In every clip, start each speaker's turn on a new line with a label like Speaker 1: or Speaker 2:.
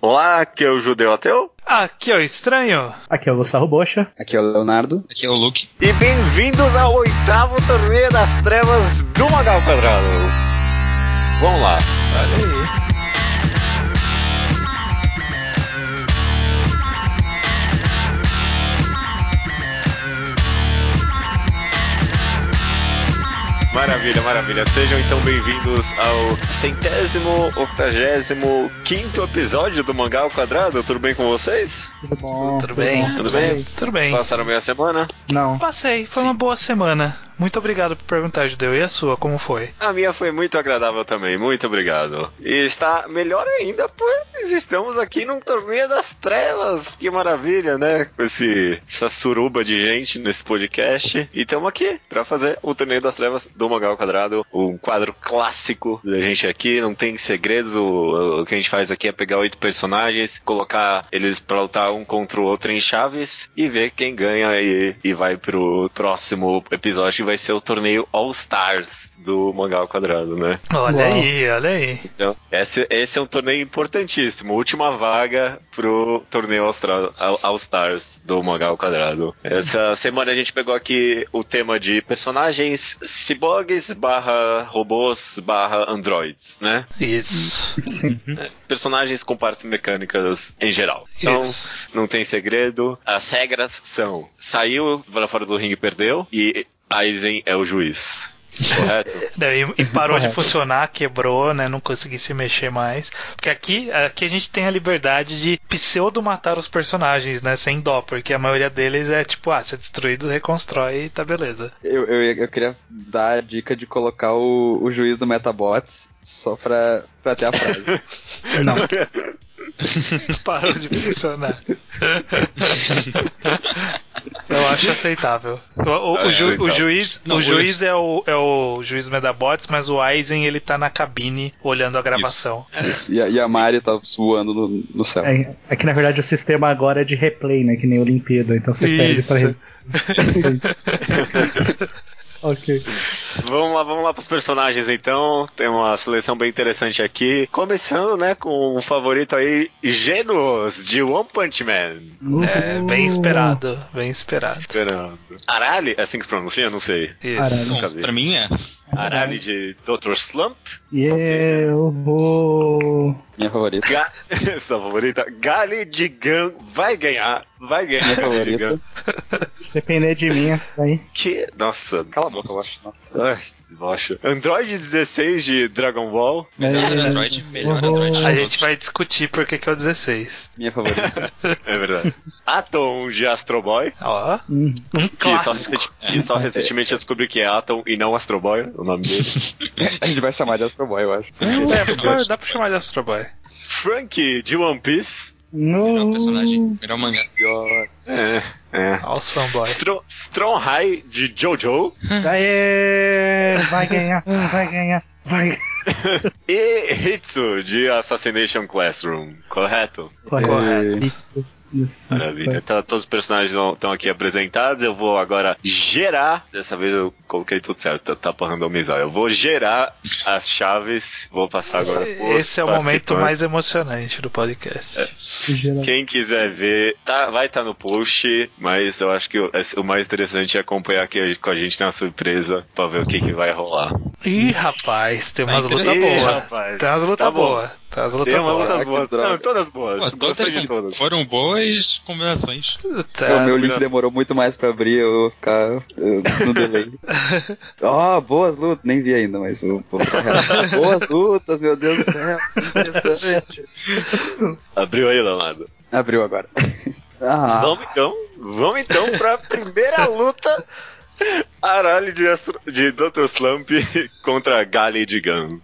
Speaker 1: Olá, aqui é o Judeu Ateu.
Speaker 2: Aqui é o Estranho.
Speaker 3: Aqui é o Gustavo Bocha.
Speaker 4: Aqui é o Leonardo.
Speaker 5: Aqui é o Luke.
Speaker 1: E bem-vindos ao oitavo torneio das trevas do Magal Quadrado. Vamos lá.
Speaker 5: Olha aí.
Speaker 1: Maravilha, maravilha. Sejam então bem-vindos ao centésimo, octagésimo, quinto episódio do Mangá ao Quadrado. Tudo bem com vocês?
Speaker 3: Tudo bom.
Speaker 2: Tudo bem?
Speaker 1: Tudo, bem?
Speaker 2: Tudo bem.
Speaker 1: Passaram bem a semana?
Speaker 3: Não.
Speaker 2: Passei, foi uma boa semana. Muito obrigado por perguntar, Judeu. E a sua, como foi?
Speaker 1: A minha foi muito agradável também, muito obrigado. E está melhor ainda, pois estamos aqui num torneio das trevas. Que maravilha, né? Com esse, essa suruba de gente nesse podcast. E estamos aqui para fazer o torneio das trevas do Magal ao Quadrado, um quadro clássico da gente aqui. Não tem segredos. O, o que a gente faz aqui é pegar oito personagens, colocar eles para lutar um contra o outro em chaves e ver quem ganha e, e vai pro próximo episódio que vai ser o torneio All Stars do Mangá ao Quadrado, né?
Speaker 2: Olha
Speaker 3: Uau.
Speaker 2: aí, olha aí.
Speaker 1: Então, esse, esse é um torneio importantíssimo. Última vaga pro torneio Austra- All, All Stars do Mangá ao Quadrado. Essa semana a gente pegou aqui o tema de personagens ciborgues barra robôs barra androids, né?
Speaker 2: Isso.
Speaker 3: Uhum.
Speaker 1: Personagens com partes mecânicas em geral. Então,
Speaker 2: Isso.
Speaker 1: não tem segredo. As regras são: saiu para fora do ringue, perdeu, e Aizen é o juiz. Correto?
Speaker 2: Daí, e parou de funcionar, quebrou, né? Não consegui se mexer mais. Porque aqui, aqui a gente tem a liberdade de pseudo-matar os personagens, né? Sem dó, porque a maioria deles é tipo, ah, se é destruído, reconstrói e tá beleza.
Speaker 4: Eu, eu, ia- eu queria dar a dica de colocar o, o juiz do Metabots só pra, pra ter a frase.
Speaker 3: Não.
Speaker 2: Parou de funcionar. Eu acho aceitável. O, o- o ju- o juiz,
Speaker 5: Ah, é Não,
Speaker 2: o juiz é, o, é o juiz Medabots, mas o Aizen ele tá na cabine olhando a gravação.
Speaker 5: É.
Speaker 4: Isso. E, a, e a Mari tá voando no, no céu.
Speaker 3: É, é que na verdade o sistema agora é de replay, né? Que nem Olimpíada. Então você
Speaker 2: Isso.
Speaker 3: perde pra. ok.
Speaker 1: vamos lá, vamos lá pros personagens então. Tem uma seleção bem interessante aqui. Começando, né, com o favorito aí, Genos, de One Punch Man.
Speaker 2: É, bem esperado, bem esperado.
Speaker 1: Esperando. Arali, é assim que se pronuncia? Não sei.
Speaker 2: Isso.
Speaker 5: Bom, pra mim é.
Speaker 1: Arali de Dr. Slump.
Speaker 3: E eu vou.
Speaker 4: Minha favorita.
Speaker 1: Ga... Sua favorita? Gali de Gun vai ganhar. Vai ganhar
Speaker 4: Minha
Speaker 1: Gali de Gun.
Speaker 4: favorita.
Speaker 3: Se depender de mim, essa daí.
Speaker 1: Que. Nossa.
Speaker 4: Cala a boca, eu acho. Nossa.
Speaker 1: Ai, debocha. Android 16 de Dragon Ball.
Speaker 5: É. Melhor Android, melhor
Speaker 3: Uhum.
Speaker 5: Android. de
Speaker 2: A
Speaker 5: todos.
Speaker 2: gente vai discutir por que que é o 16.
Speaker 4: Minha favorita.
Speaker 1: É verdade. Atom de Astro Boy.
Speaker 2: Ó,
Speaker 3: Hum.
Speaker 2: um
Speaker 1: Que só,
Speaker 2: clássico.
Speaker 1: recenti- que só recentemente eu descobri que é Atom e não Astro Boy, o nome dele.
Speaker 4: a gente vai chamar de Astro Boy, eu acho.
Speaker 2: É, dá pra chamar de Astro Boy.
Speaker 1: Frank de One Piece.
Speaker 5: Melhor
Speaker 3: No...
Speaker 5: personagem, melhor mangá.
Speaker 1: É, é.
Speaker 2: Ó, os fanboy.
Speaker 1: Stro Strong High de Jojo.
Speaker 3: Aê! Vai ganhar, vai ganhar, vai.
Speaker 1: E Hitsu de Assassination Classroom. Correto?
Speaker 2: Correto.
Speaker 3: Isso, isso.
Speaker 1: Maravilha. Então, todos os personagens estão aqui apresentados. Eu vou agora gerar. Dessa vez eu coloquei tudo certo, tá, tá pra randomizar. Eu vou gerar as chaves. Vou passar agora. pros
Speaker 2: Esse é
Speaker 5: tá
Speaker 2: o momento
Speaker 1: participantes.
Speaker 2: mais emocionante do podcast.
Speaker 3: Geral-
Speaker 1: Quem quiser ver, tá, vai estar no post, mas eu acho que o, o mais interessante é acompanhar aqui com a gente na surpresa pra ver o que, que vai rolar.
Speaker 2: Ih, rapaz, tem
Speaker 5: Tá
Speaker 2: umas lutas
Speaker 1: Ih,
Speaker 5: interessante.
Speaker 2: boas.
Speaker 1: rapaz.
Speaker 2: Tem umas lutas
Speaker 1: Tá bom.
Speaker 2: boas. Tem umas lutas
Speaker 1: Tem umas
Speaker 2: boas.
Speaker 1: lutas boas.
Speaker 4: que droga.
Speaker 1: Não, todas boas.
Speaker 5: Pô,
Speaker 1: Gostei
Speaker 5: todas
Speaker 1: de
Speaker 5: tão-
Speaker 1: todas.
Speaker 5: foram boas combinações.
Speaker 2: Tá.
Speaker 4: É o meu link demorou muito mais pra abrir, eu vou ficar eu, no delay. Ó, boas lutas. Nem vi ainda, mas vou, vou ficar real. Boas lutas, meu Deus do céu. Interessante.
Speaker 1: Abriu aí, Leonardo.
Speaker 4: Abriu agora. Ah,
Speaker 1: Vamos então, vamos então pra primeira luta. Arale de, Astro, de Dr. Slump contra Gali de Gun.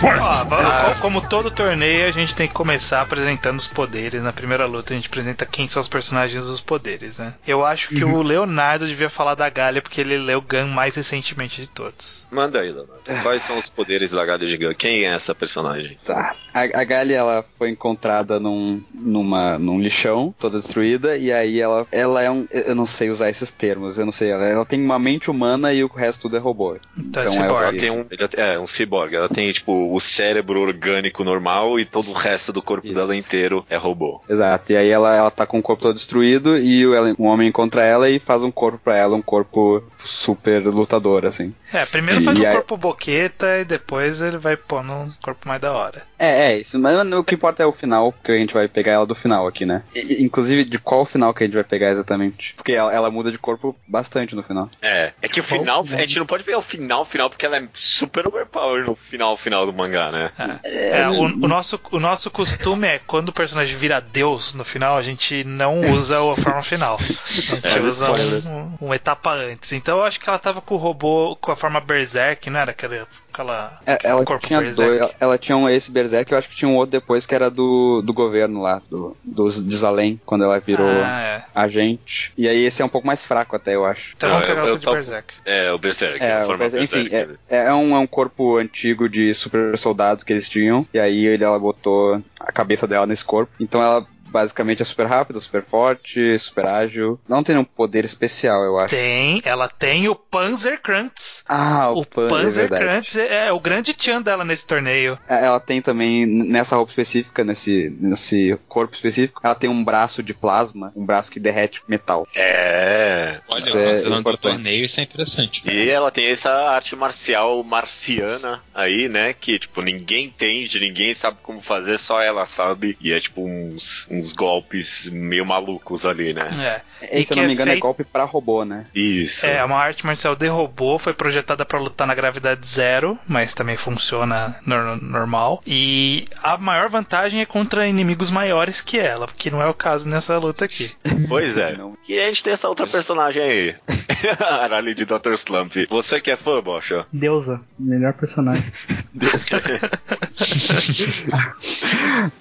Speaker 2: Ó, va- co- como todo torneio, a gente tem que começar apresentando os poderes. Na primeira luta, a gente apresenta quem são os personagens dos poderes, né? Eu acho
Speaker 4: Uhum.
Speaker 2: que o Leonardo devia falar da Galha, porque ele leu Gun mais recentemente de todos.
Speaker 1: Manda aí, Leonardo. Quais são os poderes da Galha Gigante? Quem é essa personagem?
Speaker 4: Tá. A, a Gali, ela foi encontrada num, numa, num lixão, toda destruída, e aí ela, ela é um. Eu não sei usar esses termos, eu não sei. Ela, ela tem uma mente humana e o resto tudo é robô.
Speaker 2: Então, é
Speaker 1: Ela
Speaker 2: cyborg.
Speaker 1: tem um, ela tem- é, um ciborgue. Ela tem, tipo, o cérebro orgânico normal e todo o resto do corpo
Speaker 4: Isso.
Speaker 1: dela inteiro é robô.
Speaker 4: Exato, e aí ela, ela tá com o corpo todo destruído e o, ela- um homem encontra ela e faz um corpo pra ela, um corpo super lutador, assim.
Speaker 2: É, primeiro faz
Speaker 4: E
Speaker 2: um
Speaker 4: aí-
Speaker 2: corpo boqueta e depois ele vai pôr num corpo mais da hora.
Speaker 4: É, é, isso, mas o que importa é o final, porque a gente vai pegar ela do final aqui, né? E- e, inclusive, de qual final que a gente vai pegar exatamente? Porque ela, ela muda de corpo bastante no final.
Speaker 1: É. É que o final.
Speaker 4: né?
Speaker 1: A gente não pode pegar o final, final, porque ela é super overpower no final, final do mangá, né?
Speaker 2: É, o, o nosso, o nosso costume é quando o personagem vira Deus no final, a gente não usa a forma final. A gente
Speaker 4: Olha o
Speaker 2: usa
Speaker 4: É, spoiler.
Speaker 2: um, um etapa antes. Então eu acho que ela tava com o robô com a forma Berserk, não era aquela. aquela
Speaker 4: É, Ela
Speaker 2: um corpo
Speaker 4: tinha
Speaker 2: Berserk.
Speaker 4: dois, ela- ela tinha um, esse Berserk, eu acho que tinha um outro depois que era do, do governo lá, do, dos Desalém, quando ela virou
Speaker 2: Ah, é.
Speaker 4: agente. E aí esse é um pouco mais fraco até, Ah, eu acho.
Speaker 2: Então
Speaker 1: Não,
Speaker 2: vamos
Speaker 1: eu-
Speaker 2: pegar o
Speaker 1: eu
Speaker 2: de
Speaker 1: topo-
Speaker 2: Berserk.
Speaker 1: É, o Berserk.
Speaker 4: É,
Speaker 1: a
Speaker 4: o
Speaker 1: forma
Speaker 4: Berserk- enfim,
Speaker 1: Berserk. né?
Speaker 4: é,
Speaker 2: né?
Speaker 4: é um, é um corpo antigo de super soldados que eles tinham, e aí ele, ela botou a cabeça dela nesse corpo. Então ela basicamente é super rápida, super forte, super ágil. Não tem um poder especial, eu acho.
Speaker 2: Tem, ela tem o Panzerkrantz.
Speaker 4: Ah, o,
Speaker 2: O
Speaker 4: Pan, é verdade.
Speaker 2: Panzerkrantz é, é o grande tchan dela nesse torneio.
Speaker 4: É, Ela tem também, nessa roupa específica, nesse, nesse corpo específico, ela tem um braço de plasma, um braço que derrete metal.
Speaker 1: É.
Speaker 5: Olha,
Speaker 4: Isso é
Speaker 5: considerando o
Speaker 4: importante.
Speaker 5: torneio, isso é interessante.
Speaker 1: E ela tem essa arte marcial marciana aí, né? Que, tipo, ninguém entende, ninguém sabe como fazer, só ela sabe. E é, tipo, uns, uns golpes meio malucos ali, né?
Speaker 2: É.
Speaker 4: E,
Speaker 2: E
Speaker 4: se eu
Speaker 2: que
Speaker 4: não
Speaker 2: é
Speaker 4: me engano, é
Speaker 2: feito-
Speaker 4: golpe pra robô, né?
Speaker 1: Isso.
Speaker 2: É, uma arte marcial de robô, foi projetada pra lutar na gravidade zero, mas também funciona nor- normal. E a maior vantagem é contra inimigos maiores que ela, porque não é o caso nessa luta aqui.
Speaker 1: Pois é.
Speaker 4: Não.
Speaker 1: E a gente tem essa outra personagem aí. Arali de Dr. Slump. Você que é fã, Bocha?
Speaker 3: Deusa, melhor personagem.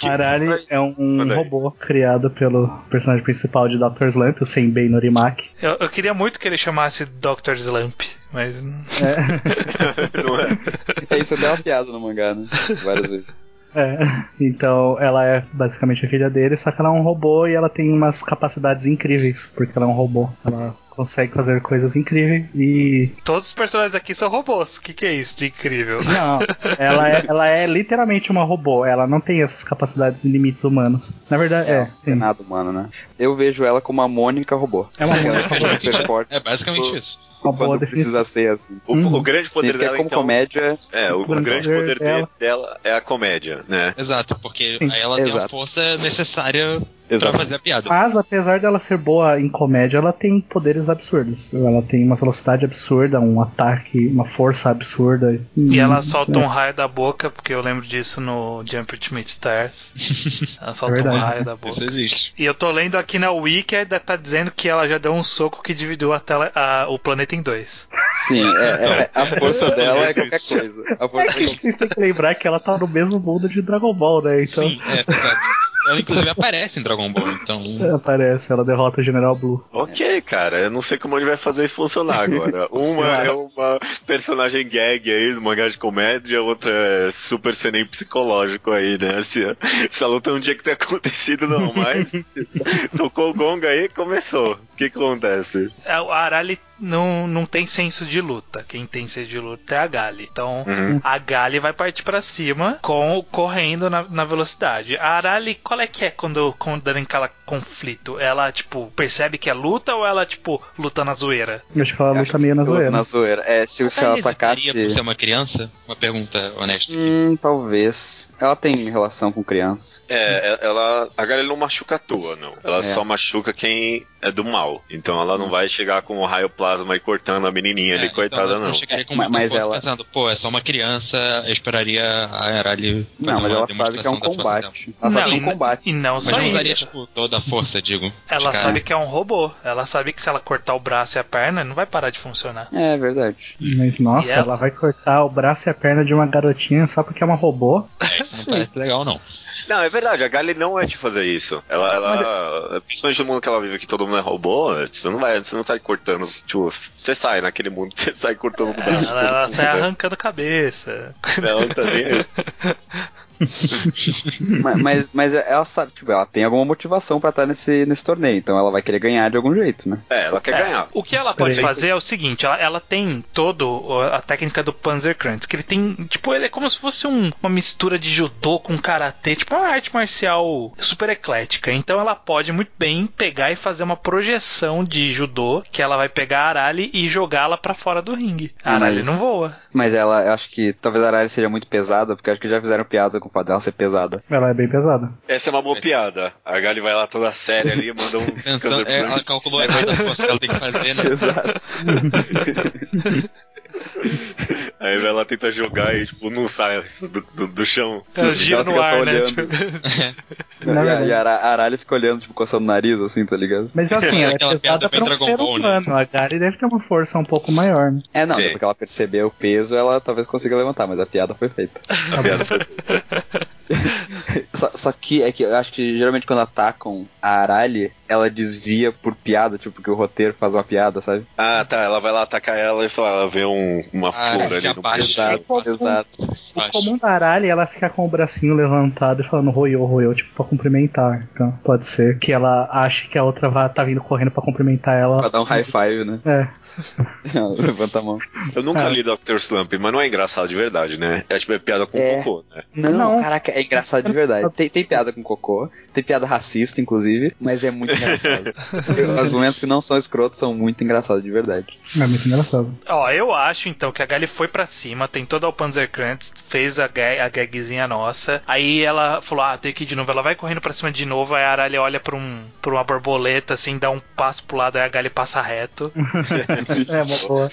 Speaker 3: Harari é um,
Speaker 1: Manda aí.
Speaker 3: robô criado pelo personagem principal de Dr. Slump, o Senbei Norimaki.
Speaker 2: Eu, eu queria muito que ele chamasse Dr. Slump, mas não-
Speaker 1: Não é?
Speaker 4: É isso, até uma piada no mangá, né? Várias vezes.
Speaker 3: É, então ela é basicamente a filha dele, só que ela é um robô e ela tem umas capacidades incríveis, porque ela é um robô. Ela consegue fazer coisas incríveis e.
Speaker 2: todos os personagens aqui são robôs. O que, que é isso de incrível?
Speaker 3: Não, ela é, ela é literalmente uma robô, ela não tem essas capacidades e limites humanos. Na verdade, é.
Speaker 4: Não tem
Speaker 3: sim.
Speaker 4: nada humano, né? Eu vejo ela como a Mônica robô.
Speaker 3: É uma Mônica
Speaker 4: Ela é super forte
Speaker 5: É basicamente isso.
Speaker 3: Uma boa
Speaker 4: quando
Speaker 3: definição.
Speaker 4: precisa ser assim.
Speaker 1: O,
Speaker 3: Hum.
Speaker 1: o grande poder
Speaker 4: Sim, porque
Speaker 1: dela
Speaker 4: como
Speaker 1: então,
Speaker 4: comédia,
Speaker 1: É, o,
Speaker 3: o grande
Speaker 1: grande
Speaker 3: poder
Speaker 1: poder de-
Speaker 3: dela-
Speaker 1: dela... é a comédia, né?
Speaker 5: Exato, porque
Speaker 3: Sim,
Speaker 5: aí ela tem a
Speaker 4: exato.
Speaker 5: força necessária pra
Speaker 4: Exato.
Speaker 5: fazer a piada.
Speaker 3: Mas, apesar dela ser boa em comédia, ela tem poderes absurdos. Ela tem uma velocidade absurda, um ataque, uma força absurda.
Speaker 2: E
Speaker 3: Hum,
Speaker 2: ela solta um raio da boca, porque eu lembro disso no Jump Ultimate Stars. Ela solta um
Speaker 3: Verdade.
Speaker 2: raio da
Speaker 4: Ah,
Speaker 2: boca.
Speaker 5: Isso existe.
Speaker 2: E eu tô lendo aqui na Wiki, ainda tá dizendo que ela já deu um soco que dividiu a tela- a- o planeta em dois.
Speaker 4: Sim, é- é- a força dela é qualquer coisa. A
Speaker 3: É
Speaker 4: força
Speaker 3: que vocês têm que lembrar que ela tá no mesmo mundo de Dragon Ball, né? Então
Speaker 5: Sim, é, exato. Ela inclusive aparece em Dragon Ball, então.
Speaker 4: É.
Speaker 3: é, aparece, ela derrota o General Blue.
Speaker 1: Ok, cara, eu não sei como ele vai fazer isso funcionar agora. Uma é uma personagem gag aí, do mangá de comédia, a outra é super cenário psicológico aí, né? Se, essa luta não tinha que ter acontecido, não, mas tocou o gonga aí e começou. O que que acontece?
Speaker 2: A a Arali não, não tem senso de luta. Quem tem senso de luta é a Gali. Então
Speaker 4: Hum.
Speaker 1: Uhum.
Speaker 2: a Gali vai partir pra cima com correndo na, na velocidade. A Arali, qual é que é quando, quando dando aquela conflito? Ela, tipo, percebe que é luta ou ela, tipo, luta na zoeira?
Speaker 3: Eu Acho que ela
Speaker 4: Acho
Speaker 3: luta meio na zoeira.
Speaker 4: Na zoeira. É, se, se ela
Speaker 5: Ela
Speaker 4: atacasse.
Speaker 5: hesitaria por ser um uma criança? Uma pergunta honesta aqui.
Speaker 4: Hum, talvez. Ela tem relação com criança.
Speaker 1: É, ela. A galera não machuca à toa, não. Ela
Speaker 4: É.
Speaker 1: só machuca quem é do mal. Então ela não vai chegar com o raio plasma e cortando a menininha
Speaker 5: É,
Speaker 1: ali,
Speaker 5: então,
Speaker 1: coitada,
Speaker 5: eu
Speaker 1: não.
Speaker 5: chegaria com
Speaker 4: Mas-
Speaker 5: muito
Speaker 4: mas
Speaker 5: força
Speaker 4: ela-
Speaker 5: pensando, pô, é só uma criança, eu esperaria a Arali fazer
Speaker 4: Não, mas
Speaker 5: uma
Speaker 4: ela sabe
Speaker 5: demonstração
Speaker 4: que é um
Speaker 5: da força dela.
Speaker 4: combate. Ela sabe que é um
Speaker 2: e-
Speaker 4: combate.
Speaker 2: E não
Speaker 5: Mas
Speaker 2: só
Speaker 5: não usaria,
Speaker 2: isso.
Speaker 5: tipo, toda a força, digo.
Speaker 2: Ela
Speaker 5: de cara.
Speaker 2: sabe que é um robô. Ela sabe que se ela cortar o braço e a perna, não vai parar de funcionar.
Speaker 4: É verdade.
Speaker 3: Mas nossa,
Speaker 2: E ela?
Speaker 3: ela vai cortar o braço e a perna de uma garotinha só porque é uma robô.
Speaker 5: É, isso não parece legal, não.
Speaker 1: Não, é verdade, a Gali não é de fazer isso. Ela, ela principalmente no mundo que ela vive, que todo mundo é robô, você não vai, você não sai cortando, tipo, você sai naquele mundo, você sai cortando o braço. de
Speaker 2: Ela,
Speaker 1: todo
Speaker 2: ela
Speaker 1: mundo,
Speaker 2: sai
Speaker 1: né?
Speaker 2: arrancando cabeça.
Speaker 1: Não, não tá nem aí.
Speaker 4: Ma- mas, mas ela sabe, tipo, ela tem alguma motivação pra estar nesse, nesse torneio, então ela vai querer ganhar de algum jeito, né?
Speaker 1: É, ela quer
Speaker 2: É,
Speaker 1: ganhar.
Speaker 2: O que ela pode
Speaker 3: Peraí.
Speaker 2: fazer é o seguinte: ela, ela tem todo a técnica do Panzerkranz, que ele tem, tipo, ele é como se fosse um- uma mistura de judô com karatê, tipo uma arte marcial super eclética. Então ela pode muito bem pegar e fazer uma projeção de judô, que ela vai pegar a Arali e jogá-la pra fora do ringue. A
Speaker 4: Ah,
Speaker 2: Arali
Speaker 4: mas-
Speaker 2: não voa.
Speaker 4: Mas ela, eu acho que talvez a Arari seja muito pesada, porque eu acho que já fizeram piada com o padrão ser pesada.
Speaker 3: Ela é bem pesada.
Speaker 1: Essa é uma boa piada. A Gali vai lá toda séria ali, manda um.
Speaker 5: Pensando, é, ela
Speaker 1: counterpunch.
Speaker 5: calculou errado a força que ela tem que fazer, né?
Speaker 4: Exato.
Speaker 1: Aí vai lá tenta jogar e, tipo, não sai do, do- do chão.
Speaker 2: Ela gira
Speaker 4: ela
Speaker 2: no
Speaker 4: fica só
Speaker 2: ar, né?
Speaker 4: olhando.
Speaker 2: Tipo,
Speaker 4: E
Speaker 3: Na
Speaker 4: a,
Speaker 3: verdade.
Speaker 4: e a Ara- a Arali fica olhando, tipo, coçando o nariz, assim, tá ligado?
Speaker 3: Mas assim, ela é
Speaker 5: Aquela
Speaker 3: pesada
Speaker 5: piada bem
Speaker 3: pra um
Speaker 5: Dragon
Speaker 3: ser
Speaker 5: Ball, né?
Speaker 3: humano. A Gary deve ter uma força um pouco maior. né?
Speaker 4: É, não,
Speaker 1: Sim.
Speaker 4: depois que ela percebeu o peso, ela talvez consiga levantar, mas a piada foi feita.
Speaker 1: A piada foi-
Speaker 4: Só, só que é que eu acho que geralmente quando atacam a Arali, ela desvia por piada, tipo, porque o roteiro faz uma piada, sabe?
Speaker 1: Ah, tá. Ela vai lá atacar ela e só ela vê um, uma
Speaker 5: Ah,
Speaker 1: flor
Speaker 5: se
Speaker 1: ali no
Speaker 5: abaixa.
Speaker 1: peito.
Speaker 4: Exato,
Speaker 3: Pode-
Speaker 4: exato.
Speaker 3: O
Speaker 5: Acho.
Speaker 3: comum da Arali, um ela fica com o bracinho levantado e falando roiô, roiô, tipo, pra cumprimentar. Então, pode ser que ela ache que a outra vá, tá vindo correndo pra cumprimentar
Speaker 4: Pra
Speaker 3: ela.
Speaker 4: dar um high five, né?
Speaker 3: É,
Speaker 4: Levanta a mão.
Speaker 1: Eu nunca
Speaker 3: Ah.
Speaker 1: li Dr. Slump, mas não é engraçado de verdade, né? É tipo é piada com
Speaker 4: É.
Speaker 1: cocô, né?
Speaker 4: Não,
Speaker 3: Não.
Speaker 4: caraca, é engraçado de verdade. Tem, tem piada com cocô, tem piada racista, inclusive, mas é muito engraçado. Os momentos que não são escrotos são muito engraçados de verdade.
Speaker 3: é muito engraçado.
Speaker 2: Ó, eu acho então que a Gali foi pra cima, tentou dar o Panzerkranz, fez a, ga- a gagzinha nossa. Aí ela falou: Ah, tem que ir de novo. Ela vai correndo pra cima de novo. Aí a Aralha olha pra, um, pra uma borboleta, assim, dá um passo pro lado. Aí a Gali passa reto.
Speaker 3: É, uma boa.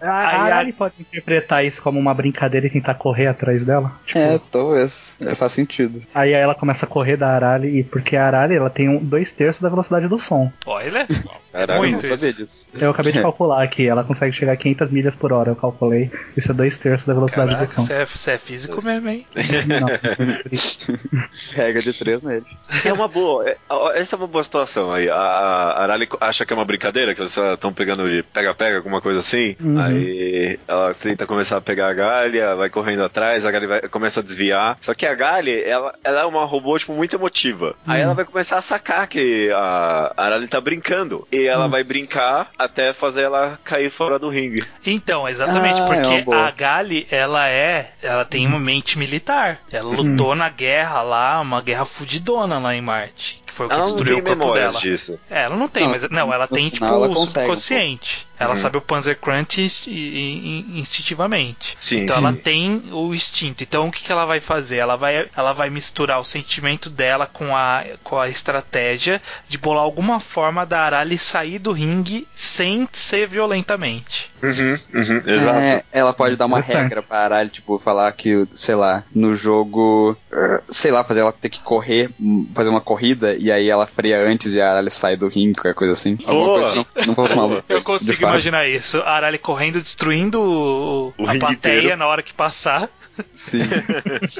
Speaker 3: A a
Speaker 2: Aí a-
Speaker 3: Arali pode interpretar isso como uma brincadeira e tentar correr atrás dela. Tipo,
Speaker 4: É, talvez. É, faz sentido.
Speaker 3: Aí ela começa a correr da Arali, e porque a Arali ela tem um, dois terços da velocidade do som.
Speaker 2: Olha,
Speaker 1: Caralho.
Speaker 2: Tá, Muito.
Speaker 4: Eu não sabia disso.
Speaker 3: Eu acabei de calcular aqui, ela consegue chegar a 500 milhas por hora, eu calculei. Isso é dois terços da velocidade
Speaker 2: caraca,
Speaker 3: do som.
Speaker 2: você é, você é físico mesmo, hein?
Speaker 3: Não.
Speaker 4: Regra de três nele.
Speaker 1: É uma boa. é- ó, essa é uma boa situação aí. A, a Arali acha que é uma brincadeira, que eles estão pegando de pega-pega, alguma coisa assim.
Speaker 3: Uhum.
Speaker 1: Aí ela tenta começar a pegar a Galha, vai correndo atrás, a Galha vai- começa a desviar. Só que a Galha, ela, ela é uma robô, tipo, muito emotiva. Aí ela vai começar a sacar que a Arali tá brincando. E ela vai brincar até fazer ela cair fora do ringue.
Speaker 2: Então, exatamente,
Speaker 4: Ah, é uma
Speaker 2: porque
Speaker 4: boa.
Speaker 2: a Gali, ela é. Ela tem uma mente militar. Ela lutou na guerra lá, uma guerra fudidona lá em Marte. Que foi o que
Speaker 1: Ela não
Speaker 2: destruiu
Speaker 1: tem
Speaker 2: o corpo
Speaker 1: memórias
Speaker 2: dela.
Speaker 1: disso.
Speaker 2: É, ela não tem,
Speaker 4: Não,
Speaker 2: mas não, ela
Speaker 4: no
Speaker 2: tem tipo
Speaker 4: final ela
Speaker 2: o
Speaker 4: consegue um
Speaker 2: subconsciente. Ela
Speaker 1: Uhum.
Speaker 2: sabe o Panzer Crunch inst- in- in- instintivamente.
Speaker 1: Sim,
Speaker 2: Então
Speaker 1: sim.
Speaker 2: ela tem o instinto. Então o que, que ela vai fazer? Ela vai, ela vai misturar o sentimento dela com a, com a estratégia de bolar alguma forma da Arali sair do ringue sem ser violentamente.
Speaker 1: Uhum, uhum, exato.
Speaker 4: É, ela pode dar uma
Speaker 3: Interessante.
Speaker 4: regra pra Aralho, tipo, falar que, sei lá, no jogo, eh, sei lá, fazer ela ter que correr, hum, fazer uma corrida, e aí ela freia antes e a Aralho sai do ringue, qualquer coisa assim. Alguma
Speaker 1: Boa.
Speaker 4: coisa que não, não fosse maluco.
Speaker 2: Eu consigo imaginar isso. A Arali correndo, destruindo o-
Speaker 1: O
Speaker 2: a
Speaker 1: ringue
Speaker 2: plateia
Speaker 1: inteiro.
Speaker 2: na hora que passar.
Speaker 4: Sim.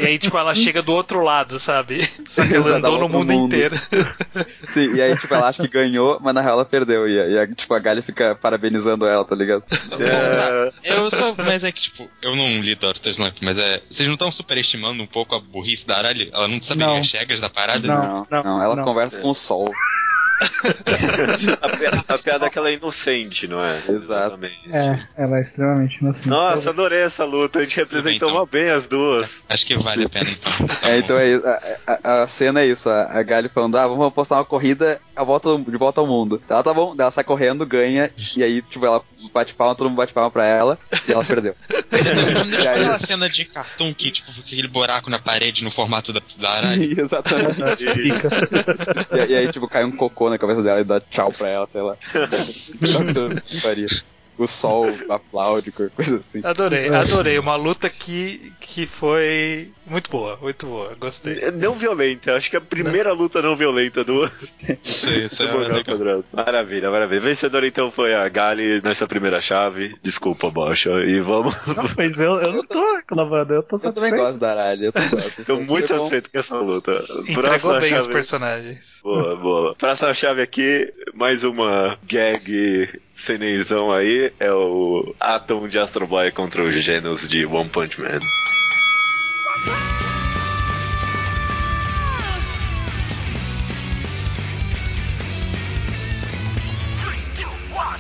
Speaker 2: E aí, tipo, ela chega do outro lado, sabe? Só que
Speaker 4: Exato,
Speaker 2: ela andou
Speaker 4: ela
Speaker 2: no
Speaker 4: tá no
Speaker 2: mundo
Speaker 4: mundo.
Speaker 2: inteiro.
Speaker 4: Sim, e aí, tipo, ela acha que ganhou, mas na real ela perdeu. E, e a- tipo, a Galha fica parabenizando ela, tá ligado?
Speaker 1: É,
Speaker 5: Eu só. Mas é que, tipo, eu não li Dr. Slump, mas é. Vocês não estão superestimando um pouco a burrice da Arali? Ela não sabe
Speaker 3: Não.
Speaker 5: as regras da parada?
Speaker 3: Não, não,
Speaker 4: ela
Speaker 3: não.
Speaker 4: conversa com o sol.
Speaker 1: A, pi- a piada é que ela é inocente, não é?
Speaker 4: Exato.
Speaker 1: Exatamente.
Speaker 3: É, ela é extremamente inocente.
Speaker 1: Nossa, adorei essa luta. A gente representou
Speaker 5: então.
Speaker 1: uma bem as duas.
Speaker 5: Acho que vale a pena então. Tá
Speaker 4: É,
Speaker 5: bom.
Speaker 4: então é isso. A, a- a cena é isso. A, a Galho falando, ah, vamos apostar uma corrida. a volta ao- de volta ao mundo. Ela tá bom, daí ela sai correndo, ganha, e aí, tipo, ela bate palma, todo mundo bate palma pra ela, e ela perdeu.
Speaker 5: Não
Speaker 4: E
Speaker 5: é
Speaker 4: aí-
Speaker 5: aquela cena de cartão que, tipo, fica aquele buraco na parede no formato da, da aralha.
Speaker 4: Exatamente. E, aí- e aí, tipo, cai um cocô na cabeça dela e dá tchau pra ela, sei lá. Que faria. O sol aplaude, qualquer coisa assim.
Speaker 2: Adorei, adorei. Uma luta que, que foi muito boa, muito boa. Gostei.
Speaker 1: Não violenta, acho que é a primeira luta não violenta do,
Speaker 5: Isso, aí, isso aí é
Speaker 1: do Mortal
Speaker 5: legal.
Speaker 1: Quadrado. Maravilha, maravilha. Vencedora então foi a Gali nessa primeira chave. Desculpa, Bocha. E vamos.
Speaker 3: Não, Mas eu, eu não tô reclamando, eu tô
Speaker 4: Eu também
Speaker 3: satisfeito.
Speaker 4: gosto da Aralha, eu também gosto.
Speaker 1: Tô
Speaker 4: Foi
Speaker 1: muito
Speaker 4: bom.
Speaker 1: satisfeito com essa luta.
Speaker 2: é Entregou bem os
Speaker 1: chave.
Speaker 2: personagens.
Speaker 1: Boa, boa. Próxima chave aqui, mais uma gag ceneizão aí. É o Atom de Astro Boy contra o Genos de One Punch Man.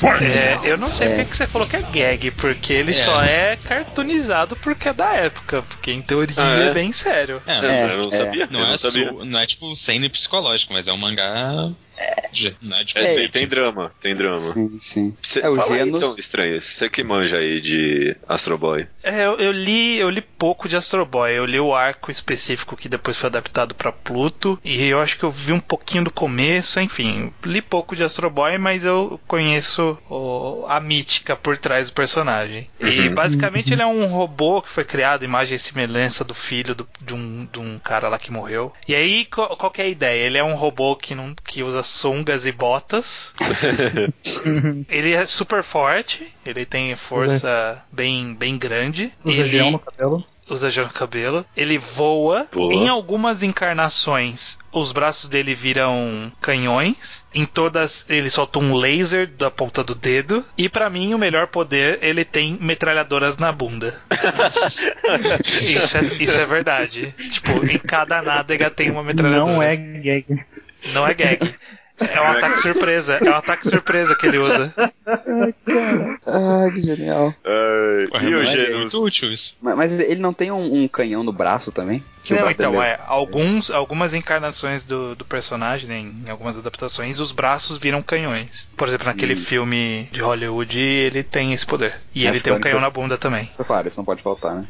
Speaker 2: É, eu não sei porque que você falou que é gag, porque ele
Speaker 5: É.
Speaker 2: só é cartoonizado porque é da época, porque em teoria
Speaker 1: Ah, é?
Speaker 2: é bem sério.
Speaker 5: É,
Speaker 1: É,
Speaker 4: É,
Speaker 1: eu não
Speaker 4: é.
Speaker 1: sabia.
Speaker 5: não,
Speaker 1: eu
Speaker 5: é
Speaker 1: não sabia.
Speaker 5: su- não é tipo cena psicológico, mas é um mangá. de- Não é de
Speaker 1: É, tem,
Speaker 5: combate.
Speaker 1: tem drama, tem drama.
Speaker 4: Sim, sim.
Speaker 1: Cê,
Speaker 4: É, o
Speaker 1: fala aí,
Speaker 4: Genos-
Speaker 1: então, estranho. Você que manja aí de Astro Boy.
Speaker 2: É, eu, eu li, eu li pouco de Astro Boy. Eu li o arco específico que depois foi adaptado pra Pluto e eu acho que eu vi um pouquinho do começo, enfim, li pouco de Astro Boy, mas eu conheço o- a mítica por trás do personagem. E
Speaker 1: Uhum.
Speaker 2: basicamente ele é um robô que foi criado, imagem e semelhança do filho do- de, um, de um cara lá que morreu. E aí qual, qual que é a ideia? Ele é um robô que não que usa sungas e botas. Ele é super forte, ele tem força bem, bem grande.
Speaker 3: Usa
Speaker 2: ele
Speaker 3: gel no cabelo.
Speaker 2: usa gel no cabelo. Ele voa.
Speaker 1: Boa.
Speaker 2: Em algumas encarnações, os braços dele viram canhões. Em todas, ele solta um laser da ponta do dedo. E pra mim, o melhor poder, ele tem metralhadoras na bunda. isso, é, isso é verdade. Tipo, em cada nádega tem uma metralhadora.
Speaker 3: Não é gag.
Speaker 2: Não é gag. É um ataque surpresa. É um ataque surpresa que ele usa.
Speaker 4: Ah, que genial.
Speaker 1: Ah,
Speaker 5: Porra,
Speaker 1: e o
Speaker 5: mas é
Speaker 1: Genos?
Speaker 5: muito útil isso.
Speaker 4: Mas, mas ele não tem um, um canhão no braço também? Que o
Speaker 2: não,
Speaker 4: braço
Speaker 2: então,
Speaker 4: dele
Speaker 2: é. Alguns, algumas encarnações do, do personagem, né, em algumas adaptações, os braços viram canhões. Por exemplo, naquele filme de Hollywood, ele tem esse poder. E
Speaker 4: É,
Speaker 2: ele tem um
Speaker 4: ficando-
Speaker 2: canhão na bunda também.
Speaker 4: Claro, isso não pode faltar, né?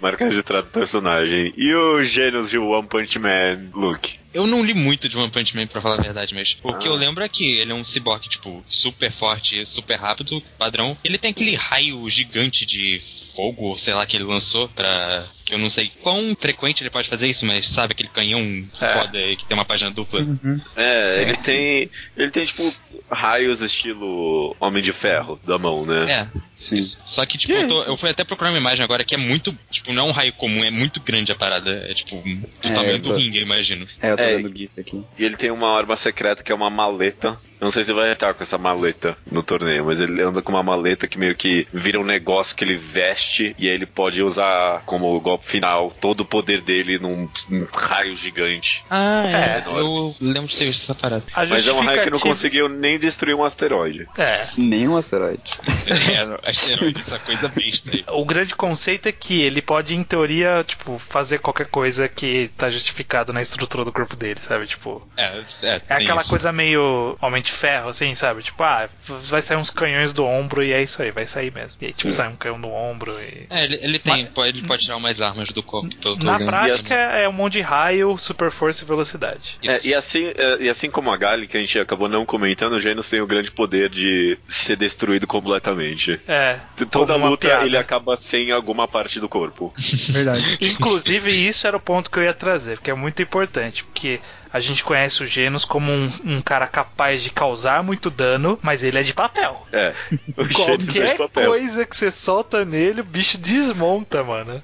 Speaker 1: Marca registrada do personagem. E o Genos de One Punch Man, Luke.
Speaker 5: Eu não li muito de One Punch Man, pra falar a verdade, mas o que eu lembro é que ele é um cyborg, tipo, super forte, super rápido, padrão. Ele tem aquele raio gigante de fogo, ou sei lá, que ele lançou pra... que eu não sei quão frequente ele pode fazer isso, mas sabe aquele canhão foda aí que tem uma página dupla?
Speaker 3: Uhum,
Speaker 1: É,
Speaker 5: Sim,
Speaker 1: ele
Speaker 5: sim.
Speaker 1: tem. Ele tem, tipo, raios estilo Homem de Ferro da mão, né?
Speaker 5: É,
Speaker 4: Sim.
Speaker 5: isso. Só que, tipo, eu, tô- eu fui até procurar uma imagem agora que é muito, tipo, não é um raio comum, é muito grande a parada. É, tipo, do
Speaker 4: É,
Speaker 5: tamanho
Speaker 4: eu
Speaker 5: do
Speaker 4: tô-
Speaker 5: ringue, eu imagino.
Speaker 4: É, eu tô
Speaker 1: É,
Speaker 4: vendo o GIF aqui.
Speaker 1: E ele tem uma arma secreta que é uma maleta. Eu não sei se vai entrar com essa maleta no torneio, mas ele anda com uma maleta que meio que vira um negócio que ele veste e aí ele pode usar como golpe final todo o poder dele num, num raio gigante.
Speaker 5: Ah,
Speaker 2: é.
Speaker 5: é. Eu lembro de ter visto essa parada.
Speaker 2: A
Speaker 1: Mas é um raio que não
Speaker 2: justificativa-
Speaker 1: conseguiu nem destruir um asteroide.
Speaker 2: É.
Speaker 4: Nenhum um asteroide.
Speaker 5: é, asteroide, essa coisa besta aí.
Speaker 2: O grande conceito é que ele pode, em teoria, tipo, fazer qualquer coisa que tá justificado na estrutura do corpo dele, sabe? Tipo,
Speaker 5: É,
Speaker 2: é
Speaker 5: tem
Speaker 2: aquela
Speaker 5: isso.
Speaker 2: coisa meio homem de ferro, assim, sabe? Tipo, ah, vai sair uns canhões do ombro e é isso aí, vai sair mesmo. E aí, tipo,
Speaker 1: Sim.
Speaker 2: sai um canhão do ombro e.
Speaker 5: É, ele, ele tem, pode, ele pode tirar umas armas do corpo. Pelo que eu
Speaker 2: Na
Speaker 5: lembro.
Speaker 2: prática é um monte de raio, super força e velocidade.
Speaker 5: Isso.
Speaker 1: É, e, assim, é, e assim como a Gali, que a gente acabou não comentando, o Genos tem o grande poder de ser destruído completamente.
Speaker 2: É.
Speaker 1: De Toda
Speaker 2: como uma
Speaker 1: luta
Speaker 2: piada.
Speaker 1: ele acaba sem alguma parte do corpo.
Speaker 3: Verdade.
Speaker 2: Inclusive, isso era o ponto que eu ia trazer, porque é muito importante, porque a gente conhece o Genos como um, um cara capaz de causar muito dano, mas ele é de papel.
Speaker 1: É. O Genos é de
Speaker 2: Qualquer
Speaker 1: papel.
Speaker 2: coisa que você solta nele, o bicho desmonta, mano.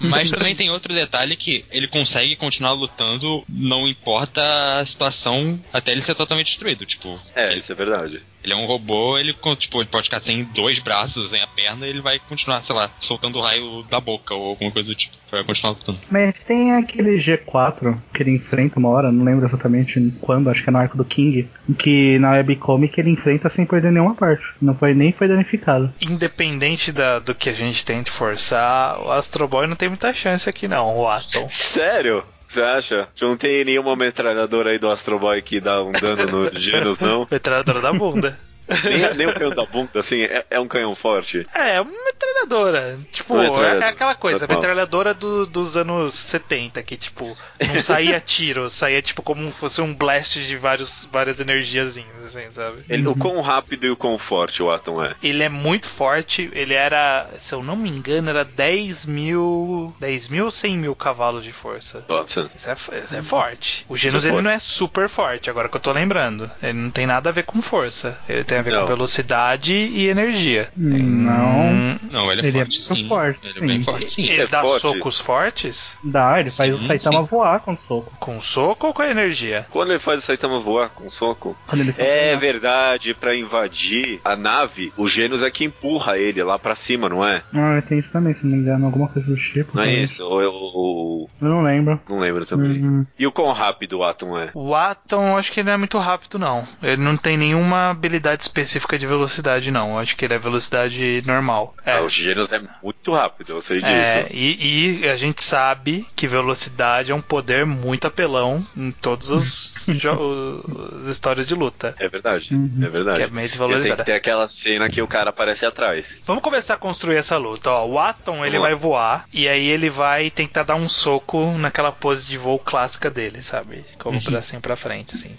Speaker 5: Mas também tem outro detalhe que ele consegue continuar lutando, não importa a situação, até ele ser totalmente destruído. Tipo,
Speaker 1: É,
Speaker 5: ele,
Speaker 1: isso é verdade.
Speaker 5: ele é um robô, ele, con- tipo, ele pode ficar sem dois braços, sem a perna, e ele vai continuar, sei lá, soltando raio da boca ou alguma coisa do tipo. Vai continuar lutando.
Speaker 3: Mas tem aquele G4 que ele enfrenta uma hora, não lembro exatamente quando, acho que é no arco do King, que na webcomic ele enfrenta sem perder nenhuma parte. Não foi nem foi danificado.
Speaker 2: Independente da- do que a gente tente forçar, o Astro Boy não tem muita chance aqui, não, o Atom.
Speaker 1: Sério? Você acha? Não tem nenhuma metralhadora aí do Astro Boy que dá um dano no Genos, não?
Speaker 2: Metralhadora da bunda.
Speaker 1: Nem, nem o canhão da bunda, assim, é, é um canhão forte.
Speaker 2: É, uma metralhadora. Tipo,
Speaker 1: Uma
Speaker 2: é-
Speaker 1: metralhadora.
Speaker 2: é aquela coisa, a
Speaker 1: Normal.
Speaker 2: metralhadora do- dos anos 70, que, tipo, não saía tiro, saía, tipo, como fosse um blast de vários, várias energiazinhas, assim, sabe?
Speaker 1: Ele, O quão rápido e o quão forte o Atom é.
Speaker 2: Ele é muito forte, ele era, se eu não me engano, era 10 mil. 10 mil ou 100 mil cavalos de força.
Speaker 1: Nossa.
Speaker 2: Isso é, fo- isso é forte. O Genos
Speaker 1: Hum. é
Speaker 2: ele
Speaker 1: forte.
Speaker 2: não é super forte, agora que eu tô lembrando. Ele não tem nada a ver com força. Ele tem a ver
Speaker 1: Não.
Speaker 2: com velocidade e energia.
Speaker 3: Não.
Speaker 2: Hum,
Speaker 5: Não, ele é
Speaker 3: Ele é
Speaker 5: forte,
Speaker 3: muito
Speaker 5: sim.
Speaker 3: forte,
Speaker 5: Ele é bem
Speaker 3: sim.
Speaker 5: forte, sim.
Speaker 2: Ele
Speaker 1: é
Speaker 2: dá
Speaker 1: forte.
Speaker 2: socos fortes?
Speaker 3: Dá, ele faz
Speaker 5: Sim,
Speaker 3: o Saitama voar com soco.
Speaker 2: Com soco ou com energia?
Speaker 1: Quando ele faz o Saitama voar com soco?
Speaker 3: Quando eles são
Speaker 1: É
Speaker 3: treinados.
Speaker 1: verdade, pra invadir a nave, o Genos é que empurra ele lá pra cima, não é?
Speaker 3: Ah, tem isso também, se não me engano, alguma coisa do tipo.
Speaker 1: Não é
Speaker 2: Uhum.
Speaker 3: talvez.
Speaker 1: isso? Ou eu, ou-
Speaker 3: Eu não lembro.
Speaker 1: não lembro também.
Speaker 3: Uhum.
Speaker 1: E o quão rápido o Atom é?
Speaker 2: O Atom, acho que ele não é muito rápido, não. Ele não tem nenhuma habilidade específica de velocidade, não. Eu Acho que ele é velocidade normal. É,
Speaker 1: Ah, o Genos é muito rápido, eu sei disso.
Speaker 2: É, e, e a gente sabe que velocidade é um poder muito apelão em todas os, jo- os histórias de luta.
Speaker 1: É verdade,
Speaker 3: Uhum.
Speaker 1: é verdade.
Speaker 2: Que é meio
Speaker 1: E Tem que
Speaker 2: desvalorizada.
Speaker 1: ter aquela cena que o cara aparece atrás.
Speaker 2: Vamos começar a construir essa luta. Ó, o Atom
Speaker 1: Vamos
Speaker 2: ele
Speaker 1: lá.
Speaker 2: vai voar e aí ele vai tentar dar um soco naquela pose de voo clássica dele, sabe? Como pra assim pra frente, assim.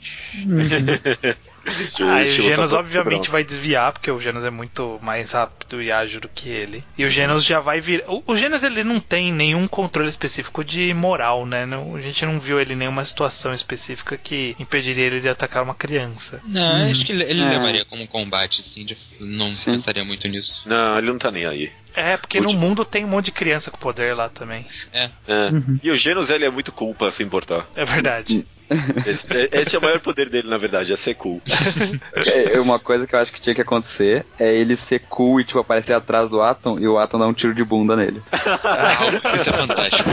Speaker 2: Ah, e o Genos
Speaker 1: tá
Speaker 2: obviamente vai desviar, porque o Genos é muito mais rápido e ágil do que ele. E o Genos já vai vir. O, o Genos ele não tem nenhum controle específico de moral, né? Não- a gente não viu ele em nenhuma situação específica que impediria ele de atacar uma criança.
Speaker 5: Não, acho que ele, ele
Speaker 1: Hum.
Speaker 4: É.
Speaker 5: levaria como combate, sim. de- Não
Speaker 4: Sim.
Speaker 5: pensaria muito nisso.
Speaker 1: Não, ele não tá nem aí.
Speaker 2: É, porque no mundo tem um monte de criança com poder lá também.
Speaker 5: É.
Speaker 1: É.
Speaker 3: Uhum.
Speaker 1: E o Genos, ele é muito cool pra se importar.
Speaker 2: É verdade.
Speaker 1: Esse, esse é o maior poder dele, na verdade, é ser cool.
Speaker 4: É, uma coisa que eu acho que tinha que acontecer é ele ser cool e, tipo, aparecer atrás do Atom e o Atom dar um tiro de bunda nele.
Speaker 5: Ah, isso é fantástico.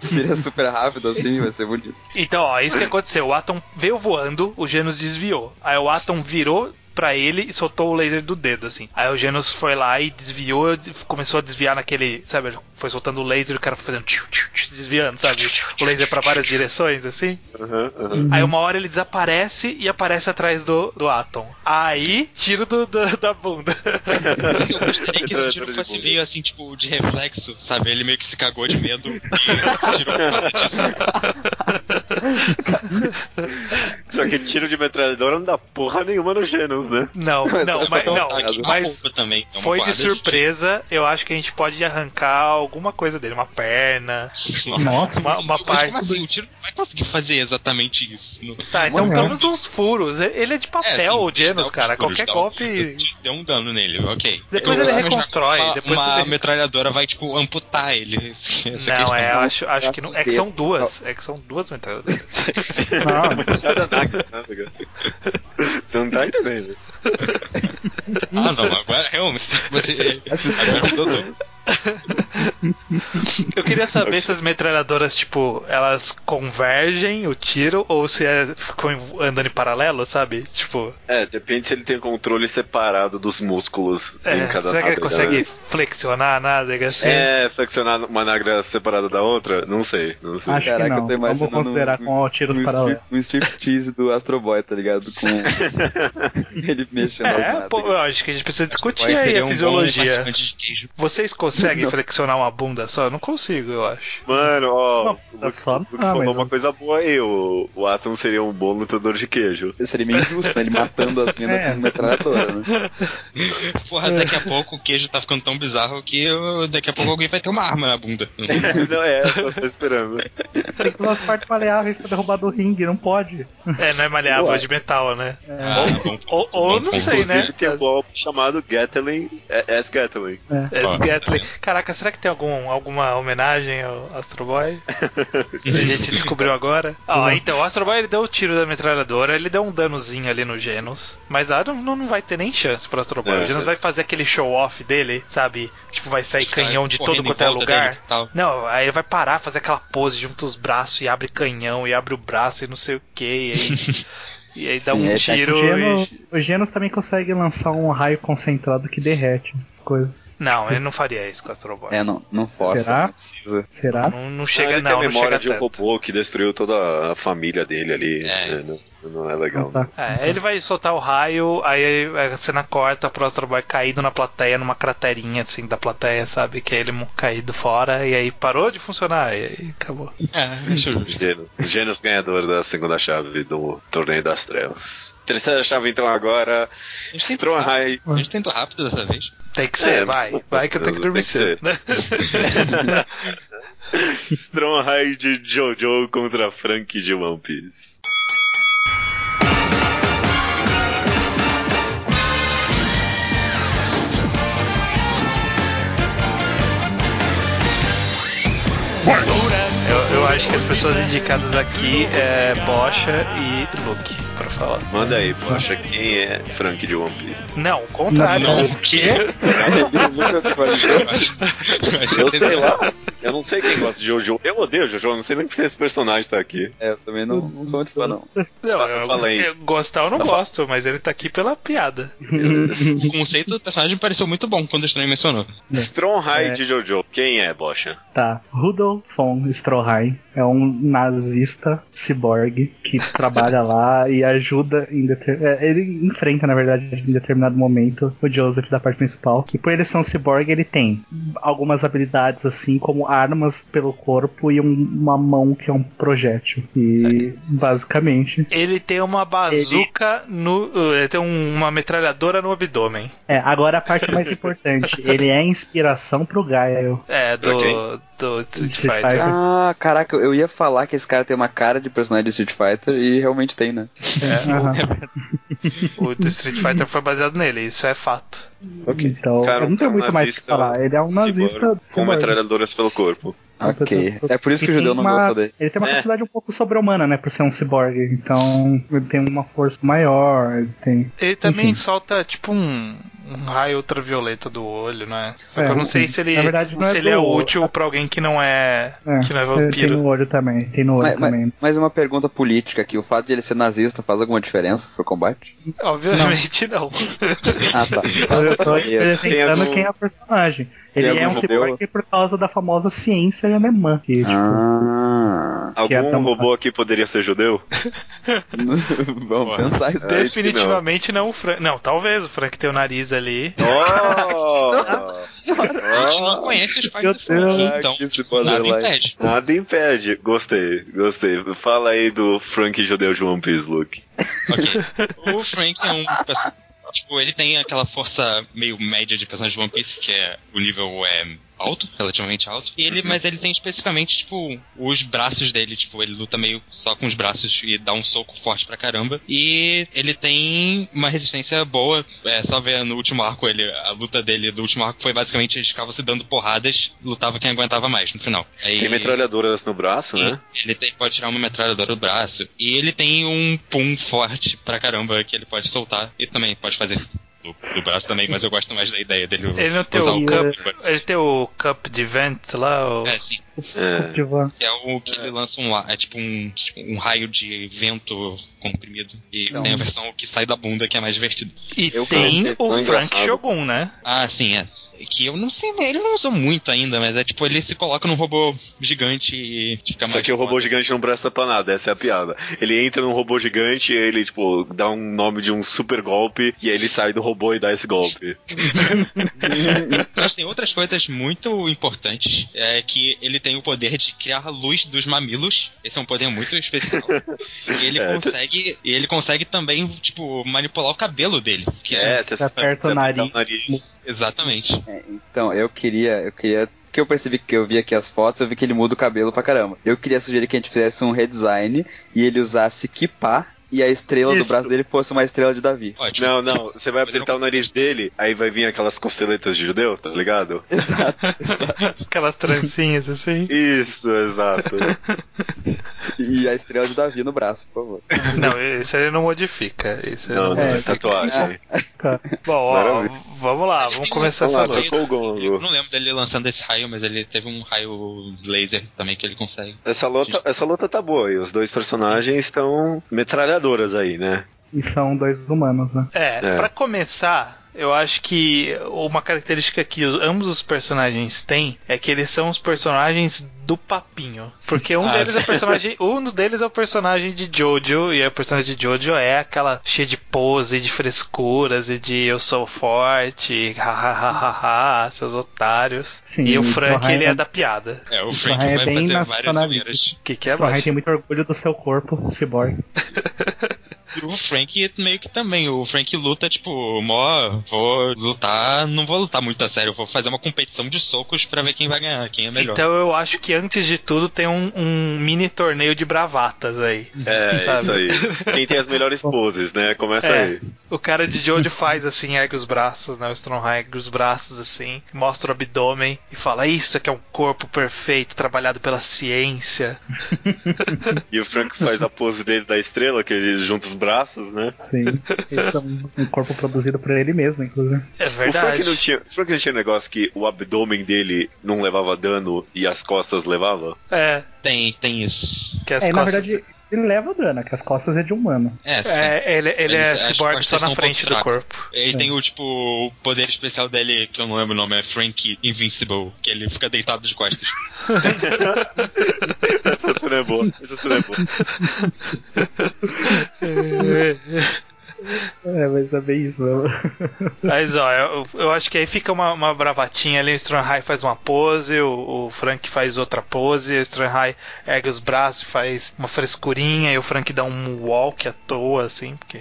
Speaker 4: Seria super rápido assim, vai ser bonito.
Speaker 2: Então, ó, isso que aconteceu. O Atom veio voando, o Genos desviou. Aí o Atom virou pra ele e soltou o laser do dedo, assim. Aí o Genos foi lá e desviou, des- começou a desviar naquele, sabe, ele foi soltando o laser e o cara foi fazendo tchiu, tchiu, tchiu, desviando, sabe? O laser pra várias direções, assim.
Speaker 1: Aham, aham.
Speaker 2: Aí uma hora ele desaparece e aparece atrás do, do Atom. Aí, tiro do, do- da bunda.
Speaker 5: Mas eu gostaria que esse
Speaker 1: Metralhadora de
Speaker 5: tiro fosse
Speaker 1: bunda.
Speaker 5: meio assim, tipo, de reflexo, sabe? Ele meio que se cagou de medo e tirou por causa disso.
Speaker 1: Só que tiro de metralhadora não dá porra nenhuma no Genos, né?
Speaker 2: Não, não,
Speaker 4: eu só
Speaker 2: mas,
Speaker 4: tô
Speaker 2: não,
Speaker 4: cagado.
Speaker 5: é Uma
Speaker 2: mas
Speaker 5: roupa também. é uma
Speaker 2: foi de
Speaker 5: porrada
Speaker 2: surpresa. Eu acho que a gente pode arrancar alguma coisa dele, uma perna.
Speaker 5: tiro.
Speaker 3: Nossa.
Speaker 2: Uma, uma
Speaker 5: Mas
Speaker 2: parte.
Speaker 5: como assim? O tiro não vai conseguir fazer exatamente isso. No...
Speaker 2: Tá, então
Speaker 3: Olha.
Speaker 2: pelo menos uns furos. Ele é de papel,
Speaker 5: É, assim,
Speaker 2: o
Speaker 5: te dá
Speaker 2: Genos,
Speaker 5: uns
Speaker 2: cara.
Speaker 5: furos,
Speaker 2: Qualquer
Speaker 5: dá um-
Speaker 2: golpe.
Speaker 5: te Deu um dano nele, ok.
Speaker 2: Depois
Speaker 5: Eu
Speaker 2: ele
Speaker 5: consigo imaginar
Speaker 2: reconstrói,
Speaker 5: Uma,
Speaker 2: depois
Speaker 5: uma
Speaker 2: ele-
Speaker 5: metralhadora vai, tipo, amputar ele. Essa
Speaker 2: não,
Speaker 5: questão.
Speaker 2: é, eu acho, acho que não. É que são
Speaker 4: dedos,
Speaker 2: duas. É que são duas metralhadoras.
Speaker 3: Não,
Speaker 1: Nada, nada, nada, cara. né, Você não tá entendendo.
Speaker 5: Ah, não, agora realmente. Você, agora mudou.
Speaker 2: Eu queria saber se as metralhadoras, tipo, elas convergem o tiro ou se é, ficam em- andando em paralelo, sabe? Tipo,
Speaker 1: É, depende se ele tem controle separado dos músculos
Speaker 2: é,
Speaker 1: em cada
Speaker 2: será que ele
Speaker 1: nádega,
Speaker 2: consegue
Speaker 1: né?
Speaker 2: flexionar a nádega assim?
Speaker 1: É, flexionar uma nagra separada da outra? Não sei, não sei.
Speaker 3: acho
Speaker 4: Caraca,
Speaker 3: que
Speaker 4: eu
Speaker 3: não.
Speaker 4: tô imaginando
Speaker 3: Vamos considerar
Speaker 4: um-
Speaker 3: com
Speaker 4: Um
Speaker 3: tiros paralelos.
Speaker 4: strip, um striptease do Astro Boy, tá ligado? Com ele mexendo as
Speaker 2: É,
Speaker 4: nádegas.
Speaker 2: pô, eu acho que a gente precisa discutir
Speaker 5: Vai
Speaker 2: aí
Speaker 5: seria
Speaker 2: a
Speaker 5: um bom
Speaker 2: fisiologia.
Speaker 5: participante de queijo.
Speaker 2: Vocês conseguem flexionar uma bunda só? Eu não consigo, eu acho.
Speaker 1: Mano, ó,
Speaker 3: Não,
Speaker 1: o
Speaker 3: tá
Speaker 1: Luke
Speaker 3: só-
Speaker 1: o Luke
Speaker 3: ah,
Speaker 1: falou
Speaker 3: mas
Speaker 1: uma
Speaker 3: não.
Speaker 1: coisa boa aí, o, o Atom seria um bom lutador de queijo.
Speaker 4: Seria meio injusto, né? Ele matando as minas
Speaker 3: É.
Speaker 4: com metralhadora, né?
Speaker 5: Porra, daqui a pouco o queijo tá ficando tão bizarro que eu- daqui a pouco alguém vai ter uma arma na bunda.
Speaker 1: não é, eu tô só
Speaker 2: Né?
Speaker 1: esperando.
Speaker 3: Tem duas partes maleáveis pra derrubar do ringue, não pode.
Speaker 2: É, não é malhável, é de metal, né?
Speaker 5: Ah, bom,
Speaker 2: Ou, ou eu não sei, né?
Speaker 1: Inclusive tem um golpe chamado Gatling, é, S Gatling.
Speaker 2: É, Gatling. Caraca, será que tem algum, alguma homenagem ao Astro Boy? Que a gente descobriu agora. Ah, então, o Astro Boy ele deu o tiro da metralhadora, ele deu um danozinho ali no Genos. Mas ah, não, não vai ter nem chance pro Astro Boy.
Speaker 1: É,
Speaker 2: o Genos
Speaker 1: é.
Speaker 2: vai fazer aquele show-off dele, sabe? Tipo, vai sair canhão de todo
Speaker 5: Correndo em
Speaker 2: quanto é
Speaker 5: volta
Speaker 2: lugar.
Speaker 5: dele e tal.
Speaker 2: Não, aí ele vai parar, fazer aquela pose, junta os braços e abre canhão e abre o braço e não sei o que. E aí E aí dá
Speaker 4: Sim,
Speaker 2: um
Speaker 4: é, tá
Speaker 3: O
Speaker 2: tiro.
Speaker 3: Genos,
Speaker 2: e-
Speaker 3: o Genos também consegue lançar um raio concentrado que derrete as coisas.
Speaker 2: Não, ele não faria isso com o Astrobot.
Speaker 4: É, não, não força.
Speaker 3: Será?
Speaker 4: Não precisa.
Speaker 3: Será?
Speaker 2: Não, não chega,
Speaker 1: ele
Speaker 2: não,
Speaker 1: tem a
Speaker 2: não chega
Speaker 1: memória de um
Speaker 2: tanto.
Speaker 1: robô que destruiu toda a família dele ali.
Speaker 5: É,
Speaker 1: né? Não, não é legal.
Speaker 3: Tá.
Speaker 2: É, ele vai soltar o raio, aí a cena corta pro Astroboy caído na plateia, numa craterinha assim da plateia, sabe? Que aí ele mo- caído fora e aí parou de funcionar e aí acabou.
Speaker 5: É, acho justo.
Speaker 1: Gênios, Gênios ganhador da segunda chave do Torneio das Trevas. Terceira chave, então, agora.
Speaker 5: A gente tentou, rápido,
Speaker 1: Stroheim.
Speaker 5: a gente tentou rápido dessa vez.
Speaker 2: Tem que ser,
Speaker 1: É,
Speaker 2: vai,
Speaker 1: pô,
Speaker 2: vai que eu tenho que dormir
Speaker 1: tem que
Speaker 2: cedo. né?
Speaker 1: Stroheim de Jojo contra Frank de One Piece.
Speaker 2: Eu, eu acho que as pessoas indicadas aqui é Bocha e Luke, pra falar.
Speaker 1: Manda aí, poxa, quem é Frank de One Piece?
Speaker 2: Não, o contrário.
Speaker 3: Não.
Speaker 2: O quê?
Speaker 5: Eu acho.
Speaker 1: Eu sei lá. Eu não sei quem gosta de Jojo. Eu odeio Jojo, eu não sei nem porque esse personagem tá aqui.
Speaker 4: É, eu também não, não sou muito fã, não.
Speaker 2: Não,
Speaker 1: Fala-
Speaker 2: eu,
Speaker 1: fala aí.
Speaker 2: eu gostar eu não gosto, mas ele tá aqui pela piada.
Speaker 5: O conceito do personagem pareceu muito bom quando o Estranho mencionou.
Speaker 1: Strongheim
Speaker 3: É.
Speaker 1: de Jojo. Quem é, Bocha?
Speaker 3: Tá. Rudolf von Stroheim é um nazista ciborgue que trabalha lá e ajuda em deter... é, ele enfrenta, na verdade, em determinado momento o Joseph da parte principal. E por ele ser um ciborgue, ele tem algumas habilidades assim, como armas pelo corpo e um- uma mão que é um projétil. E basicamente,
Speaker 2: Ele tem uma bazuca no. Ele tem um- uma metralhadora no abdômen.
Speaker 3: é, agora a parte mais importante, ele é a inspiração pro Gaio.
Speaker 2: É, do.
Speaker 1: Ok.
Speaker 2: do Street
Speaker 3: Street
Speaker 2: Fighter.
Speaker 3: Fighter.
Speaker 4: Ah, caraca, eu ia falar que esse cara tem uma cara de personagem de Street Fighter e realmente tem, né?
Speaker 3: Aham.
Speaker 2: O do Street Fighter foi baseado nele, isso é fato.
Speaker 3: Então,
Speaker 1: Cara,
Speaker 3: eu não tenho
Speaker 1: um
Speaker 3: muito mais o que
Speaker 1: nazista
Speaker 3: falar. Ele é um nazista
Speaker 1: Cyborg Com
Speaker 3: ciborgue.
Speaker 1: metralhadoras pelo corpo.
Speaker 3: Ah,
Speaker 4: Ok. É por isso que
Speaker 3: E
Speaker 4: o judeu
Speaker 3: tem
Speaker 4: não
Speaker 3: uma-
Speaker 4: gosta dele.
Speaker 3: Ele tem uma
Speaker 1: É.
Speaker 3: capacidade um pouco sobre-humana, né? Por ser um ciborgue. Então, ele tem uma força maior. Ele tem.
Speaker 2: Ele também
Speaker 3: Enfim.
Speaker 2: solta tipo um, um raio ultravioleta do olho, né? Só que
Speaker 3: É,
Speaker 2: eu não sei
Speaker 3: enfim.
Speaker 2: se ele,
Speaker 3: Na verdade, não é
Speaker 2: se ele é
Speaker 3: do-
Speaker 2: útil pra alguém que não é.
Speaker 3: É,
Speaker 2: que não é
Speaker 3: ele tem
Speaker 2: vampiro.
Speaker 3: no olho também. Tem no olho
Speaker 4: Mas,
Speaker 3: também.
Speaker 4: mas, mas uma pergunta política aqui: o fato de ele ser nazista faz alguma diferença pro combate?
Speaker 2: Obviamente não.
Speaker 4: Ah, tá.
Speaker 3: Eu tô apresentando
Speaker 1: algum-
Speaker 3: quem é o personagem. Ele
Speaker 4: algum
Speaker 3: é um
Speaker 4: judeu?
Speaker 3: ciborgue por causa da famosa ciência alemã. Que, tipo,
Speaker 4: Ah.
Speaker 1: Algum
Speaker 3: é tão-
Speaker 1: robô aqui poderia ser judeu?
Speaker 4: Vamos pensar É, isso aí.
Speaker 2: Definitivamente não. o Frank. Não, talvez o Frank tem o nariz ali.
Speaker 1: Oh!
Speaker 5: A gente não conhece os pais do Frank,
Speaker 3: Deus.
Speaker 5: então
Speaker 4: Que spoiler
Speaker 5: nada
Speaker 4: lá.
Speaker 5: impede.
Speaker 1: Nada impede. Gostei, gostei. Fala aí do Frank judeu de One Piece, Luke.
Speaker 5: Ok. O Frank é um perso- Tipo, ele tem aquela força meio média de personagem de One Piece, que é o nível é alto, relativamente alto. E ele, mas ele tem especificamente, tipo, os braços dele, tipo, ele luta meio só com os braços e dá um soco forte pra caramba. E ele tem uma resistência boa. É só ver no último arco ele. A luta dele do último arco foi basicamente eles ficavam se dando porradas, lutava quem aguentava mais no final. Aí,
Speaker 1: Tem metralhadoras no braço, né?
Speaker 5: ele tem- pode tirar uma metralhadora do braço. E ele tem um pum forte pra caramba que ele pode soltar. E também pode fazer isso do, do braço também, mas eu gosto mais da ideia dele
Speaker 2: Ele não tem
Speaker 5: usar
Speaker 2: o
Speaker 5: o
Speaker 2: cup.
Speaker 5: cup.
Speaker 2: Ele tem o cup de vent lá. o-
Speaker 5: É, sim.
Speaker 1: É.
Speaker 3: tipo,
Speaker 5: Que é o que ele lança um, la- é tipo um, tipo um raio de vento comprimido. E
Speaker 4: Não.
Speaker 5: tem a versão que sai da bunda, que é mais divertida.
Speaker 2: E
Speaker 4: Eu
Speaker 2: tem
Speaker 4: achei
Speaker 2: o
Speaker 4: tão
Speaker 2: Frank
Speaker 4: engraçado.
Speaker 2: Shogun, né?
Speaker 5: Ah, sim, é. Que eu não sei, ele não usou muito ainda, mas é tipo, ele se coloca num robô gigante e fica
Speaker 1: Só
Speaker 5: mais
Speaker 1: que o robô
Speaker 5: foda.
Speaker 1: gigante não presta pra nada, essa é a piada. Ele entra num robô gigante e ele, tipo, dá um nome de um super golpe e aí ele sai do robô e dá esse golpe.
Speaker 5: Mas tem outras coisas muito importantes. É que ele tem o poder de criar a luz dos mamilos. Esse é um poder muito especial. e ele
Speaker 1: É,
Speaker 5: consegue. E ele consegue também, tipo, manipular o cabelo dele. Que é.
Speaker 1: você
Speaker 3: você aperta o
Speaker 1: aperta
Speaker 3: nariz.
Speaker 5: Exatamente.
Speaker 4: É, então, eu queria, eu queria que eu percebi que eu vi aqui as fotos, eu vi que ele muda o cabelo pra caramba. Eu queria sugerir que a gente fizesse um redesign e ele usasse kipá e a estrela
Speaker 1: Isso.
Speaker 4: do braço dele fosse uma estrela de Davi.
Speaker 5: Ótimo.
Speaker 1: Não, não, você vai apertar o nariz dele, aí vai vir aquelas costeletas de judeu, tá ligado?
Speaker 2: Aquelas trancinhas assim.
Speaker 1: Isso, exato.
Speaker 4: E, E a estrela de Davi no braço, por favor.
Speaker 2: Não, esse ele não modifica. Esse ele
Speaker 1: Não,
Speaker 2: não
Speaker 1: não é
Speaker 2: modifica.
Speaker 1: tatuagem.
Speaker 3: Cara,
Speaker 2: Bom, ó,
Speaker 1: Maravilha.
Speaker 2: vamos lá, vamos começar
Speaker 1: Vamos lá,
Speaker 2: essa
Speaker 1: tocou
Speaker 2: luta.
Speaker 5: luta.
Speaker 1: o gongo.
Speaker 5: Eu não lembro dele lançando esse raio, mas ele teve um raio laser também que ele consegue.
Speaker 1: Essa luta, essa luta tá boa e os dois personagens estão metralhadoras aí, né?
Speaker 3: E são dois humanos, né?
Speaker 2: É,
Speaker 1: É.
Speaker 2: pra começar, eu acho que uma característica que os- ambos os personagens têm é que eles são os personagens do papinho. Porque um
Speaker 5: Ah,
Speaker 2: deles é
Speaker 5: sim.
Speaker 2: personagem. Um deles é o personagem de Jojo, e o personagem de Jojo é aquela cheia de pose, de frescuras e de eu sou forte, hahaha, seus otários.
Speaker 3: Sim,
Speaker 2: e o
Speaker 3: isso
Speaker 2: Frank,
Speaker 3: não
Speaker 2: ele é
Speaker 3: é-
Speaker 2: da piada.
Speaker 5: É, o Frank
Speaker 3: raio é
Speaker 5: vai
Speaker 3: bem
Speaker 5: fazer várias
Speaker 3: nacionalista.
Speaker 5: zoeiras.
Speaker 2: Que que é,
Speaker 3: Stroheim
Speaker 2: Bosch?
Speaker 3: tem muito orgulho do seu corpo, cyborg.
Speaker 5: E o Frank meio que também. O Frank luta, tipo, mó, vou lutar, não vou lutar muito a sério, eu vou fazer uma competição de socos pra ver quem vai ganhar, quem é melhor.
Speaker 2: Então eu acho que antes de tudo tem um, um mini torneio de bravatas aí.
Speaker 1: É,
Speaker 2: Sabe.
Speaker 1: isso aí. Quem tem as melhores poses, né? Começa
Speaker 2: É.
Speaker 1: aí.
Speaker 2: O cara de Jojo faz assim, ergue os braços, né? O Strongheim ergue os braços assim, mostra o abdômen e fala: Isso aqui é um corpo perfeito, trabalhado pela ciência.
Speaker 1: E o Frank faz a pose dele da estrela, que ele junta os braços, né?
Speaker 3: Sim. Esse é um um corpo produzido por ele mesmo, inclusive.
Speaker 2: É
Speaker 1: O Frank, não
Speaker 2: verdade.
Speaker 1: tinha, o Frank não tinha um negócio que o abdômen dele não levava dano e as costas levava?
Speaker 2: É,
Speaker 5: Então, Tem, tem isso.
Speaker 2: que as
Speaker 3: É, na
Speaker 2: costas-
Speaker 3: verdade, ele leva o dano, que as costas é de humano.
Speaker 5: É, sim.
Speaker 2: É, ele, ele é
Speaker 5: Eles- as
Speaker 2: cyborg
Speaker 5: costas
Speaker 2: só
Speaker 5: são
Speaker 2: na
Speaker 5: um
Speaker 2: frente do
Speaker 5: pouco
Speaker 2: corpo.
Speaker 5: E tem o tipo, o poder especial dele, que eu não lembro o nome, é Frank Invincible, que ele fica deitado de costas.
Speaker 1: Essa cena é boa. Essa cena é boa.
Speaker 3: É, mas é bem isso mesmo.
Speaker 2: Mas ó, eu, eu acho que aí fica uma, uma bravatinha ali, o Strongheim faz uma pose, o, o Frank faz outra pose, o Strongheim ergue os braços, faz uma frescurinha, e o Frank dá um walk à toa, assim, porque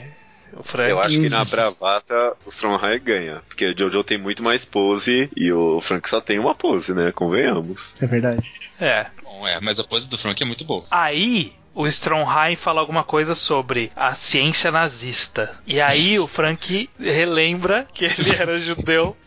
Speaker 2: o Frank.
Speaker 1: Eu acho que na bravata o Strongheim ganha. Porque o Jojo tem muito mais pose e o Frank só tem uma pose, né? Convenhamos.
Speaker 3: É verdade.
Speaker 2: É.
Speaker 5: Bom, é, mas a pose do Frank é muito boa.
Speaker 2: Aí o Strongheim fala alguma coisa sobre a ciência nazista. E aí o Frank relembra que ele era judeu.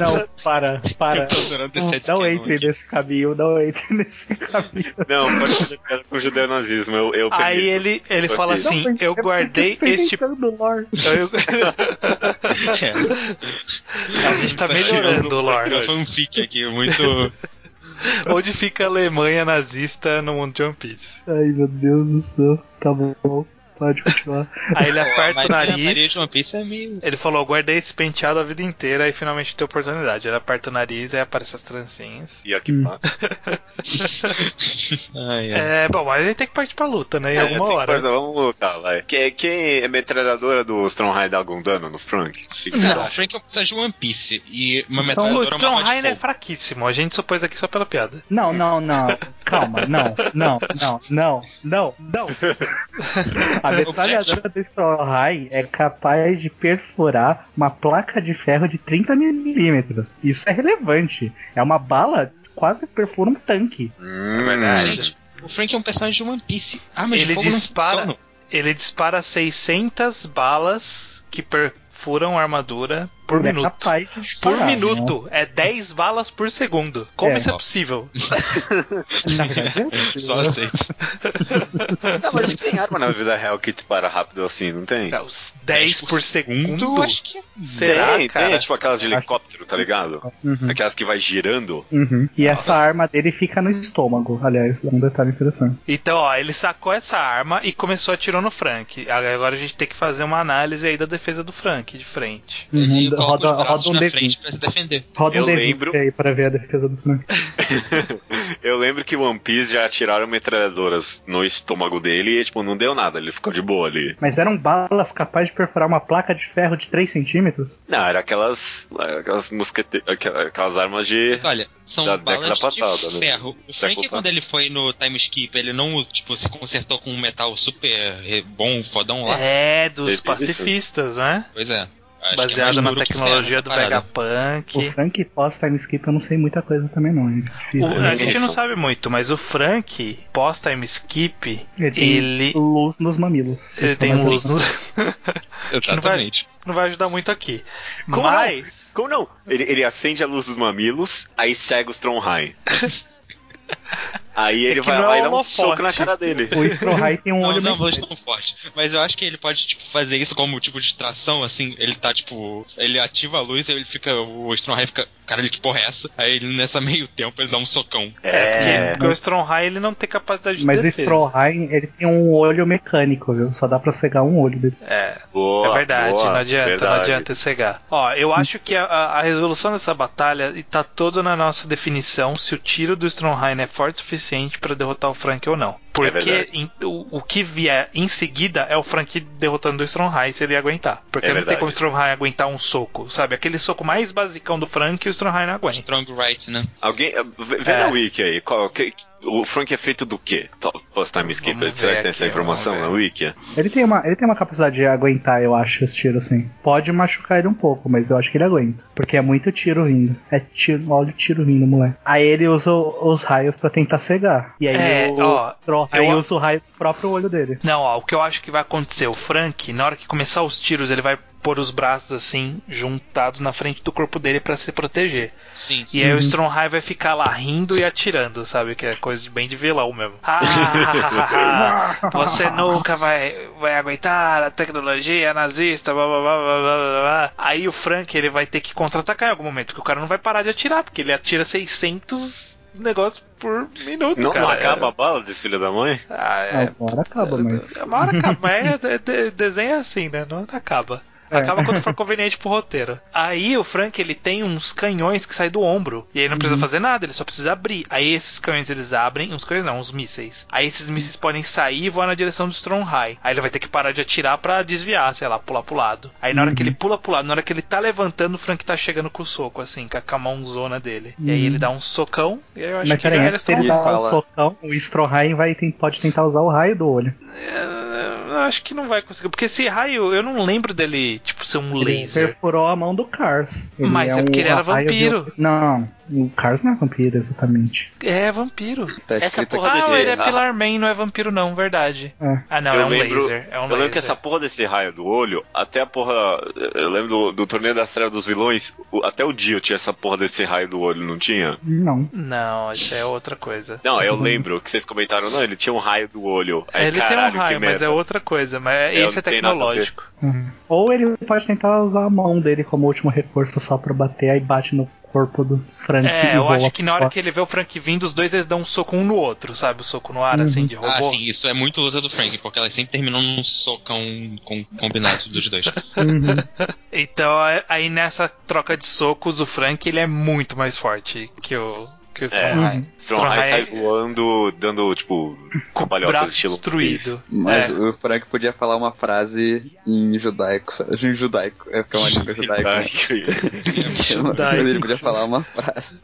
Speaker 3: Não, para,
Speaker 2: É.
Speaker 3: para.
Speaker 5: Tô adorando
Speaker 2: Então,
Speaker 5: esse
Speaker 3: Não,
Speaker 2: um
Speaker 3: não
Speaker 5: headcanon
Speaker 3: entre
Speaker 5: aqui.
Speaker 3: nesse caminho, não entre nesse caminho.
Speaker 1: Não, pode fazer piada com o judeu-nazismo. Eu, eu
Speaker 2: Aí
Speaker 1: permito.
Speaker 2: ele, ele
Speaker 1: Porque-
Speaker 2: fala assim:
Speaker 3: Não, mas
Speaker 2: Eu
Speaker 3: é porque
Speaker 2: guardei
Speaker 3: você está
Speaker 2: este.
Speaker 3: inventando lore.
Speaker 2: eu-
Speaker 5: É,
Speaker 2: A gente tá
Speaker 1: um
Speaker 2: melhorando o lore.
Speaker 5: uma fanfic aqui, muito.
Speaker 2: Onde fica a Alemanha nazista no mundo de One Piece?
Speaker 3: Ai, meu Deus do céu. Tá bom, pode continuar.
Speaker 2: Aí ele aperta
Speaker 5: Mas
Speaker 2: o
Speaker 5: a Maria de
Speaker 2: nariz.
Speaker 5: One Piece é meio.
Speaker 2: Ele falou, eu guardei esse penteado a vida inteira e finalmente tem oportunidade. Ele aperta o nariz e aparece as trancinhas.
Speaker 1: E aqui pá.
Speaker 5: Ai, ai.
Speaker 2: É, bom, mas ele tem que partir pra luta, né? Em
Speaker 1: É,
Speaker 2: alguma
Speaker 1: tem
Speaker 2: hora.
Speaker 1: coisa, vamos lutar, vai. Quem, quem é metralhadora do Strongheim dá algum dano no Frank? Fica-
Speaker 5: Cara, o Frank é o personagem de One Piece e uma
Speaker 3: São
Speaker 2: O
Speaker 5: metralhadora é uma arma de
Speaker 2: Strongheim é
Speaker 5: fogo.
Speaker 2: fraquíssimo, a gente supôs aqui só pela piada.
Speaker 3: Não, não, não. Calma, não, não, não, não, não, não. A metralhadora do Stroheim é capaz de perfurar uma placa de ferro de 30 milímetros. Isso é relevante. É uma bala que quase perfura um tanque.
Speaker 2: É
Speaker 1: Hum,
Speaker 5: Gente, o Frank é um personagem de One Piece. Ah, mas
Speaker 2: Ele
Speaker 5: fogo não
Speaker 2: dispara.
Speaker 5: funciona.
Speaker 2: Ele dispara 600 balas que perfuram a armadura por
Speaker 3: Ele É
Speaker 2: minuto.
Speaker 3: capaz de
Speaker 2: por
Speaker 3: disparar, né?
Speaker 2: minuto, é 10 balas por segundo. Como
Speaker 3: É.
Speaker 2: isso é possível?
Speaker 3: Na verdade, é
Speaker 5: Só aceito.
Speaker 1: Não, mas tem arma na vida real que dispara rápido assim, não tem?
Speaker 2: Não, os 10 por segundo?
Speaker 5: Eu acho que é.
Speaker 2: Será,
Speaker 1: tem,
Speaker 2: cara?
Speaker 1: tem, tipo aquelas de
Speaker 3: Acho-
Speaker 1: helicóptero, tá ligado?
Speaker 3: Uhum,
Speaker 1: Aquelas que vai girando.
Speaker 3: uhum. E essa arma dele fica no estômago. Aliás, é um detalhe interessante.
Speaker 2: Então, ó, ele sacou essa arma e começou atirando no Frank. Agora a gente tem que fazer uma análise aí da defesa do Frank de frente.
Speaker 5: Ele
Speaker 3: Uhum,
Speaker 5: coloca
Speaker 3: Roda,
Speaker 5: os braços
Speaker 3: roda um
Speaker 5: na
Speaker 3: D20.
Speaker 5: frente pra se defender.
Speaker 3: Roda
Speaker 1: Eu
Speaker 3: um D20
Speaker 1: lembro-
Speaker 3: aí pra ver a defesa do Frank.
Speaker 1: Eu lembro que o One Piece já atiraram metralhadoras no estômago dele e, tipo, não deu nada, ele ficou de boa ali.
Speaker 3: Mas eram balas capazes de perfurar uma placa de ferro de 3 centímetros?
Speaker 1: Não, era aquelas. Aquelas mosquete... aquela- Aquelas armas de.
Speaker 5: Mas olha, são
Speaker 1: Da década
Speaker 5: balas
Speaker 1: passada,
Speaker 5: de
Speaker 1: né?
Speaker 5: ferro. O
Speaker 1: Século
Speaker 5: Frank, quando
Speaker 1: passado.
Speaker 5: ele foi no time skip, ele não tipo, se consertou com um metal super eh, bom, fodão lá.
Speaker 2: É,
Speaker 1: Ele
Speaker 2: dos
Speaker 1: fez
Speaker 2: pacifistas, né?
Speaker 5: Pois é. Acho que é mais
Speaker 2: Baseado na
Speaker 5: duro que ferro,
Speaker 2: tecnologia
Speaker 5: essa
Speaker 2: do
Speaker 5: parada.
Speaker 3: O
Speaker 2: Vegapunk.
Speaker 3: Frank pós time skip eu não sei muita coisa também não. hein?
Speaker 2: O-
Speaker 3: Difícil.
Speaker 2: a gente
Speaker 1: Isso.
Speaker 2: não sabe muito, mas o Frank, pós-time skip,
Speaker 3: Ele tem
Speaker 2: ele,
Speaker 3: luz nos mamilos.
Speaker 2: ele
Speaker 3: Isso
Speaker 2: tem um
Speaker 3: é
Speaker 2: luz.
Speaker 3: mais importante.
Speaker 5: Exatamente.
Speaker 2: Não vai ajudar muito aqui.
Speaker 1: Como
Speaker 2: mas.
Speaker 1: Como não? Ele, ele acende a luz dos mamilos, aí cega o Strongheim. Aí ele
Speaker 2: que
Speaker 1: vai
Speaker 2: não é
Speaker 1: lá e dá um
Speaker 2: holofote.
Speaker 1: soco na cara dele.
Speaker 3: O Strohai tem um
Speaker 5: Não,
Speaker 3: olho
Speaker 5: não,
Speaker 3: bem.
Speaker 5: eles tão forte. Mas eu acho que ele pode, tipo, fazer isso como tipo distração, assim. Ele tá, tipo. Ele ativa a luz e ele fica. O Stromheim fica. Caralho, que porra é essa? Aí ele, nessa meio tempo, ele dá um socão.
Speaker 2: Porque,
Speaker 1: É.
Speaker 2: porque o Stromhai ele não tem capacidade de
Speaker 3: Mas o
Speaker 2: defesa.
Speaker 3: Stroheim, ele tem um olho mecânico, viu? Só dá pra cegar um olho dele.
Speaker 2: É,
Speaker 1: Boa,
Speaker 2: é verdade,
Speaker 1: boa,
Speaker 2: não adianta, não
Speaker 1: verdade.
Speaker 2: adianta cegar. Ó, eu acho que a, a- a resolução dessa batalha tá toda na nossa definição se o tiro do Stromheim é forte o suficiente pra derrotar o Frank ou não. Porque
Speaker 1: É verdade.
Speaker 2: em- o, o que vier em seguida é o Frank derrotando o Stromheim se ele aguentar. Porque
Speaker 1: É
Speaker 2: não tem
Speaker 1: verdade.
Speaker 2: como o Stromheim aguentar um soco, sabe? Aquele soco mais basicão do Frank o Stromheim não aguenta.
Speaker 5: Strong right, né?
Speaker 1: Alguém. eh, Vê vê
Speaker 2: É.
Speaker 1: na wiki aí. Qual, que- o Frank é feito do quê? To- Posso estar me esquecendo?
Speaker 5: Vamos
Speaker 1: Será
Speaker 5: ver
Speaker 1: que tem essa
Speaker 5: aqui,
Speaker 1: informação
Speaker 5: vamos
Speaker 1: na
Speaker 5: ver.
Speaker 1: wiki?
Speaker 3: Ele tem, uma, ele tem uma capacidade de aguentar, eu acho, os tiros, assim. Pode machucar ele um pouco, mas eu acho que ele aguenta. Porque é muito tiro rindo. É tiro, olha o tiro rindo, moleque. Aí ele usa o- os raios pra tentar cegar. E aí
Speaker 2: É,
Speaker 3: o,
Speaker 2: ó,
Speaker 3: Stroheim
Speaker 2: eu-
Speaker 3: usa o raio pro próprio olho dele.
Speaker 2: Não, ó, o que eu acho que vai acontecer, o Frank, na hora que começar os tiros, ele vai pôr os braços assim, juntados na frente do corpo dele pra se proteger.
Speaker 5: Sim, sim.
Speaker 2: E é aí o Stromheim vai ficar lá rindo e atirando, sabe? Que é coisa de bem de vilão mesmo. Ah, você nunca vai, vai aguentar a tecnologia nazista, blá, blá, blá, blá, blá, blá. Aí o Frank ele vai ter que contra-atacar em algum momento, porque o cara não vai parar de atirar, porque ele atira 600 negócios por minuto,
Speaker 1: Não,
Speaker 2: cara. é.
Speaker 1: não acaba a bala desse filho da mãe?
Speaker 2: Ah, é,
Speaker 3: Agora acaba, mas.
Speaker 2: uma hora acaba, mas é, de- de- desenho é assim, né? Não acaba.
Speaker 3: É.
Speaker 2: Acaba quando for conveniente pro roteiro. Aí o Frank ele tem uns canhões que saem do ombro. E aí não
Speaker 3: Uhum.
Speaker 2: precisa fazer nada, ele só precisa abrir. Aí esses canhões eles abrem, uns canhões não, uns mísseis. Aí esses
Speaker 3: Uhum.
Speaker 2: mísseis podem sair e voar na direção do Stromhai. Aí ele vai ter que parar de atirar pra desviar, sei lá, pular pro lado. Aí na hora
Speaker 3: Uhum.
Speaker 2: que ele pula pro lado, na hora que ele tá levantando, o Frank tá chegando com o soco, assim, com a- com a mãozona dele. E aí
Speaker 3: Uhum.
Speaker 2: ele dá um socão, e aí eu acho
Speaker 3: Mas
Speaker 2: que
Speaker 3: peraí,
Speaker 2: já era um
Speaker 3: antes dele
Speaker 4: tão-
Speaker 3: dar o
Speaker 4: Fala.
Speaker 3: socão, o Stroheim vai, tem- pode tentar usar o raio do olho.
Speaker 2: um, Eu acho que não vai conseguir. Porque esse raio, eu não lembro dele, tipo, ser um
Speaker 3: Ele
Speaker 2: laser.
Speaker 3: perfurou a mão do Cars. um
Speaker 2: Mas é porque ele era
Speaker 3: raio
Speaker 2: vampiro.
Speaker 3: bio- Não, o Cars não é vampiro, exatamente.
Speaker 2: É, vampiro.
Speaker 4: Tá
Speaker 1: Essa
Speaker 4: escrito
Speaker 1: porra
Speaker 4: aqui.
Speaker 2: Ah,
Speaker 1: desse-
Speaker 2: ele é
Speaker 1: ah.
Speaker 2: Pilar Man, não é vampiro, não, verdade.
Speaker 3: É.
Speaker 2: Ah, não,
Speaker 1: eu
Speaker 2: é um
Speaker 1: lembro,
Speaker 2: laser. É
Speaker 1: eu
Speaker 2: um
Speaker 1: lembro
Speaker 2: laser.
Speaker 1: que essa porra desse raio do olho, até a porra. Eu lembro do, do torneio das trevas dos vilões, o- até o Dio tinha essa porra desse raio do olho, não tinha?
Speaker 3: Não.
Speaker 2: Não, isso é outra coisa.
Speaker 1: Não,
Speaker 4: Uhum.
Speaker 1: eu lembro que vocês comentaram, não, ele tinha um raio do olho. Aí,
Speaker 2: ele
Speaker 1: caralho,
Speaker 2: tem um raio,
Speaker 1: que
Speaker 2: mas
Speaker 1: merda.
Speaker 2: é outra coisa. Mas
Speaker 1: Eu
Speaker 2: esse é
Speaker 1: não tenho nada a ver.
Speaker 2: tecnológico.
Speaker 3: Uhum. Ou ele pode tentar usar a mão dele como último recurso só pra bater, aí bate no corpo do Frank.
Speaker 2: É,
Speaker 3: e
Speaker 2: eu
Speaker 3: voa
Speaker 2: acho que na hora
Speaker 3: pra
Speaker 2: que ele vê o Frank vindo, os dois eles dão um soco um no outro, sabe? O soco no ar, assim, de robô.
Speaker 5: Ah, sim, isso é muito luta do Frank, porque elas sempre terminam num socão com combinado dos dois.
Speaker 3: fora. Uhum.
Speaker 2: Então, é- aí nessa troca de socos, o Frank ele é muito mais forte que o,
Speaker 1: É.
Speaker 2: que o Stromheim.
Speaker 1: Stromheim um sai
Speaker 2: Stromheim-
Speaker 1: voando, dando, tipo,
Speaker 2: Com o
Speaker 1: cambalhotas
Speaker 2: braço
Speaker 1: estilo
Speaker 2: destruído.
Speaker 4: Mas
Speaker 2: É.
Speaker 4: o Frank podia falar uma frase em judaico, sabe? Em judaico, é porque é uma língua judaica. né?
Speaker 2: Judaico.
Speaker 4: Ele podia falar uma frase.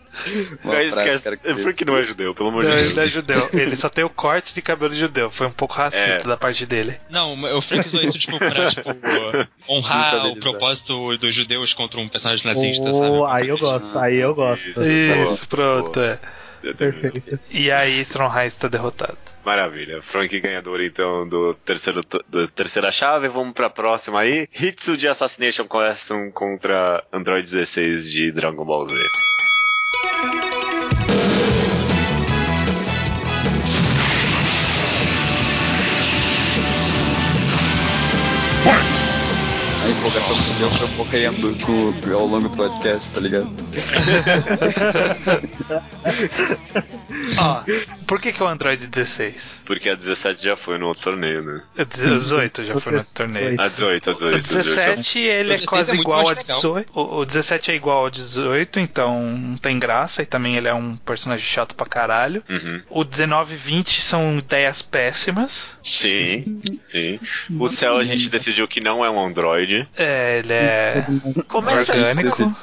Speaker 1: Não
Speaker 4: Uma frase
Speaker 1: esquece,
Speaker 4: característica.
Speaker 1: Frank não é judeu, pelo amor de
Speaker 2: Não,
Speaker 1: Deus.
Speaker 2: ele é judeu. Ele só tem o corte de cabelo judeu. Foi um pouco racista
Speaker 1: É.
Speaker 2: da parte dele.
Speaker 5: Não, o Frank usou isso, tipo, pra, tipo, honrar o propósito dos judeus contra um personagem nazista, sabe?
Speaker 3: Oh, aí eu gosto, aí eu gosto.
Speaker 1: Isso. Boa,
Speaker 2: Isso, pronto.
Speaker 1: boa.
Speaker 2: é.
Speaker 3: Perfeito.
Speaker 2: E aí, Stromheim está derrotado.
Speaker 1: Maravilha. Frank ganhador, então, do terceiro, to- do terceira chave. Vamos pra próxima aí. Hitsu de Assassination Collection contra Android 16 de Dragon Ball Z.
Speaker 4: A empolgação que eu tô um pouco aí ando com- ao longo do podcast, tá ligado?
Speaker 2: Ó, por que, que é o Android 16?
Speaker 1: Porque a 17 já foi no outro torneio, né?
Speaker 2: O 18 já foi no outro torneio.
Speaker 1: A 18, a 18.
Speaker 2: O
Speaker 1: a 18.
Speaker 2: 17 ele é
Speaker 5: 16 é
Speaker 2: quase
Speaker 5: muito
Speaker 2: igual
Speaker 5: mais
Speaker 2: a
Speaker 5: legal.
Speaker 2: 18. O o 17 é igual ao 18, então não tem graça. E também ele é um personagem chato pra caralho.
Speaker 1: Uhum.
Speaker 2: O 19 e 20 são ideias péssimas.
Speaker 1: Sim, sim. O céu a gente decidiu que não é um Android.
Speaker 2: É, ele é
Speaker 1: Começa aí.
Speaker 2: orgânico.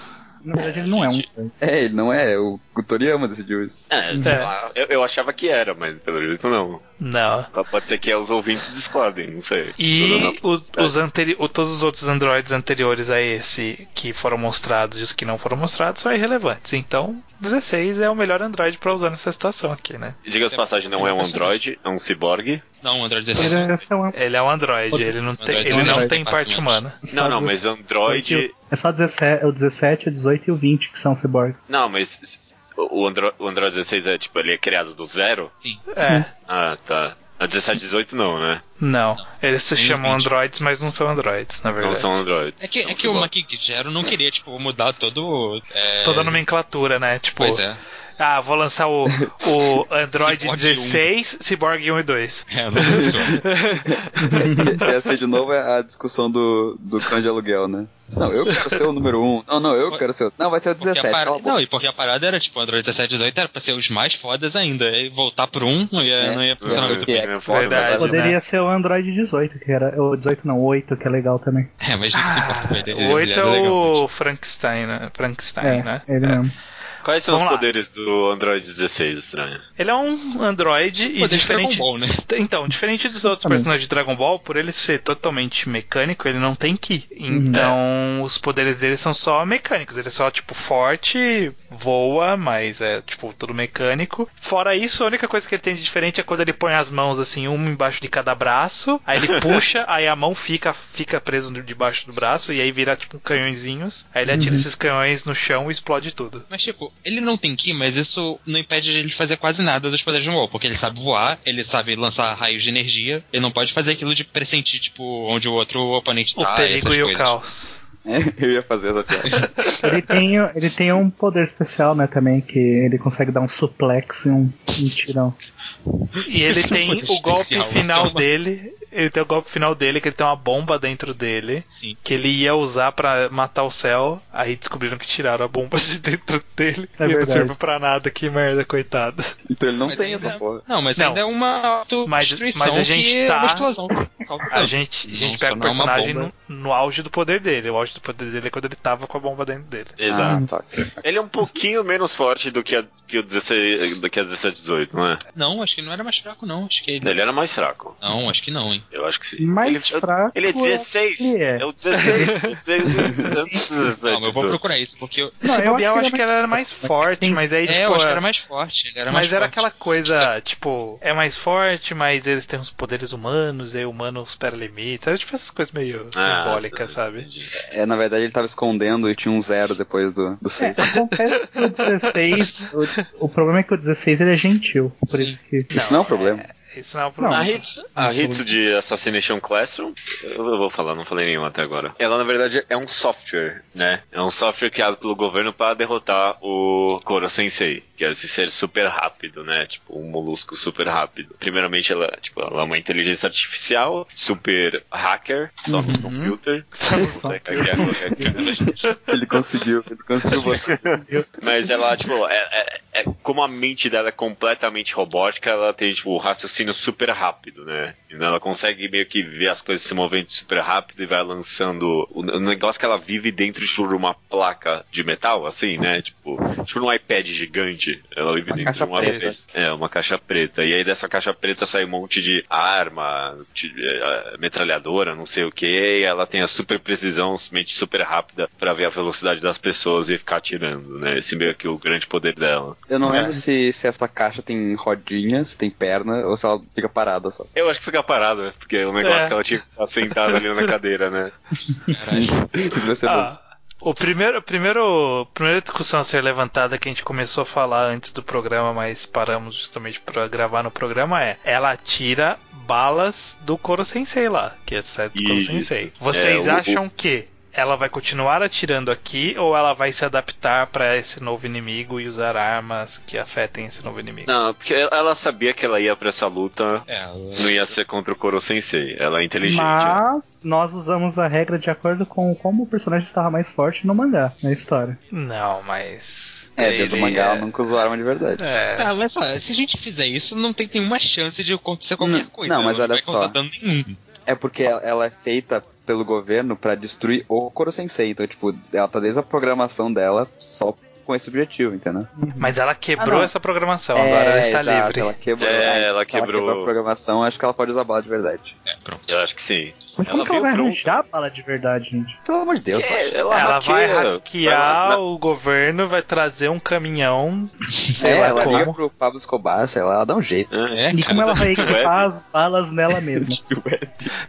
Speaker 3: Na verdade, ele não é um.
Speaker 4: É, ele não é, o o Toriyama decidiu isso.
Speaker 1: É, sei lá. Eu, eu achava que era, mas pelo jeito não.
Speaker 2: Não.
Speaker 1: Pode ser que os ouvintes discordem, não sei. Não, não,
Speaker 2: E
Speaker 1: não. É.
Speaker 2: os, os anteri- o- todos os outros androides anteriores a esse que foram mostrados e os que não foram mostrados são irrelevantes. Então, 16 é o melhor android pra usar nessa situação aqui, né?
Speaker 1: Diga as passagens, não é um Android, é um ciborgue.
Speaker 5: Não, assim, Android 16.
Speaker 3: Ele é só,
Speaker 2: Ele é um android, ele não tem,
Speaker 5: Android
Speaker 2: ele não
Speaker 5: android,
Speaker 2: tem parte
Speaker 5: facilmente.
Speaker 2: humana.
Speaker 1: Não, não, mas Android.
Speaker 3: É só 17, o 17, o 18 e o 20 que são cyborg.
Speaker 1: Não, mas O, Andro o Android 16 é tipo, ele é criado do zero?
Speaker 5: Sim.
Speaker 2: É.
Speaker 1: Ah, tá. A 17 18 não, né?
Speaker 2: Não. Eles se
Speaker 5: Nem os
Speaker 2: chamam
Speaker 5: 20.
Speaker 2: androids, mas não são androids, na
Speaker 1: Não
Speaker 2: verdade.
Speaker 1: são Androids.
Speaker 5: É que, é
Speaker 1: São
Speaker 5: que o
Speaker 1: cyborg.
Speaker 5: Makikijero não queria, tipo, mudar todo. É...
Speaker 2: Toda a nomenclatura, né? Tipo,
Speaker 5: Pois é.
Speaker 2: ah, vou lançar o, o Android
Speaker 5: Cyborg
Speaker 2: 16, Cyborg 1 e 2.
Speaker 5: É, não funciona.
Speaker 4: Essa aí de novo é a discussão do, do clã de aluguel, né? Não, eu quero ser o número 1. Um. Não, não, eu quero ser o. Não, vai ser o
Speaker 5: Porque a
Speaker 4: 17.
Speaker 5: parada-
Speaker 4: cala a boca.
Speaker 5: Não, e porque a parada era, tipo, Android 17 18 era pra ser os mais fodas ainda. E voltar pro 1 não ia,
Speaker 4: É.
Speaker 5: não ia funcionar
Speaker 4: É.
Speaker 5: muito
Speaker 4: É.
Speaker 5: bem.
Speaker 1: É foda,
Speaker 2: Verdade.
Speaker 1: verdade.
Speaker 3: Poderia ser o Android 18, que era. O 18 não, 8, que é legal também.
Speaker 5: É, mas não se
Speaker 2: Ah,
Speaker 5: importa com ele. ele-
Speaker 2: o 8
Speaker 5: ele
Speaker 2: é
Speaker 5: era legal,
Speaker 2: o
Speaker 5: mas- tipo,
Speaker 2: Frankenstein, né? Frankenstein,
Speaker 3: É,
Speaker 2: né?
Speaker 3: ele mesmo.
Speaker 1: Quais são os
Speaker 2: Vamos lá.
Speaker 1: poderes do Android 16, estranho?
Speaker 2: Ele é um android e
Speaker 5: Tipo Poder de Dragon
Speaker 2: diferente
Speaker 5: Ball, né?
Speaker 2: Então, diferente dos outros
Speaker 3: Também.
Speaker 2: personagens de Dragon Ball, por ele ser totalmente mecânico, ele não tem ki.
Speaker 5: É.
Speaker 2: Então, os poderes dele são só mecânicos. Ele é só, tipo, forte, voa, mas é, tipo, tudo mecânico. Fora isso, a única coisa que ele tem de diferente é quando ele põe as mãos, assim, uma embaixo de cada braço, aí ele puxa, aí a mão fica, fica presa no- debaixo do braço, e aí vira, tipo, canhõezinhos. Aí ele
Speaker 5: Uhum.
Speaker 2: atira esses canhões no chão e explode tudo.
Speaker 5: Mas, tipo, ele não tem Ki, mas isso não impede de ele fazer quase nada dos poderes de Dragon Ball. Porque ele sabe voar, ele sabe lançar raios de energia. Ele não pode fazer aquilo de pressentir, tipo, onde o outro oponente
Speaker 2: O
Speaker 5: tá.
Speaker 2: perigo
Speaker 5: essas
Speaker 2: e o
Speaker 5: coisas.
Speaker 2: caos.
Speaker 4: É, eu ia fazer essa piada.
Speaker 3: Ele tem, ele tem um poder especial, né, também, que ele consegue dar um suplex e um, um tirão.
Speaker 2: E ele
Speaker 5: Isso é um
Speaker 2: tem
Speaker 5: poder
Speaker 2: o golpe
Speaker 5: especial,
Speaker 2: final
Speaker 5: isso é uma-
Speaker 2: dele. Ele tem o golpe final dele, que ele tem uma bomba dentro dele.
Speaker 5: Sim.
Speaker 2: Que ele ia usar pra matar o céu. Aí descobriram que tiraram a bomba de dentro dele.
Speaker 3: É
Speaker 2: e não
Speaker 3: verdade.
Speaker 2: serve pra nada, que merda, coitado.
Speaker 4: Então ele não
Speaker 5: Mas
Speaker 4: tem
Speaker 5: ainda-
Speaker 4: essa porra.
Speaker 5: Não, mas
Speaker 2: Não.
Speaker 5: ainda é uma autodestruição
Speaker 2: Mas- mas a gente
Speaker 5: que é
Speaker 2: tá-
Speaker 5: uma explosão.
Speaker 2: A gente, a gente
Speaker 5: Ah, Não,
Speaker 2: pega o
Speaker 5: só não é uma
Speaker 2: personagem
Speaker 5: bomba.
Speaker 2: no, no auge do poder dele. O auge do poder dele é quando ele tava com a bomba dentro dele.
Speaker 1: Exato.
Speaker 4: Ah, tá.
Speaker 1: Ele é um pouquinho menos forte do que a, que o 16, do que a 17 18, não é?
Speaker 5: Não, acho que ele não era mais fraco, não. Acho que ele...
Speaker 1: Ele era mais fraco.
Speaker 5: Não, acho que não, hein.
Speaker 1: Eu acho que sim.
Speaker 3: Mais
Speaker 1: ele,
Speaker 3: fraco.
Speaker 1: ele é 16.
Speaker 3: ele é.
Speaker 1: É, o 16. 16 antes do 17.
Speaker 5: Não, mas eu vou procurar isso, porque... eu-
Speaker 3: Não,
Speaker 2: Se
Speaker 3: eu
Speaker 2: bobear, eu
Speaker 3: acho
Speaker 2: acho
Speaker 3: que
Speaker 2: que
Speaker 3: ele
Speaker 2: ela
Speaker 3: é
Speaker 2: era mais forte, mas aí,
Speaker 5: É,
Speaker 2: tipo,
Speaker 5: eu acho que
Speaker 2: a-
Speaker 5: era mais forte. Ele era mais
Speaker 2: mas era
Speaker 5: forte.
Speaker 2: aquela coisa, tipo, é mais forte, mas eles têm uns poderes humanos, e o humano supera limites. Era tipo essas coisas meio
Speaker 1: Ah,
Speaker 2: simbólicas,
Speaker 1: tá.
Speaker 2: sabe?
Speaker 4: É, na verdade ele tava escondendo e tinha um zero depois do, do
Speaker 3: É,
Speaker 4: 6.
Speaker 3: acontece que o 16. O, o problema é que o 16 ele é gentil. Por
Speaker 5: Sim.
Speaker 3: isso que.
Speaker 4: Isso não é um problema.
Speaker 2: Isso não é um
Speaker 1: A
Speaker 2: problema.
Speaker 1: Hitsu, a Hitsu de Assassination Classroom, eu vou falar, não falei nenhum até agora. Ela, na verdade, é um software, né? É um software criado pelo governo para derrotar o Koro Sensei, que é esse ser super rápido, né? Tipo, um molusco super rápido. Primeiramente, ela, tipo, ela é uma inteligência artificial, super hacker, só nos computer.
Speaker 2: Só nos
Speaker 1: Não sei o que é, qual é que é.
Speaker 4: Ele conseguiu, ele conseguiu botar.
Speaker 1: Mas ela, tipo, é, é- é- como a mente dela é completamente robótica, ela tem, tipo, o raciocínio super rápido, né? Então Ela consegue meio que ver as coisas se movendo super rápido e vai lançando o o negócio que ela vive dentro tipo, de uma placa de metal, assim, né? Tipo, tipo num iPad gigante. Ela vive
Speaker 4: Uma
Speaker 1: dentro
Speaker 4: caixa
Speaker 1: de um
Speaker 4: preta.
Speaker 1: iPad. É, uma caixa preta. E aí dessa caixa preta sai um monte de arma, de, eh, metralhadora, não sei o que. E ela tem a super precisão, mente super rápida pra ver a velocidade das pessoas e ficar atirando, né? Esse meio que é o grande poder dela.
Speaker 4: Eu não
Speaker 2: É.
Speaker 4: lembro se, se essa caixa tem rodinhas, tem perna, ou se ela fica parada só.
Speaker 1: Eu acho que fica parada, porque é um negócio
Speaker 2: É.
Speaker 1: que ela tinha que estar sentada ali na cadeira, né?
Speaker 4: Isso vai ser bom.
Speaker 2: Ah, o primeiro, o primeiro, a primeira discussão a ser levantada que a gente começou a falar antes do programa, mas paramos justamente pra gravar no programa é: ela tira balas do Koro Sensei lá, que é certo do Koro
Speaker 1: Isso.
Speaker 2: Sensei. Vocês
Speaker 1: É, o-
Speaker 2: acham que ela vai continuar atirando aqui ou ela vai se adaptar pra esse novo inimigo e usar armas que afetem esse novo inimigo?
Speaker 1: Não, porque ela sabia que ela ia pra essa luta.
Speaker 5: É,
Speaker 1: Não ia ser contra o Koro Sensei. Ela é inteligente. né?
Speaker 3: Mas nós usamos a regra de acordo com como o personagem estava mais forte no mangá, na história.
Speaker 2: Não, mas
Speaker 4: É, dentro do
Speaker 5: ele
Speaker 4: mangá ela
Speaker 5: é-
Speaker 4: nunca usou arma de verdade.
Speaker 2: é,
Speaker 5: Tá, olha só, se a gente fizer isso, não tem nenhuma chance de acontecer qualquer
Speaker 4: Não,
Speaker 5: coisa.
Speaker 4: não, mas
Speaker 5: não
Speaker 4: olha
Speaker 5: vai causar
Speaker 4: só.
Speaker 5: dano nenhum.
Speaker 4: É porque ela, ela é feita pelo governo pra destruir o Koro Sensei. Então, tipo, ela tá desde a programação dela só com esse objetivo, entendeu?
Speaker 2: mas ela quebrou
Speaker 4: Ah, não. É,
Speaker 2: essa programação, agora ela está
Speaker 4: exato,
Speaker 2: livre.
Speaker 4: Ela quebrou,
Speaker 1: É,
Speaker 4: Ah,
Speaker 1: ela
Speaker 4: então
Speaker 1: quebrou.
Speaker 4: a programação, acho que ela pode usar bala de verdade.
Speaker 5: É, É, pronto.
Speaker 1: Eu acho que sim.
Speaker 3: Mas como
Speaker 1: Ela
Speaker 3: que
Speaker 1: veio
Speaker 3: ela vai
Speaker 1: pronta.
Speaker 3: arranjar a bala de verdade, gente?
Speaker 4: Pelo amor de Deus,
Speaker 1: É,
Speaker 4: Tocha.
Speaker 1: ela,
Speaker 2: Ela vai
Speaker 1: hackeia,
Speaker 2: hackear
Speaker 1: vai-
Speaker 2: o governo, vai trazer um caminhão.
Speaker 4: É,
Speaker 2: lá
Speaker 4: ela
Speaker 2: como.
Speaker 4: liga pro Pablo Escobar, sei lá, ela dá um jeito.
Speaker 5: É,
Speaker 3: E como ela vai
Speaker 1: Deep Web.
Speaker 3: equipar as balas nela mesma?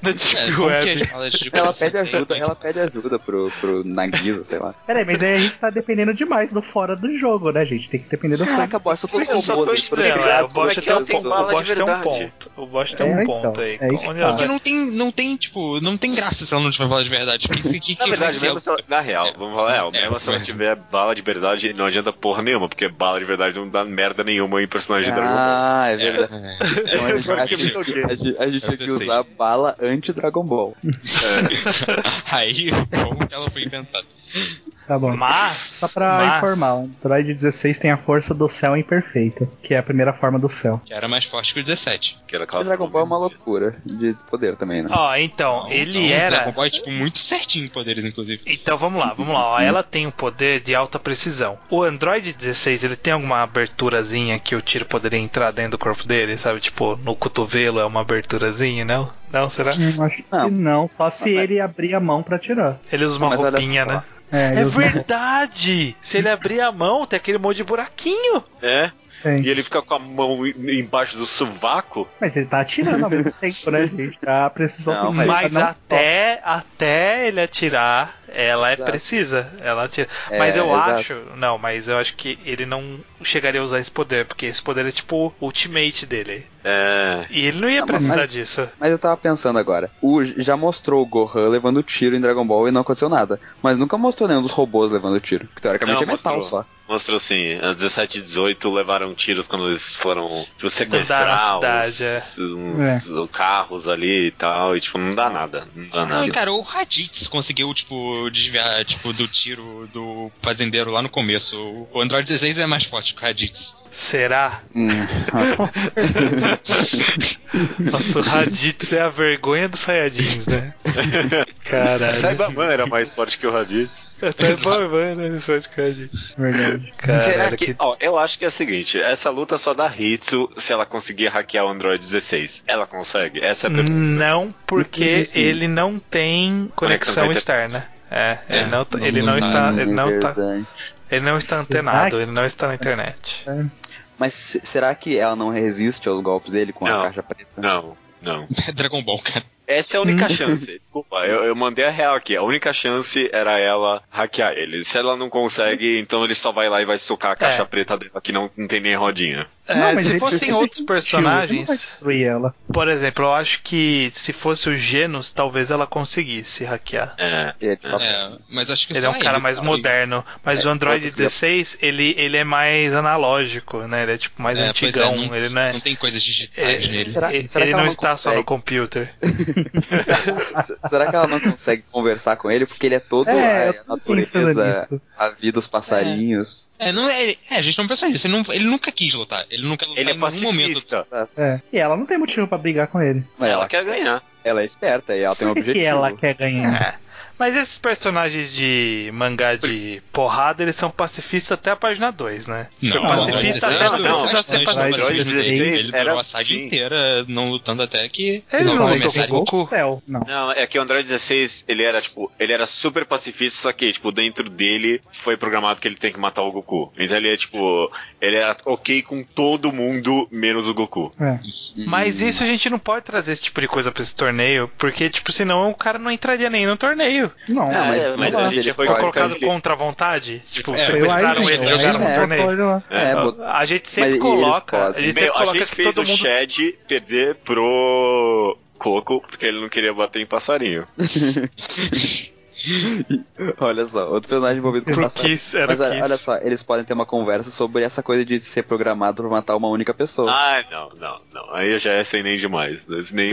Speaker 2: Na
Speaker 5: É,
Speaker 2: Deep
Speaker 5: como que
Speaker 2: Web.
Speaker 5: as balas de
Speaker 4: Ela
Speaker 5: coração
Speaker 4: pede ajuda,
Speaker 5: tem?
Speaker 4: ela pede ajuda pro, pro Nagisa, sei lá.
Speaker 3: Peraí, mas aí a gente tá dependendo demais do fora do jogo, né, gente? Tem que depender do fora.
Speaker 4: Caraca, bosta, eu tô
Speaker 1: Eu só tô
Speaker 4: todo
Speaker 1: explicando.
Speaker 2: Não, é, o
Speaker 1: como é
Speaker 2: Bosch
Speaker 1: que
Speaker 2: tem
Speaker 1: ela
Speaker 2: um
Speaker 1: tem
Speaker 2: ponto. O
Speaker 1: bala de
Speaker 2: Bosch tem um
Speaker 1: verdade?
Speaker 2: ponto. O Bosch tem um
Speaker 3: É, então,
Speaker 5: ponto aí.
Speaker 3: é isso que
Speaker 5: Onde ela
Speaker 3: tá.
Speaker 5: vai- Porque não tem, não tem, tipo, não tem graça se ela não tiver falar de verdade. Que, que, que,
Speaker 1: Na
Speaker 5: que
Speaker 1: verdade,
Speaker 5: vai ser-
Speaker 1: mesmo se ela, na real,
Speaker 5: É.
Speaker 1: vamos falar, é,
Speaker 5: É,
Speaker 1: mesmo se ela
Speaker 5: mas-
Speaker 1: tiver bala de verdade, não adianta porra nenhuma, porque bala de verdade não dá merda nenhuma em personagem
Speaker 2: né?
Speaker 1: de Dragon Ball.
Speaker 4: Ah, é verdade. Então,
Speaker 1: Eu
Speaker 4: a,
Speaker 1: joguei
Speaker 4: gente,
Speaker 1: videogame.
Speaker 4: a gente- a gente tinha que
Speaker 5: 16.
Speaker 4: usar bala anti-Dragon Ball.
Speaker 5: Aí, como que ela foi inventada?
Speaker 3: Tá bom.
Speaker 2: Mas.
Speaker 3: Só pra
Speaker 2: mas,
Speaker 3: informar, o droid 16 tem a força do céu imperfeito, que é a primeira forma do céu.
Speaker 5: Que era mais forte que o 17.
Speaker 1: Que era
Speaker 4: O
Speaker 1: aquela-
Speaker 4: Dragon Ball é uma loucura de poder também, né?
Speaker 2: Ó, então,
Speaker 5: Então,
Speaker 2: ele
Speaker 5: então, o
Speaker 2: era.
Speaker 5: Dragon Ball é, tipo, muito certinho em poderes, inclusive.
Speaker 2: Então vamos lá, vamos lá. Ó, ela tem um poder de alta precisão. O Android 16, ele tem alguma aberturazinha que o tiro poderia entrar dentro do corpo dele, sabe? Tipo, no cotovelo é uma aberturazinha, não? Não, será?
Speaker 3: Hum, acho
Speaker 4: Não.
Speaker 3: que não, só se
Speaker 4: Mas-
Speaker 3: ele abrir a mão pra tirar.
Speaker 2: Ele usa uma
Speaker 4: Mas olha
Speaker 2: roupinha,
Speaker 4: só.
Speaker 2: né?
Speaker 3: É,
Speaker 2: É
Speaker 3: ele usa-
Speaker 2: verdade! Se ele abrir a mão, tem aquele monte de buraquinho.
Speaker 1: É,
Speaker 3: tem.
Speaker 1: e ele fica com a mão em- embaixo do sovaco.
Speaker 3: Mas ele tá atirando ao mesmo tempo, né, gente? A precisão
Speaker 4: Não,
Speaker 3: tem que
Speaker 2: Mas
Speaker 3: não
Speaker 2: até, até ele atirar, ela é
Speaker 4: Exato.
Speaker 2: precisa. Ela atira.
Speaker 4: É,
Speaker 2: mas eu
Speaker 4: exato.
Speaker 2: acho. Não, mas eu acho que ele não chegaria a usar esse poder, porque esse poder é tipo o ultimate dele.
Speaker 1: É.
Speaker 2: E ele não ia
Speaker 4: Não, mas-
Speaker 2: precisar disso.
Speaker 4: Mas eu tava pensando agora. O, já mostrou o Gohan levando tiro em Dragon Ball e não aconteceu nada. Mas nunca mostrou nenhum dos robôs levando tiro. Que teoricamente
Speaker 1: Não,
Speaker 4: é metal
Speaker 1: mostrou.
Speaker 4: só.
Speaker 1: Mostrou assim, a 17 e 18 levaram tiros quando eles foram tipo, sequestrar
Speaker 2: Mudaram a
Speaker 1: os,
Speaker 2: cidade,
Speaker 1: uns- os carros ali e tal, e tipo, não dá nada. Não dá
Speaker 5: Não,
Speaker 1: nada.
Speaker 5: cara, o Raditz conseguiu, tipo, desviar, tipo, do tiro do fazendeiro lá no começo. O Android 16 é mais forte que o Raditz.
Speaker 2: Será?
Speaker 4: Hum.
Speaker 2: Nossa, o Raditz é a vergonha dos Saiyajins, né? Caralho.
Speaker 1: Saibaman era mais forte que o Raditz.
Speaker 2: Até bom, né? Isso é de Raditz.
Speaker 3: é verdade.
Speaker 1: Será
Speaker 2: Caralho,
Speaker 1: que...
Speaker 2: que...
Speaker 1: Ó, eu acho que é o seguinte, essa luta só dá Hitsu se ela conseguir hackear o Android 16. Ela consegue? Essa é a pergunta.
Speaker 2: Não,
Speaker 3: Uhum.
Speaker 2: porque ele não tem
Speaker 1: Conexão
Speaker 2: conexão
Speaker 1: vai ter-
Speaker 2: externa. É,
Speaker 5: É,
Speaker 2: ele não, tá-
Speaker 5: não-
Speaker 2: ele
Speaker 5: não
Speaker 4: Hum,
Speaker 2: não
Speaker 5: tá,
Speaker 2: está, ele não tá,
Speaker 4: Verdade.
Speaker 2: ele não está
Speaker 3: Será
Speaker 2: antenado,
Speaker 3: que-
Speaker 2: ele não está na internet.
Speaker 4: Mas se- será que ela não resiste aos golpes dele com
Speaker 1: Não.
Speaker 4: a caixa preta?
Speaker 1: Não, não.
Speaker 5: É Dragon Ball, cara.
Speaker 1: Essa é a única chance. Desculpa, eu, eu mandei a real aqui. A única chance era ela hackear ele. Se ela não consegue, então ele só vai lá e vai socar a caixa
Speaker 2: É.
Speaker 1: preta dela que não, não tem nem rodinha.
Speaker 2: É,
Speaker 3: mas
Speaker 2: se
Speaker 3: ele-
Speaker 2: fossem
Speaker 3: ele
Speaker 2: outros
Speaker 3: tem um tiro, ele não vai
Speaker 2: personagens,
Speaker 3: destruir ela.
Speaker 2: por exemplo, eu acho que se fosse o Genos, talvez ela conseguisse hackear.
Speaker 1: É.
Speaker 4: É, tipo,
Speaker 5: É, mas acho que
Speaker 2: Ele
Speaker 5: só
Speaker 2: é um cara mais
Speaker 5: tá?
Speaker 2: moderno, mas
Speaker 4: É,
Speaker 2: o Android
Speaker 4: outros-
Speaker 2: 16, ele, ele é mais analógico, né? Ele é tipo mais
Speaker 5: É, pois
Speaker 2: antigão,
Speaker 5: é, não,
Speaker 2: ele não é...
Speaker 5: não tem coisas
Speaker 2: é,
Speaker 5: digitais nele.
Speaker 4: será-
Speaker 2: ele
Speaker 4: será que
Speaker 2: ele
Speaker 4: ela
Speaker 2: não
Speaker 4: não
Speaker 2: está só no
Speaker 4: consegue?
Speaker 2: computer.
Speaker 4: Será que ela não consegue conversar com ele? Porque ele é todo
Speaker 3: É,
Speaker 4: a-
Speaker 3: eu
Speaker 4: a,
Speaker 3: tô pensando
Speaker 4: natureza,
Speaker 3: nisso.
Speaker 4: a vida, os passarinhos.
Speaker 5: É, não é, ele- é, a gente não pensa nisso. Ele, não- ele nunca quis lutar. Ele nunca lutou
Speaker 1: Ele é
Speaker 5: em nenhum momento.
Speaker 1: pacifista.
Speaker 3: É. E ela não tem motivo pra brigar com ele.
Speaker 2: É.
Speaker 4: Mas
Speaker 1: Ela
Speaker 4: ela,
Speaker 1: quer ganhar.
Speaker 4: ela é esperta e ela tem um
Speaker 3: Por que, que
Speaker 4: objetivo.
Speaker 3: ela quer ganhar?
Speaker 2: Mas esses personagens de mangá de porrada, eles são pacifistas até a página 2, né?
Speaker 5: Não,
Speaker 2: Porque o pacifista
Speaker 5: não,
Speaker 2: até
Speaker 5: não,
Speaker 2: não,
Speaker 5: não,
Speaker 2: precisa
Speaker 5: não,
Speaker 2: ser
Speaker 5: não,
Speaker 3: pacifista.
Speaker 5: não,
Speaker 1: Android
Speaker 5: não, não, Ele
Speaker 1: 16 era
Speaker 5: durou a saga
Speaker 1: assim.
Speaker 5: inteira não lutando até que
Speaker 2: Ele
Speaker 5: eles
Speaker 2: não lutou
Speaker 5: começaram-
Speaker 2: com o Goku.
Speaker 3: Céu. Não.
Speaker 1: Não, é que o Android 16, ele era, tipo, ele era super pacifista, só que, tipo, dentro dele foi programado que ele tem que matar o Goku. Então ele é, tipo, ele era ok com todo mundo, menos o Goku.
Speaker 3: É.
Speaker 2: Mas isso a gente não pode trazer esse tipo de coisa pra esse torneio, porque, tipo, senão o cara não entraria nem no torneio.
Speaker 3: Não,
Speaker 1: É,
Speaker 4: mas-
Speaker 1: mas
Speaker 4: mas
Speaker 1: a
Speaker 4: ele
Speaker 1: gente foi
Speaker 4: pode,
Speaker 2: Foi
Speaker 4: Claro,
Speaker 2: colocado
Speaker 1: colocado
Speaker 2: contra a vontade. Tipo,
Speaker 5: É,
Speaker 2: sequestraram
Speaker 5: aí,
Speaker 2: ele e
Speaker 5: gente,
Speaker 2: jogaram
Speaker 5: aí
Speaker 2: no
Speaker 4: é,
Speaker 2: torneio.
Speaker 4: É,
Speaker 1: É,
Speaker 4: bot-
Speaker 2: A gente sempre
Speaker 4: Mas eles
Speaker 2: coloca. A
Speaker 4: podem.
Speaker 2: gente sempre
Speaker 1: Meu, a
Speaker 2: coloca
Speaker 1: gente
Speaker 2: que
Speaker 1: fez
Speaker 2: todo
Speaker 1: o
Speaker 2: mundo.
Speaker 1: Shed perder pro Coco, porque ele não queria bater em passarinho.
Speaker 4: Olha só, outro personagem envolvido com
Speaker 2: Pro
Speaker 4: passarinho.
Speaker 2: Kiss, era
Speaker 4: Mas
Speaker 2: o
Speaker 4: olha,
Speaker 2: Kiss.
Speaker 4: olha só, eles podem ter uma conversa sobre essa coisa de ser programado pra matar uma única pessoa.
Speaker 1: Ah, não, não, não. Aí já é sem nem demais. né? Se Nem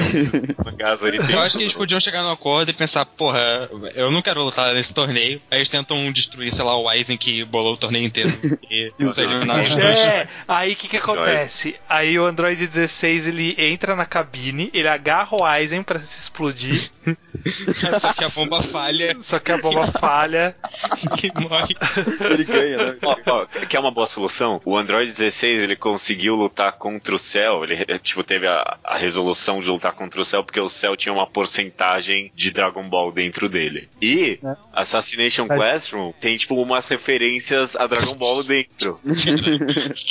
Speaker 1: caso ele tem.
Speaker 5: Eu acho que eles podiam chegar num acordo e pensar, porra, eu não quero lutar nesse torneio. Aí eles tentam destruir, sei lá, o Aizen que bolou o torneio inteiro e
Speaker 4: Isso
Speaker 5: são
Speaker 4: aí.
Speaker 5: eliminados os dois.
Speaker 2: É, aí o que que acontece? Aí o Android 16 ele entra na cabine, ele agarra o Aizen pra se explodir.
Speaker 5: Só que a bomba falha
Speaker 2: Só que a bomba falha.
Speaker 5: que morre.
Speaker 4: Ele ganha, né?
Speaker 1: Ó, ó, que é uma boa solução. O Android 16 ele conseguiu lutar contra o Cell. Ele eh, tipo teve a, a resolução de lutar contra o Cell porque o Cell tinha uma porcentagem de Dragon Ball dentro dele. E
Speaker 3: É.
Speaker 1: Assassination
Speaker 3: É.
Speaker 1: Classroom tem tipo umas referências a Dragon Ball dentro.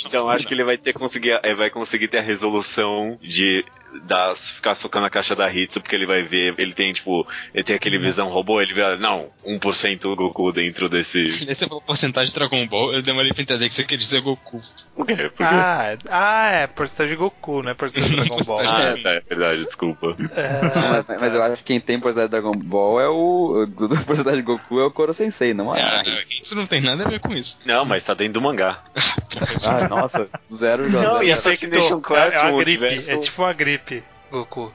Speaker 1: Então acho que ele vai ter conseguir, eh, vai conseguir ter a resolução de das, ficar socando a caixa da Hitsu, porque ele vai ver, ele tem tipo, ele tem aquele visão robô, ele vê, não, 1% Goku dentro desse.
Speaker 5: Daí você falou é porcentagem de Dragon Ball, eu demorei pra entender que é você quer dizer Goku.
Speaker 1: O quê? Por quê?
Speaker 2: Ah, é- ah, é, porcentagem de Goku, né? Porcentagem de Dragon Ball.
Speaker 1: Ah, tá, é verdade, desculpa.
Speaker 2: É,
Speaker 4: Mas, mas eu acho que quem tem personagem de Dragon Ball é o. o personagem de Goku é o Koro Sensei, não é?
Speaker 5: Ah, isso não tem nada a ver com isso.
Speaker 1: Não, mas tá dentro do mangá.
Speaker 4: Ah, nossa, 0,0.
Speaker 1: Não, e a
Speaker 2: Você
Speaker 1: Fake Nation
Speaker 2: citou,
Speaker 1: Class
Speaker 2: é, é
Speaker 1: um
Speaker 2: uma gripe,
Speaker 1: universo-
Speaker 2: é tipo uma gripe, Goku.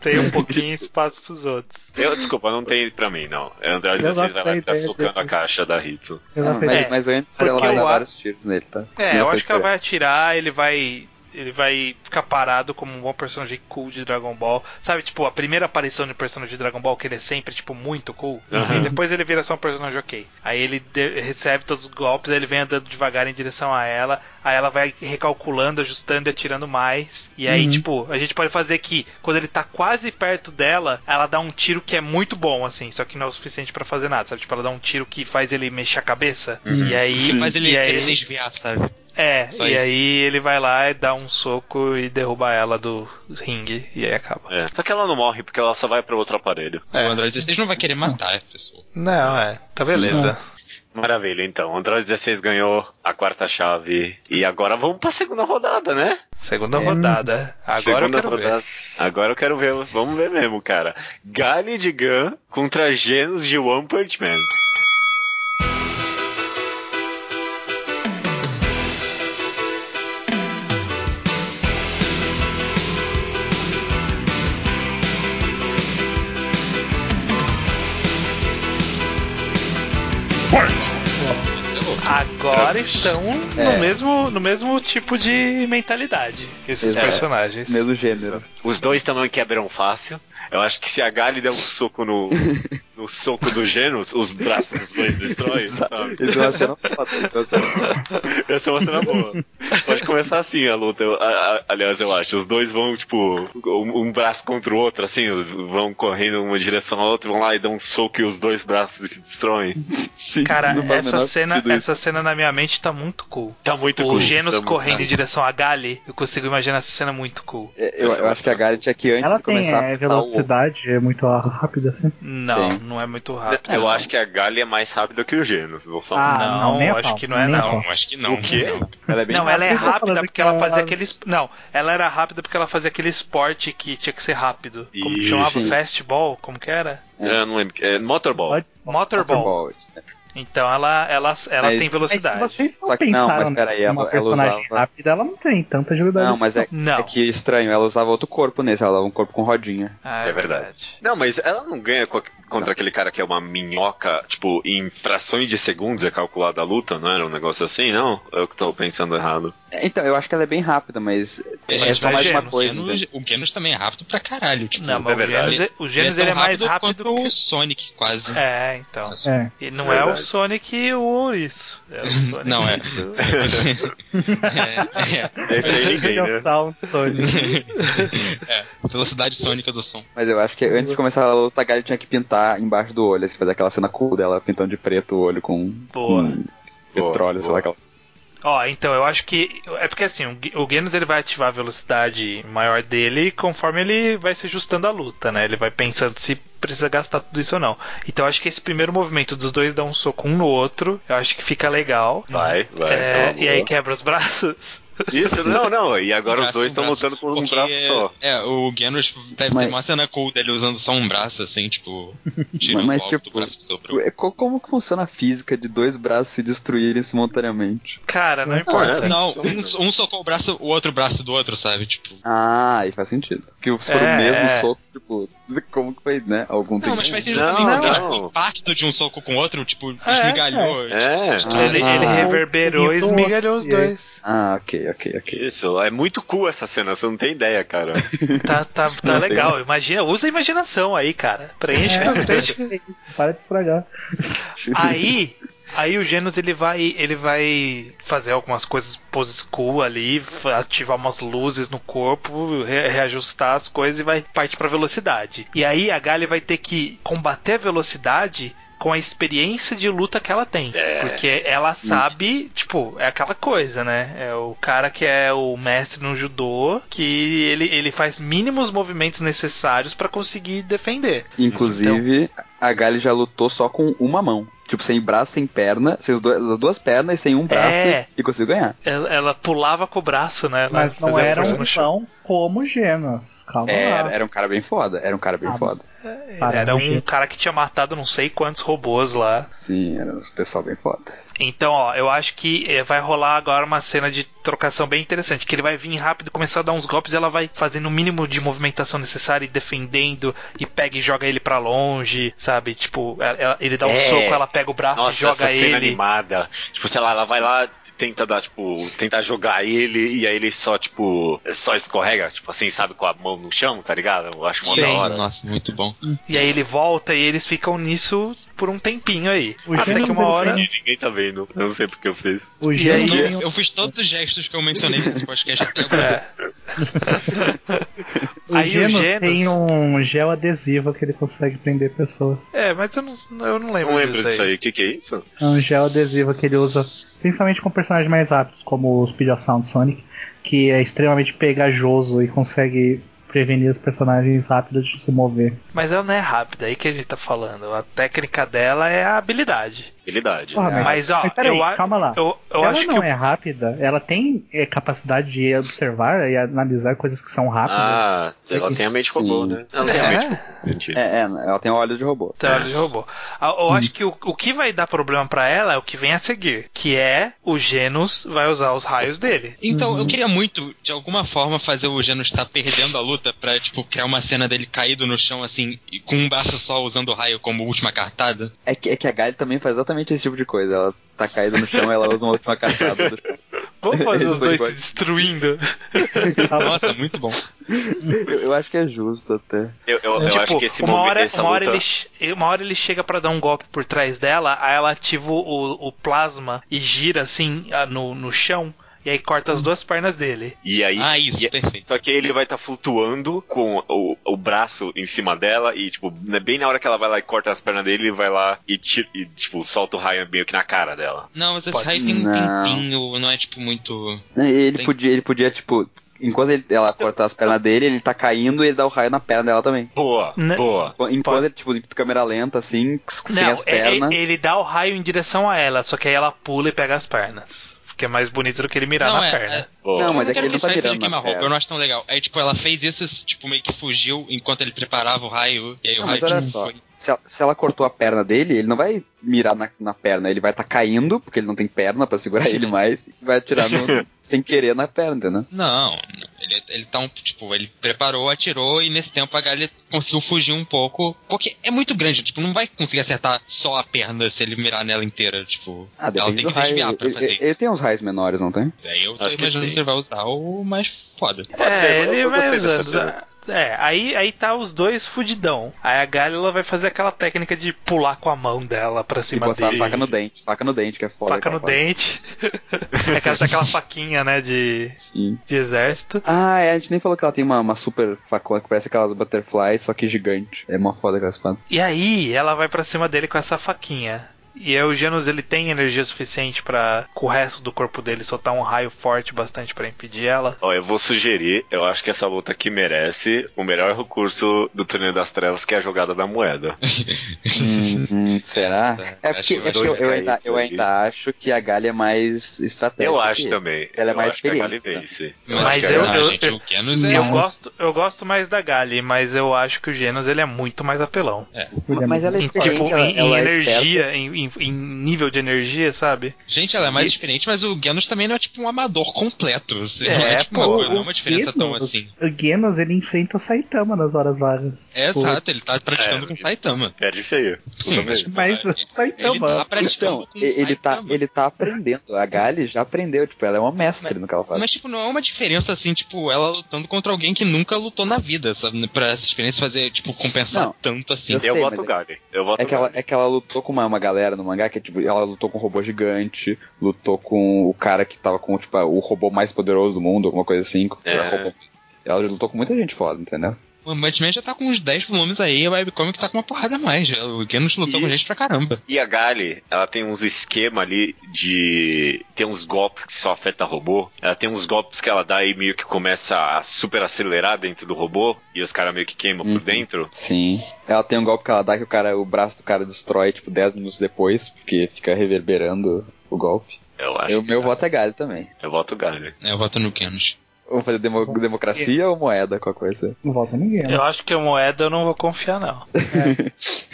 Speaker 2: Tem um pouquinho espaço pros outros.
Speaker 1: Eu, desculpa, não tem pra mim, não. É Android
Speaker 3: Eu
Speaker 1: 16
Speaker 3: gosto
Speaker 1: ela vai
Speaker 3: da
Speaker 1: ficar
Speaker 3: ideia
Speaker 1: socando
Speaker 3: dele.
Speaker 1: a caixa da Hitsu.
Speaker 3: Eu não
Speaker 4: Ah,
Speaker 3: sei.
Speaker 4: mas,
Speaker 2: É,
Speaker 4: mas antes ela
Speaker 2: porque
Speaker 4: vai
Speaker 2: eu
Speaker 4: dar
Speaker 2: acho-
Speaker 4: vários tiros nele, tá?
Speaker 2: É,
Speaker 4: Não
Speaker 2: eu
Speaker 4: foi
Speaker 2: acho que ela
Speaker 4: esperado.
Speaker 2: vai atirar, ele vai. Ele vai ficar parado como um bom personagem cool de Dragon Ball. Sabe, tipo, a primeira aparição de personagem de Dragon Ball, que ele é sempre, tipo, muito cool.
Speaker 1: Aham.
Speaker 2: E depois ele vira só um personagem ok. Aí ele de- recebe todos os golpes, aí ele vem andando devagar em direção a ela. Aí ela vai recalculando, ajustando e atirando mais. E aí,
Speaker 3: Uhum.
Speaker 2: tipo, a gente pode fazer que quando ele tá quase perto dela, ela dá um tiro que é muito bom, assim, só que não é o suficiente pra fazer nada, sabe? Tipo, ela dá um tiro que faz ele mexer a cabeça. E aí.
Speaker 5: Mas ele
Speaker 2: e aí-
Speaker 5: querer desviar, sabe?
Speaker 2: é,
Speaker 5: Só
Speaker 2: e
Speaker 5: isso.
Speaker 2: aí ele vai lá e dá um soco e derruba ela do ringue e aí acaba.
Speaker 1: É. Só que ela não morre, porque ela só vai pra outro aparelho.
Speaker 2: É.
Speaker 5: O Android 16 não vai querer matar a pessoa.
Speaker 2: Não, é. Tá beleza.
Speaker 1: Maravilha, então. Android 16 ganhou a quarta chave. E agora vamos pra segunda rodada, né?
Speaker 2: Segunda
Speaker 3: É.
Speaker 2: rodada. Agora
Speaker 1: Segunda
Speaker 2: eu quero
Speaker 1: rodada.
Speaker 2: ver.
Speaker 1: Agora eu quero ver. Vamos ver mesmo, cara. Gale de Gun contra Genos de One Punch Man.
Speaker 5: Mas é louco.
Speaker 2: Agora estão
Speaker 4: É.
Speaker 2: no, mesmo, no mesmo tipo de mentalidade esses
Speaker 4: Exato.
Speaker 2: personagens.
Speaker 4: Mesmo gênero.
Speaker 1: Os dois também quebram fácil. Eu acho que se a Gale der um soco no, no soco do Genos, os braços dos dois destroem, sabe?
Speaker 4: Isso é uma cena foda, isso é uma cena foda.
Speaker 1: Essa é uma cena boa. Pode começar assim a luta. Eu- a- a- aliás, eu acho. Os dois vão, tipo, um, um braço contra o outro, assim, vão correndo uma direção à outra, vão lá e dão um soco e os dois braços se destroem.
Speaker 4: Sim,
Speaker 2: Cara,
Speaker 4: não faz
Speaker 2: essa
Speaker 4: o tipo menor
Speaker 2: cena,
Speaker 4: sentido isso.
Speaker 2: essa cena na minha mente tá muito cool.
Speaker 1: Tá muito
Speaker 2: o
Speaker 1: cool.
Speaker 2: Genos
Speaker 1: Tá muito-
Speaker 2: correndo em direção a Gali, eu consigo imaginar essa cena muito cool.
Speaker 4: É, Eu, eu acho que a Gary tinha que antes
Speaker 3: Ela
Speaker 4: de
Speaker 3: tem
Speaker 4: começar
Speaker 3: é,
Speaker 4: a apertar o ovo.
Speaker 3: velocidade, é muito rápida assim.
Speaker 2: Não,
Speaker 4: Sim.
Speaker 2: não é muito rápido.
Speaker 1: Eu acho que a Gale é mais rápida que o Genos, vou falar.
Speaker 3: Ah,
Speaker 2: não,
Speaker 3: não, nem a
Speaker 2: acho
Speaker 3: pau,
Speaker 2: que não é
Speaker 3: nem a
Speaker 2: não.
Speaker 3: pau.
Speaker 5: Não, acho que não.
Speaker 1: O quê?
Speaker 5: Não.
Speaker 4: Ela é bem
Speaker 2: Não, ela é
Speaker 3: Vocês estão
Speaker 2: rápida
Speaker 3: falando
Speaker 2: porque ela
Speaker 3: que
Speaker 2: fazia
Speaker 3: ela-
Speaker 2: aqueles. Não, ela era rápida porque ela fazia aquele esporte que tinha que ser rápido. Como que
Speaker 1: Isso.
Speaker 2: chamava? Fastball? Como que era?
Speaker 1: Eu não lembro. É, motorball.
Speaker 3: Pode-
Speaker 2: Motorball.
Speaker 4: Ball, isso, né?
Speaker 2: Então ela, ela, ela
Speaker 4: Mas-
Speaker 2: tem
Speaker 3: Mas se
Speaker 2: velocidade.
Speaker 3: vocês não
Speaker 4: Só que- não,
Speaker 3: pensaram
Speaker 4: mas peraí, ela-
Speaker 3: numa
Speaker 4: ela
Speaker 3: personagem
Speaker 4: usava-
Speaker 3: rápida, ela não tem tanta agilidade.
Speaker 4: Não,
Speaker 3: assim,
Speaker 4: mas é,
Speaker 2: Não.
Speaker 4: é que estranho, ela usava outro corpo nesse, ela usava um corpo com rodinha.
Speaker 2: Ah,
Speaker 1: É verdade. Não, mas ela não ganha co- contra
Speaker 4: Não.
Speaker 1: aquele cara que é uma minhoca, tipo, em frações de segundos é calculada a luta, não era um negócio assim, não? Eu que tô pensando errado.
Speaker 4: É, Então, eu acho que ela é bem rápida, mas é
Speaker 5: Mas
Speaker 4: só mais uma
Speaker 2: Genos,
Speaker 4: coisa.
Speaker 5: O
Speaker 4: entendeu?
Speaker 5: Genos- o Genos também é rápido pra caralho. Tipo,
Speaker 2: né? Não, mas
Speaker 1: É
Speaker 2: o
Speaker 1: verdade.
Speaker 2: Genos, o Genos
Speaker 5: tão
Speaker 2: ele é mais rápido
Speaker 5: quanto
Speaker 2: que.
Speaker 5: o Sonic, quase.
Speaker 2: É, então.
Speaker 3: É.
Speaker 2: E não é o
Speaker 1: Verdade.
Speaker 2: Sonic e o isso. É o Sonic.
Speaker 5: Não, é.
Speaker 2: do-
Speaker 5: É, é.
Speaker 1: Esse aí ninguém, né?
Speaker 3: Sound Sonic.
Speaker 5: Velocidade sônica do som.
Speaker 4: Mas eu acho que antes de começar a luta, a Gali tinha que pintar embaixo do olho, assim, fazer aquela cena cool dela pintando de preto o olho com
Speaker 2: Boa.
Speaker 4: com
Speaker 1: Boa,
Speaker 4: petróleo, sei lá.
Speaker 1: boa.
Speaker 4: Aquela...
Speaker 2: Ó, então eu acho que. É porque assim, o Ge- o Genos ele vai ativar a velocidade maior dele conforme ele vai se ajustando à luta, né? Ele vai pensando se precisa gastar tudo isso ou não. Então eu acho que esse primeiro movimento dos dois dá um soco um no outro, eu acho que fica legal.
Speaker 1: Vai, vai.
Speaker 2: É,
Speaker 1: é uma
Speaker 2: e aí
Speaker 1: boa.
Speaker 2: quebra os braços.
Speaker 1: Isso, não, não. E agora os
Speaker 5: Braço,
Speaker 1: dois
Speaker 5: um
Speaker 1: estão
Speaker 5: braço.
Speaker 1: lutando com um
Speaker 5: Porque,
Speaker 1: braço só.
Speaker 5: É, o Genos deve
Speaker 4: Mas-
Speaker 5: ter uma cena cool dele usando só um braço, assim, tipo, tirando
Speaker 4: Mas,
Speaker 5: o alto
Speaker 4: tipo,
Speaker 5: do braço sobre
Speaker 4: É, co- Como que funciona a física de dois braços se destruírem simultaneamente?
Speaker 2: Cara, não
Speaker 3: Ah,
Speaker 2: importa.
Speaker 5: Não, um, um socou o braço, o outro braço do outro, sabe? Tipo,
Speaker 4: Ah, aí faz sentido. Porque se for
Speaker 2: É,
Speaker 4: o mesmo
Speaker 2: é.
Speaker 4: soco, tipo, como que foi, né? algum
Speaker 5: Não, mas faz sentido
Speaker 1: Não,
Speaker 5: também, porque
Speaker 1: não.
Speaker 5: tipo, o impacto de um soco com o outro, tipo,
Speaker 2: É,
Speaker 5: esmigalhou.
Speaker 1: É.
Speaker 5: tipo,
Speaker 2: Ele,
Speaker 4: Ah.
Speaker 2: ele reverberou e
Speaker 3: Irritou.
Speaker 2: esmigalhou os dois.
Speaker 4: Ah, ok, ok, ok.
Speaker 1: Isso, é muito cool essa cena, você não tem ideia, cara.
Speaker 2: Tá, tá, tá
Speaker 4: Não tem.
Speaker 2: legal. Imagina, usa a imaginação aí, cara. Preenche,
Speaker 3: É,
Speaker 2: preenche.
Speaker 3: Para de estragar.
Speaker 2: Aí, aí o Genos ele vai, ele vai fazer algumas coisas pose cool ali, fa- ativar umas luzes no corpo, re- reajustar as coisas e vai partir pra velocidade. E aí a Galha vai ter que combater a velocidade com a experiência de luta que ela tem,
Speaker 1: É.
Speaker 2: porque ela sabe, tipo, é aquela coisa, né? É o cara que é o mestre no judô, que ele, ele faz mínimos movimentos necessários pra conseguir defender.
Speaker 4: Inclusive, a Gali já lutou só com uma mão. Tipo, sem braço, sem perna, sem os dois- as duas pernas e sem um braço
Speaker 2: É.
Speaker 4: e conseguiu ganhar.
Speaker 2: Ela, ela pulava com o braço, né? Ela
Speaker 3: Mas não
Speaker 2: fazia
Speaker 3: era
Speaker 2: força
Speaker 3: um
Speaker 2: no chão.
Speaker 3: vilão como Genos. Calma
Speaker 4: Era,
Speaker 3: lá.
Speaker 4: era um cara bem foda, era um cara bem
Speaker 3: Ah,
Speaker 4: foda.
Speaker 2: Ele
Speaker 3: Parada
Speaker 2: era
Speaker 3: de-
Speaker 2: um cara que tinha matado não sei quantos robôs lá.
Speaker 4: Sim, era um pessoal bem foda.
Speaker 2: Então, ó, eu acho que eh, vai rolar agora uma cena de trocação bem interessante. Que ele vai vir rápido, começar a dar uns golpes e ela vai fazendo o mínimo de movimentação necessária e defendendo. E pega e joga ele pra longe, sabe? Tipo, ela- ela- ele dá um
Speaker 1: É.
Speaker 2: soco, ela pega o braço
Speaker 1: Nossa,
Speaker 2: e joga
Speaker 1: essa cena é
Speaker 2: ele.
Speaker 1: animada. Tipo, sei lá, ela vai lá tenta dar tipo tentar jogar ele e aí ele só tipo só escorrega tipo assim sabe com a mão no chão tá ligado eu acho mó da
Speaker 5: Sim,
Speaker 1: hora
Speaker 5: Nossa, muito bom.
Speaker 2: E aí ele volta e eles ficam nisso por um tempinho aí.
Speaker 3: O
Speaker 2: Até
Speaker 3: Genos,
Speaker 2: que uma
Speaker 3: ele
Speaker 2: hora.
Speaker 3: fez-
Speaker 1: ninguém tá vendo eu não sei porque eu fiz
Speaker 3: O
Speaker 2: E
Speaker 3: Genos
Speaker 2: aí-
Speaker 3: ele-
Speaker 5: Eu, eu fiz todos os gestos que eu mencionei nesse podcast até agora.
Speaker 2: É.
Speaker 3: o
Speaker 2: aí o
Speaker 3: Genos
Speaker 2: Genos-
Speaker 3: tem um gel adesivo que ele consegue prender pessoas.
Speaker 2: É, mas eu não, eu não
Speaker 1: eu
Speaker 2: lembro,
Speaker 1: não lembro
Speaker 2: um disso
Speaker 1: disso aí o que que é isso
Speaker 3: É um gel adesivo que ele usa principalmente com personagens mais rápidos, como o Speed of Sound Sonic, que é extremamente pegajoso e consegue prevenir os personagens rápidos de se mover.
Speaker 2: Mas ela não é rápida, aí que a gente tá falando. A técnica dela é a habilidade.
Speaker 1: habilidade
Speaker 3: Porra, mas,
Speaker 2: Ah, Mas, ó,
Speaker 3: É. mas peraí,
Speaker 2: eu a-
Speaker 3: calma lá.
Speaker 2: Eu,
Speaker 3: Se
Speaker 2: eu
Speaker 3: ela
Speaker 2: acho que.
Speaker 3: não
Speaker 2: o-
Speaker 3: é rápida, ela tem é, capacidade de observar e analisar coisas que são rápidas.
Speaker 1: ah ela tem a mente
Speaker 4: Sim.
Speaker 1: robô né ela não tem a
Speaker 2: É.
Speaker 1: mente robô, mentira.
Speaker 4: É, é, ela tem olhos de robô.
Speaker 2: Então,
Speaker 3: Ah.
Speaker 2: ela roubou. Eu, eu
Speaker 1: Hum.
Speaker 2: acho que o, o que vai dar problema pra ela é o que vem a seguir. Que é o Genos vai usar os raios dele.
Speaker 5: Então,
Speaker 4: Uhum.
Speaker 5: eu queria muito, de alguma forma, fazer o Genos estar perdendo a luta pra, tipo, criar uma cena dele caído no chão, assim, e com um braço só usando o raio como última cartada.
Speaker 4: É que, é que a Gali também faz exatamente esse tipo de coisa. Ela tá caída no chão, ela usa uma última caçada. do chão.
Speaker 2: Vamos fazer os
Speaker 4: Isso aí
Speaker 2: dois
Speaker 4: vai.
Speaker 2: se destruindo.
Speaker 4: Tá
Speaker 5: Nossa, muito bom.
Speaker 4: Eu, eu acho que é justo até.
Speaker 1: eu, eu, eu acho que esse
Speaker 2: Tipo, uma
Speaker 1: momento
Speaker 2: hora,
Speaker 1: essa
Speaker 2: uma, hora
Speaker 1: luta-
Speaker 2: ele, che- uma hora ele chega pra dar um golpe por trás dela, aí ela ativa o, o plasma e gira assim ah, no, no chão, e aí corta
Speaker 3: Hum.
Speaker 2: as duas pernas dele.
Speaker 1: e aí
Speaker 5: Ah, isso,
Speaker 4: é-
Speaker 1: e-
Speaker 5: perfeito.
Speaker 1: Só que ele vai estar flutuando com o, o braço em cima dela e, tipo, né, bem na hora que ela vai lá e corta as pernas dele, ele vai lá e, tira, e, tipo, solta o raio meio que na cara dela.
Speaker 5: Não, mas esse
Speaker 2: Pode-
Speaker 5: raio tem um
Speaker 4: Não.
Speaker 5: tempinho, não é, tipo, muito...
Speaker 4: Né, Ele
Speaker 5: Tem-
Speaker 4: podia, ele podia, tipo, enquanto ele- ela cortar as pernas dele, ele tá caindo e ele dá o raio na perna dela também.
Speaker 1: Boa,
Speaker 2: Né?
Speaker 1: boa.
Speaker 4: Enquanto
Speaker 2: Pode-
Speaker 4: ele, tipo, de câmera lenta, assim, sem
Speaker 2: Não,
Speaker 4: as
Speaker 2: é- é-
Speaker 4: pernas.
Speaker 2: ele dá o raio em direção a ela, só que aí ela pula e pega as pernas. Fica mais bonito do que ele mirar
Speaker 5: não,
Speaker 2: na
Speaker 5: é,
Speaker 2: perna.
Speaker 5: é-
Speaker 1: boa.
Speaker 4: Não, mas
Speaker 5: Eu não
Speaker 4: é que
Speaker 5: quero
Speaker 4: ele não
Speaker 5: que
Speaker 4: tá
Speaker 5: isso aí seja
Speaker 4: virando na
Speaker 5: queima-roupa,
Speaker 4: perna.
Speaker 5: eu não acho tão legal. Aí, tipo, ela fez isso, tipo, meio que fugiu enquanto ele preparava o raio, e aí o
Speaker 4: Não,
Speaker 5: raio,
Speaker 4: mas olha
Speaker 5: tipo,
Speaker 4: só.
Speaker 5: foi...
Speaker 4: Se ela, se ela cortou a perna dele, ele não vai mirar na, na perna, ele vai tá caindo, porque ele não tem perna pra segurar ele mais, e vai atirar no- sem querer na perna, entendeu?
Speaker 5: Não, ele, ele tá um, tipo, ele preparou, atirou e nesse tempo a Gali conseguiu fugir um pouco, porque é muito grande, tipo, não vai conseguir acertar só a perna se ele mirar nela inteira, tipo,
Speaker 4: Ah,
Speaker 5: ela
Speaker 4: depende
Speaker 5: tem
Speaker 4: do
Speaker 5: que
Speaker 4: raio.
Speaker 5: desviar pra
Speaker 4: Ele-
Speaker 5: fazer
Speaker 4: ele, ele
Speaker 5: isso.
Speaker 4: tem uns raios menores, não tem?
Speaker 5: Daí eu tô
Speaker 1: Acho que
Speaker 5: imaginando que,
Speaker 1: sim.
Speaker 5: ele vai usar o mais foda.
Speaker 1: Pode ser, eu-
Speaker 2: É, ele
Speaker 1: eu
Speaker 2: vai
Speaker 1: gostei dessa
Speaker 2: usando.
Speaker 1: cena.
Speaker 2: É, aí, aí tá os dois fudidão. Aí a Galha ela vai fazer aquela técnica de pular com a mão dela pra
Speaker 4: E
Speaker 2: cima dele.
Speaker 4: botar Tipo, faca no dente, faca no dente, que é foda.
Speaker 2: Assim, Faca no
Speaker 4: aquela fase.
Speaker 2: dente. é aquela, tá aquela faquinha, né, de,
Speaker 4: Sim.
Speaker 2: de exército.
Speaker 4: Ah, é, a gente nem falou que ela tem uma, uma super facona que parece aquelas butterflies, só que gigante. É uma foda aquela espada.
Speaker 2: E aí ela vai pra cima dele com essa faquinha. E aí o Genos ele tem energia suficiente pra com o resto do corpo dele soltar um raio forte bastante pra impedir ela.
Speaker 1: Ó, eu vou sugerir, eu acho que essa luta aqui merece o melhor recurso do Torneio das Trevas, que é a jogada da moeda.
Speaker 4: Hum, será? É
Speaker 5: Acho
Speaker 4: porque,
Speaker 5: que vai
Speaker 4: é porque eu, eu
Speaker 1: dois
Speaker 4: ainda, eu
Speaker 1: caídos
Speaker 4: ainda acho que a Galha é mais estratégica.
Speaker 1: Eu acho
Speaker 4: que ele.
Speaker 1: também.
Speaker 4: Ela é
Speaker 1: eu
Speaker 4: mais
Speaker 1: acho que a Gali
Speaker 4: experiente, né?
Speaker 1: vence.
Speaker 2: Mas
Speaker 1: acho que a
Speaker 2: eu-
Speaker 1: Gali-
Speaker 5: ah, gente, o Kenos é...
Speaker 2: Eu
Speaker 4: Não.
Speaker 2: gosto, eu gosto mais da Gali, mas eu acho que o Genos ele é muito mais apelão.
Speaker 4: Mas ela é
Speaker 2: Em,
Speaker 4: experiente,
Speaker 2: tipo,
Speaker 4: ela,
Speaker 2: em,
Speaker 4: ela
Speaker 2: em
Speaker 4: é
Speaker 2: energia, em, em em, em nível de energia, sabe?
Speaker 5: Gente, ela é mais experiente, mas o Genos também não é tipo um amador completo. Assim,
Speaker 1: É,
Speaker 5: não é tipo uma,
Speaker 1: pô,
Speaker 5: coisa- não é uma
Speaker 3: o
Speaker 5: diferença tão
Speaker 3: Genos-
Speaker 5: assim.
Speaker 3: O Genos, ele enfrenta o Saitama nas horas vagas.
Speaker 5: É,
Speaker 3: Tipo,
Speaker 5: exato, ele tá praticando
Speaker 1: É,
Speaker 5: com Saitama.
Speaker 1: Perde feio.
Speaker 5: Sim, mas, tipo,
Speaker 3: Mas o
Speaker 5: ele tá
Speaker 3: Saitama...
Speaker 5: praticando
Speaker 4: Então,
Speaker 5: com
Speaker 4: ele tá,
Speaker 5: Saitama.
Speaker 4: ele tá aprendendo. A Gali já aprendeu, tipo, ela é uma mestre no que ela faz.
Speaker 5: Mas, tipo, não é uma diferença assim, tipo, ela lutando contra alguém que nunca lutou na vida, sabe? Pra essa experiência fazer, tipo, compensar
Speaker 4: Não.
Speaker 5: tanto assim.
Speaker 4: Eu
Speaker 1: Eu,
Speaker 4: sei, mas
Speaker 1: voto
Speaker 4: é-
Speaker 1: Gali. Eu voto
Speaker 4: É que, ela,
Speaker 1: Gali.
Speaker 4: é que ela lutou com uma, uma galera no mangá que, tipo, ela lutou com um robô gigante, lutou com o cara que tava com, tipo, o robô mais poderoso do mundo, alguma coisa assim. que era
Speaker 1: É.
Speaker 4: robô. Ela lutou com muita gente foda, entendeu?
Speaker 5: O Batman já tá com uns 10 volumes aí, a webcomic tá com uma porrada a mais. já. O Genos lutou
Speaker 1: E-
Speaker 5: com gente pra caramba.
Speaker 1: E a Gali, ela tem uns esquema ali de. Tem uns golpes que só afeta robô. Ela tem uns golpes que ela dá e meio que começa a super acelerar dentro do robô. E os caras meio que queimam
Speaker 4: Uhum.
Speaker 1: por dentro.
Speaker 4: Sim. Ela tem um golpe que ela dá que o cara, o braço do cara destrói, tipo, 10 minutos depois, porque fica reverberando o golpe.
Speaker 1: Eu acho.
Speaker 4: Eu,
Speaker 1: que
Speaker 4: meu
Speaker 1: dá.
Speaker 4: voto é Gali também.
Speaker 1: Eu voto Gali.
Speaker 5: É, eu voto no Genos.
Speaker 4: Vamos fazer demo- democracia ou moeda, qualquer coisa?
Speaker 3: Não volta ninguém. né?
Speaker 4: É.
Speaker 2: Eu acho que a moeda eu não vou confiar, não.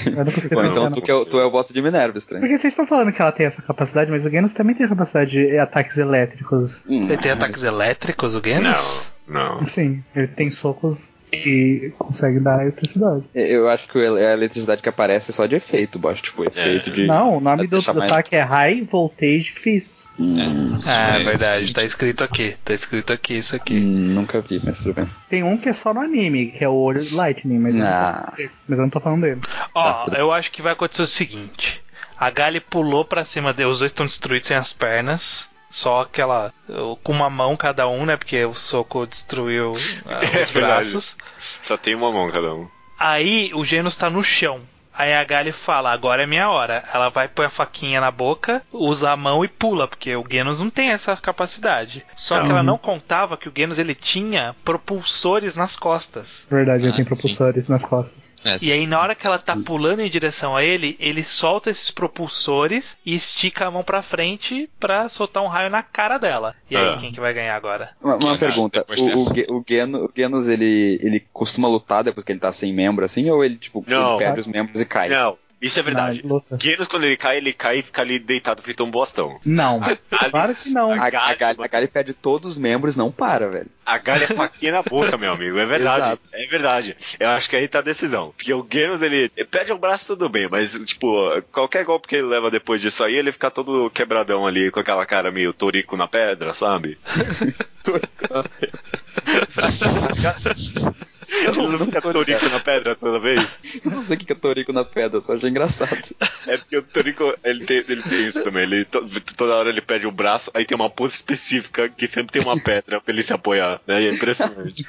Speaker 3: Eu não consigo
Speaker 4: Bom,
Speaker 1: Não,
Speaker 3: entender,
Speaker 4: então
Speaker 1: não.
Speaker 4: tu, que é, o- tu é o voto de Minerva, estranho.
Speaker 3: Porque vocês estão falando que ela tem essa capacidade, mas o Genos também tem a capacidade de ataques elétricos.
Speaker 4: Hum,
Speaker 2: Ele tem ataques elétricos, o
Speaker 4: é
Speaker 2: Genos?
Speaker 1: Não, não.
Speaker 3: Sim, ele tem socos que conseguem dar eletricidade.
Speaker 4: eu acho que o ele- a eletricidade que aparece é só de efeito, bosta. Tipo, efeito de.
Speaker 3: Não, o nome do,
Speaker 4: Deixa
Speaker 3: do
Speaker 4: mais-
Speaker 3: ataque é High Voltage Fist.
Speaker 4: Hum,
Speaker 2: Ah, é
Speaker 5: Isso,
Speaker 2: verdade,
Speaker 5: isso,
Speaker 2: tá escrito aqui. Tá escrito aqui isso
Speaker 4: hum,
Speaker 2: aqui.
Speaker 4: nunca vi, mas tudo bem.
Speaker 3: Tem um que é só no anime, que é o olho de Lightning, mas, eu não tô-
Speaker 4: Ah,
Speaker 3: mas eu não tô falando dele.
Speaker 2: Ó,
Speaker 4: tudo
Speaker 2: eu acho que vai acontecer o seguinte: a Gali pulou pra cima dele, os dois estão destruídos sem as pernas. Só aquela. Com uma mão cada um, né? Porque o soco destruiu ah,
Speaker 1: É
Speaker 2: os
Speaker 1: verdade.
Speaker 2: braços.
Speaker 1: Só tem uma mão cada um.
Speaker 2: Aí o Genos tá no chão. Aí a Gali fala, agora é minha hora. Ela vai pôr a faquinha na boca, usa a mão e pula, porque o Genos não tem essa capacidade. Só que
Speaker 3: Não.
Speaker 2: ela não contava que o Genos ele tinha propulsores nas costas.
Speaker 3: Na verdade, ele
Speaker 5: Ah,
Speaker 3: tem
Speaker 5: sim.
Speaker 3: propulsores nas costas.
Speaker 5: É.
Speaker 2: E aí, na hora que ela tá pulando em direção a ele, ele solta esses propulsores e estica a mão pra frente pra soltar um raio na cara dela. E aí,
Speaker 1: É.
Speaker 2: quem que vai ganhar agora?
Speaker 4: uma, uma
Speaker 5: Genos,
Speaker 4: pergunta.
Speaker 5: depois
Speaker 4: O,
Speaker 5: dessa.
Speaker 4: o, Ge- o Geno- o Genos, ele, ele costuma lutar depois que ele tá sem membro, assim? Ou ele, tipo,
Speaker 1: Não.
Speaker 4: ele perde os membros e cai?
Speaker 1: Não, isso é verdade.
Speaker 3: Na luta.
Speaker 1: Genos, quando ele cai, ele cai e fica ali deitado feito um bostão.
Speaker 3: Não,
Speaker 4: Ah,
Speaker 1: Ali-
Speaker 3: claro que não.
Speaker 4: A, a,
Speaker 1: Gali-
Speaker 4: Gali, a Gali perde todos os membros, não para, velho.
Speaker 1: A galha é faquinha na boca, meu amigo. É verdade.
Speaker 4: Exato.
Speaker 1: é verdade. Eu acho que aí tá a decisão. Porque o Genos, ele ele perde o braço, tudo bem. Mas, tipo, qualquer golpe que ele leva depois disso aí, ele fica todo quebradão ali, com aquela cara meio torico na pedra, sabe? Ele não fica torico na pedra toda vez.
Speaker 4: Eu não sei o que que é Torico na pedra, só achei engraçado.
Speaker 1: É porque o Torico, ele tem, ele tem isso também. Ele, to- toda hora ele perde o braço, aí tem uma pose específica que sempre tem uma pedra pra ele se apoiar. Né? E É impressionante.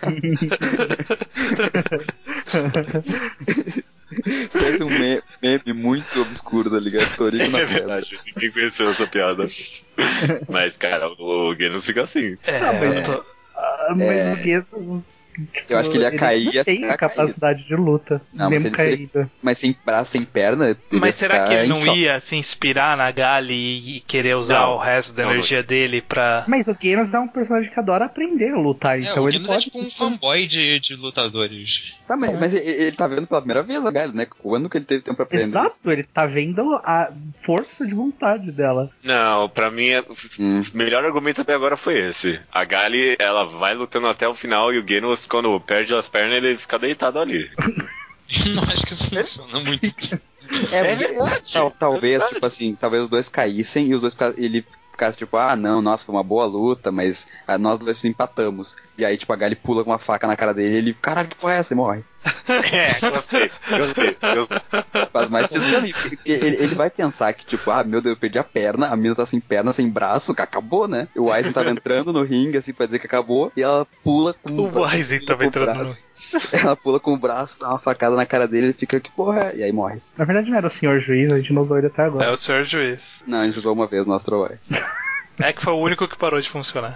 Speaker 4: Isso parece um me- meme muito obscuro, tá ligado? Torico na
Speaker 1: É
Speaker 4: pedra.
Speaker 1: verdade. Ninguém conheceu essa piada. Mas, cara, o Genos fica assim.
Speaker 2: É,
Speaker 3: Não, mas-
Speaker 2: eu tô-
Speaker 3: Ah,
Speaker 4: É.
Speaker 3: Mas o Genos. tipo,
Speaker 4: Eu acho que ele ia cair,
Speaker 3: não
Speaker 4: ia
Speaker 3: tem
Speaker 4: ficar
Speaker 3: a capacidade de luta,
Speaker 4: Não, mas
Speaker 3: mesmo
Speaker 4: ele seria-
Speaker 3: caída.
Speaker 4: Mas sem braço, sem perna. ele ia
Speaker 2: Mas será que
Speaker 4: ficar
Speaker 2: ele
Speaker 4: em
Speaker 2: não
Speaker 4: choque.
Speaker 2: ia se inspirar na Gali e- e querer usar
Speaker 1: Não.
Speaker 2: o resto da
Speaker 1: Não,
Speaker 2: energia dele pra.
Speaker 3: Mas o Genos é um personagem que adora aprender a lutar,
Speaker 5: É,
Speaker 3: então
Speaker 5: o
Speaker 3: ele
Speaker 5: Genos
Speaker 3: pode.
Speaker 5: é tipo um fanboy de, de lutadores.
Speaker 4: Tá, mas, mas ele, ele tá vendo pela primeira vez a Gali, né? Quando que ele teve tempo pra aprender?
Speaker 3: Exato, ele tá vendo a força de vontade dela.
Speaker 1: Não, pra mim, é-
Speaker 4: Hum.
Speaker 1: o melhor argumento até agora foi esse. A Gali, ela vai lutando até o final e o Genos, quando perde as pernas, ele fica deitado ali.
Speaker 5: Não acho que isso funciona muito.
Speaker 4: É,
Speaker 1: verdade.
Speaker 4: tal- talvez,
Speaker 1: verdade.
Speaker 4: tipo assim, talvez os dois caíssem e os dois fica- ele ficasse tipo, ah, não, nossa, foi uma boa luta, mas ah, nós dois empatamos. E aí, tipo, a Gali pula com uma faca na cara dele e ele, caralho, que porra é essa? E morre.
Speaker 1: É, gostei, gostei, gostei.
Speaker 4: Faz mais sentido pra mim, porque porque ele, ele vai pensar que, tipo, ah, meu Deus, eu perdi a perna, a mina tá sem perna, sem braço, que acabou, né? E o Aizen tava entrando no ringue, assim, pra dizer que acabou, e ela pula com um
Speaker 2: O Aizen tava entrando no-
Speaker 4: no... Ela pula com o braço, dá uma facada na cara dele, ele fica, que porra é? E aí morre.
Speaker 3: Na verdade não era o senhor juiz, a gente não usou ele até
Speaker 2: É
Speaker 3: agora.
Speaker 2: o senhor juiz.
Speaker 4: Não, a gente usou uma vez no Astro Boy.
Speaker 2: É que foi o único que parou de funcionar.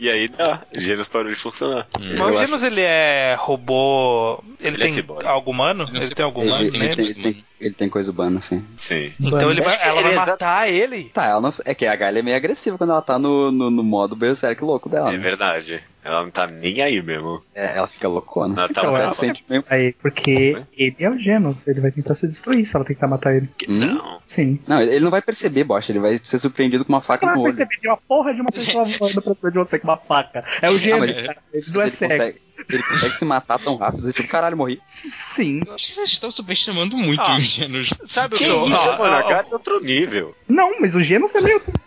Speaker 1: E aí, dá. Genos parou de funcionar.
Speaker 2: Mas
Speaker 4: Eu
Speaker 2: o
Speaker 4: acho-
Speaker 2: Genos ele é robô.
Speaker 1: Ele
Speaker 2: Ele,
Speaker 1: é
Speaker 2: tem
Speaker 1: cyborg.
Speaker 2: algo humano?
Speaker 5: Ele é
Speaker 2: Ele tem
Speaker 5: cyborg.
Speaker 2: algum
Speaker 4: Ele,
Speaker 5: Humano,
Speaker 2: humano
Speaker 4: ele,
Speaker 5: né?
Speaker 2: nele?
Speaker 4: tem,
Speaker 5: Mas
Speaker 4: ele, tem, ele tem coisa urbana, assim.
Speaker 1: Sim.
Speaker 2: Então ele vai,
Speaker 1: Acho que
Speaker 2: ela vai
Speaker 1: ele é exa-
Speaker 2: matar ele?
Speaker 4: Tá, ela não... é que a Gaia é meio agressiva quando ela tá no, no, no modo berserk louco dela,
Speaker 1: É
Speaker 4: né?
Speaker 1: verdade. Ela não tá nem aí mesmo.
Speaker 4: É, ela fica loucona.
Speaker 1: Ela tá
Speaker 3: Então,
Speaker 1: brava.
Speaker 4: Ela
Speaker 3: ela-
Speaker 4: sente meio...
Speaker 3: Aí, porque ele é o Genos, ele vai tentar se destruir se ela tentar matar ele.
Speaker 1: Que-
Speaker 4: Hum?
Speaker 1: Não.
Speaker 3: Sim.
Speaker 4: Não, ele não vai perceber, bosta. Ele vai ser surpreendido com uma faca
Speaker 3: Ela
Speaker 4: no
Speaker 3: vai
Speaker 4: olho.
Speaker 3: perceber, tem uma porra de uma pessoa voando pra cima de você com uma faca. É o
Speaker 4: Ah,
Speaker 3: gênio,
Speaker 4: mas-
Speaker 3: cara. Ele não é
Speaker 4: ele,
Speaker 3: cego.
Speaker 4: consegue, ele consegue se matar tão rápido. Tipo, caralho, morri.
Speaker 3: Sim.
Speaker 5: Eu acho que vocês estão subestimando muito
Speaker 2: Ah.
Speaker 5: o Genos.
Speaker 2: Sabe
Speaker 1: Que
Speaker 2: o que eu-
Speaker 1: isso,
Speaker 2: ó,
Speaker 1: mano? A
Speaker 2: ó,
Speaker 1: cara é outro nível.
Speaker 3: Não, mas o Genos também é meio.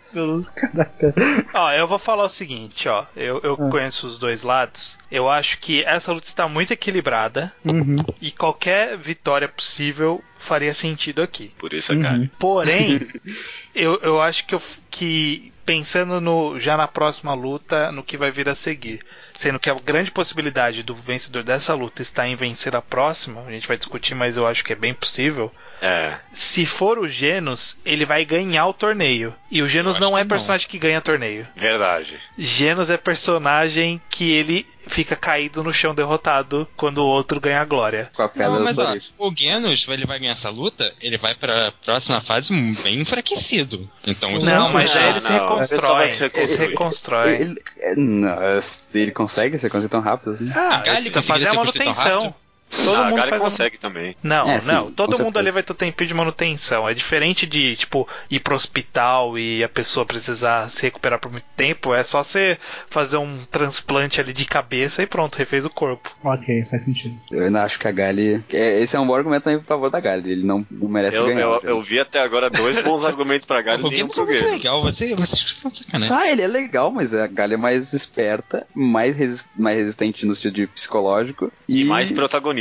Speaker 3: Caraca.
Speaker 2: Ó, eu vou falar o seguinte, ó. Eu, eu
Speaker 1: Ah.
Speaker 2: conheço os dois lados. Eu acho que essa luta está muito equilibrada
Speaker 3: Uhum.
Speaker 2: e qualquer vitória possível faria sentido aqui.
Speaker 1: Por isso
Speaker 4: Uhum.
Speaker 3: uhum.
Speaker 1: a cara.
Speaker 2: Porém, eu, eu acho que, eu, f- que pensando no já na próxima luta, no que vai vir a seguir, sendo que a grande possibilidade do vencedor dessa luta está em vencer a próxima, a gente vai discutir, mas eu acho que é bem possível.
Speaker 1: É.
Speaker 2: Se for o Genos, ele vai ganhar o torneio. E o Genos
Speaker 5: Eu acho
Speaker 2: não é
Speaker 5: que não.
Speaker 2: personagem que ganha torneio.
Speaker 1: Verdade.
Speaker 2: Genos é personagem que ele fica caído no chão derrotado quando o outro ganha a glória.
Speaker 4: Com a pedra
Speaker 5: Não,
Speaker 4: no
Speaker 5: mas ó,
Speaker 4: nariz.
Speaker 5: o Genos, ele vai ganhar essa luta, ele vai pra próxima fase bem enfraquecido. Então isso
Speaker 2: Não,
Speaker 5: não,
Speaker 2: mas
Speaker 1: não,
Speaker 2: aí ele se
Speaker 1: não,
Speaker 2: reconstrói.
Speaker 1: ele só vai se
Speaker 2: Ele se
Speaker 1: reconstruir.
Speaker 2: reconstrói.
Speaker 4: Ele, é, nossa, ele consegue se conseguir tão rápido assim?
Speaker 2: Ah,
Speaker 5: Galho
Speaker 2: precisa
Speaker 5: conseguiria
Speaker 2: fazer a
Speaker 5: ser construído tão
Speaker 2: manutenção. Todo
Speaker 1: Ah, a
Speaker 2: mundo
Speaker 1: Galha
Speaker 2: faz a-
Speaker 1: consegue também.
Speaker 2: Não,
Speaker 4: É, sim,
Speaker 2: não.
Speaker 4: com
Speaker 2: Todo mundo
Speaker 4: certeza.
Speaker 2: ali vai ter um tempo de manutenção. É diferente de, tipo, ir pro hospital e a pessoa precisar se recuperar por muito tempo. É só você fazer um transplante ali de cabeça e pronto, refez o corpo.
Speaker 3: Ok, faz sentido.
Speaker 4: Eu ainda acho que a Gali. é, Esse é um bom argumento também a favor da Gali. Ele não não merece
Speaker 1: Eu,
Speaker 4: ganhar. né,
Speaker 1: eu,
Speaker 4: entendeu?
Speaker 1: eu vi até agora dois bons argumentos pra Galha e
Speaker 5: O
Speaker 1: nenhum
Speaker 5: Genos
Speaker 1: pro
Speaker 5: é muito
Speaker 1: Guedes.
Speaker 5: legal, você, vocês estão de sacanagem.
Speaker 4: Ah, ele é legal, mas a Gali é mais esperta, mais, resis- mais resistente no sentido de psicológico e,
Speaker 1: E mais protagonista.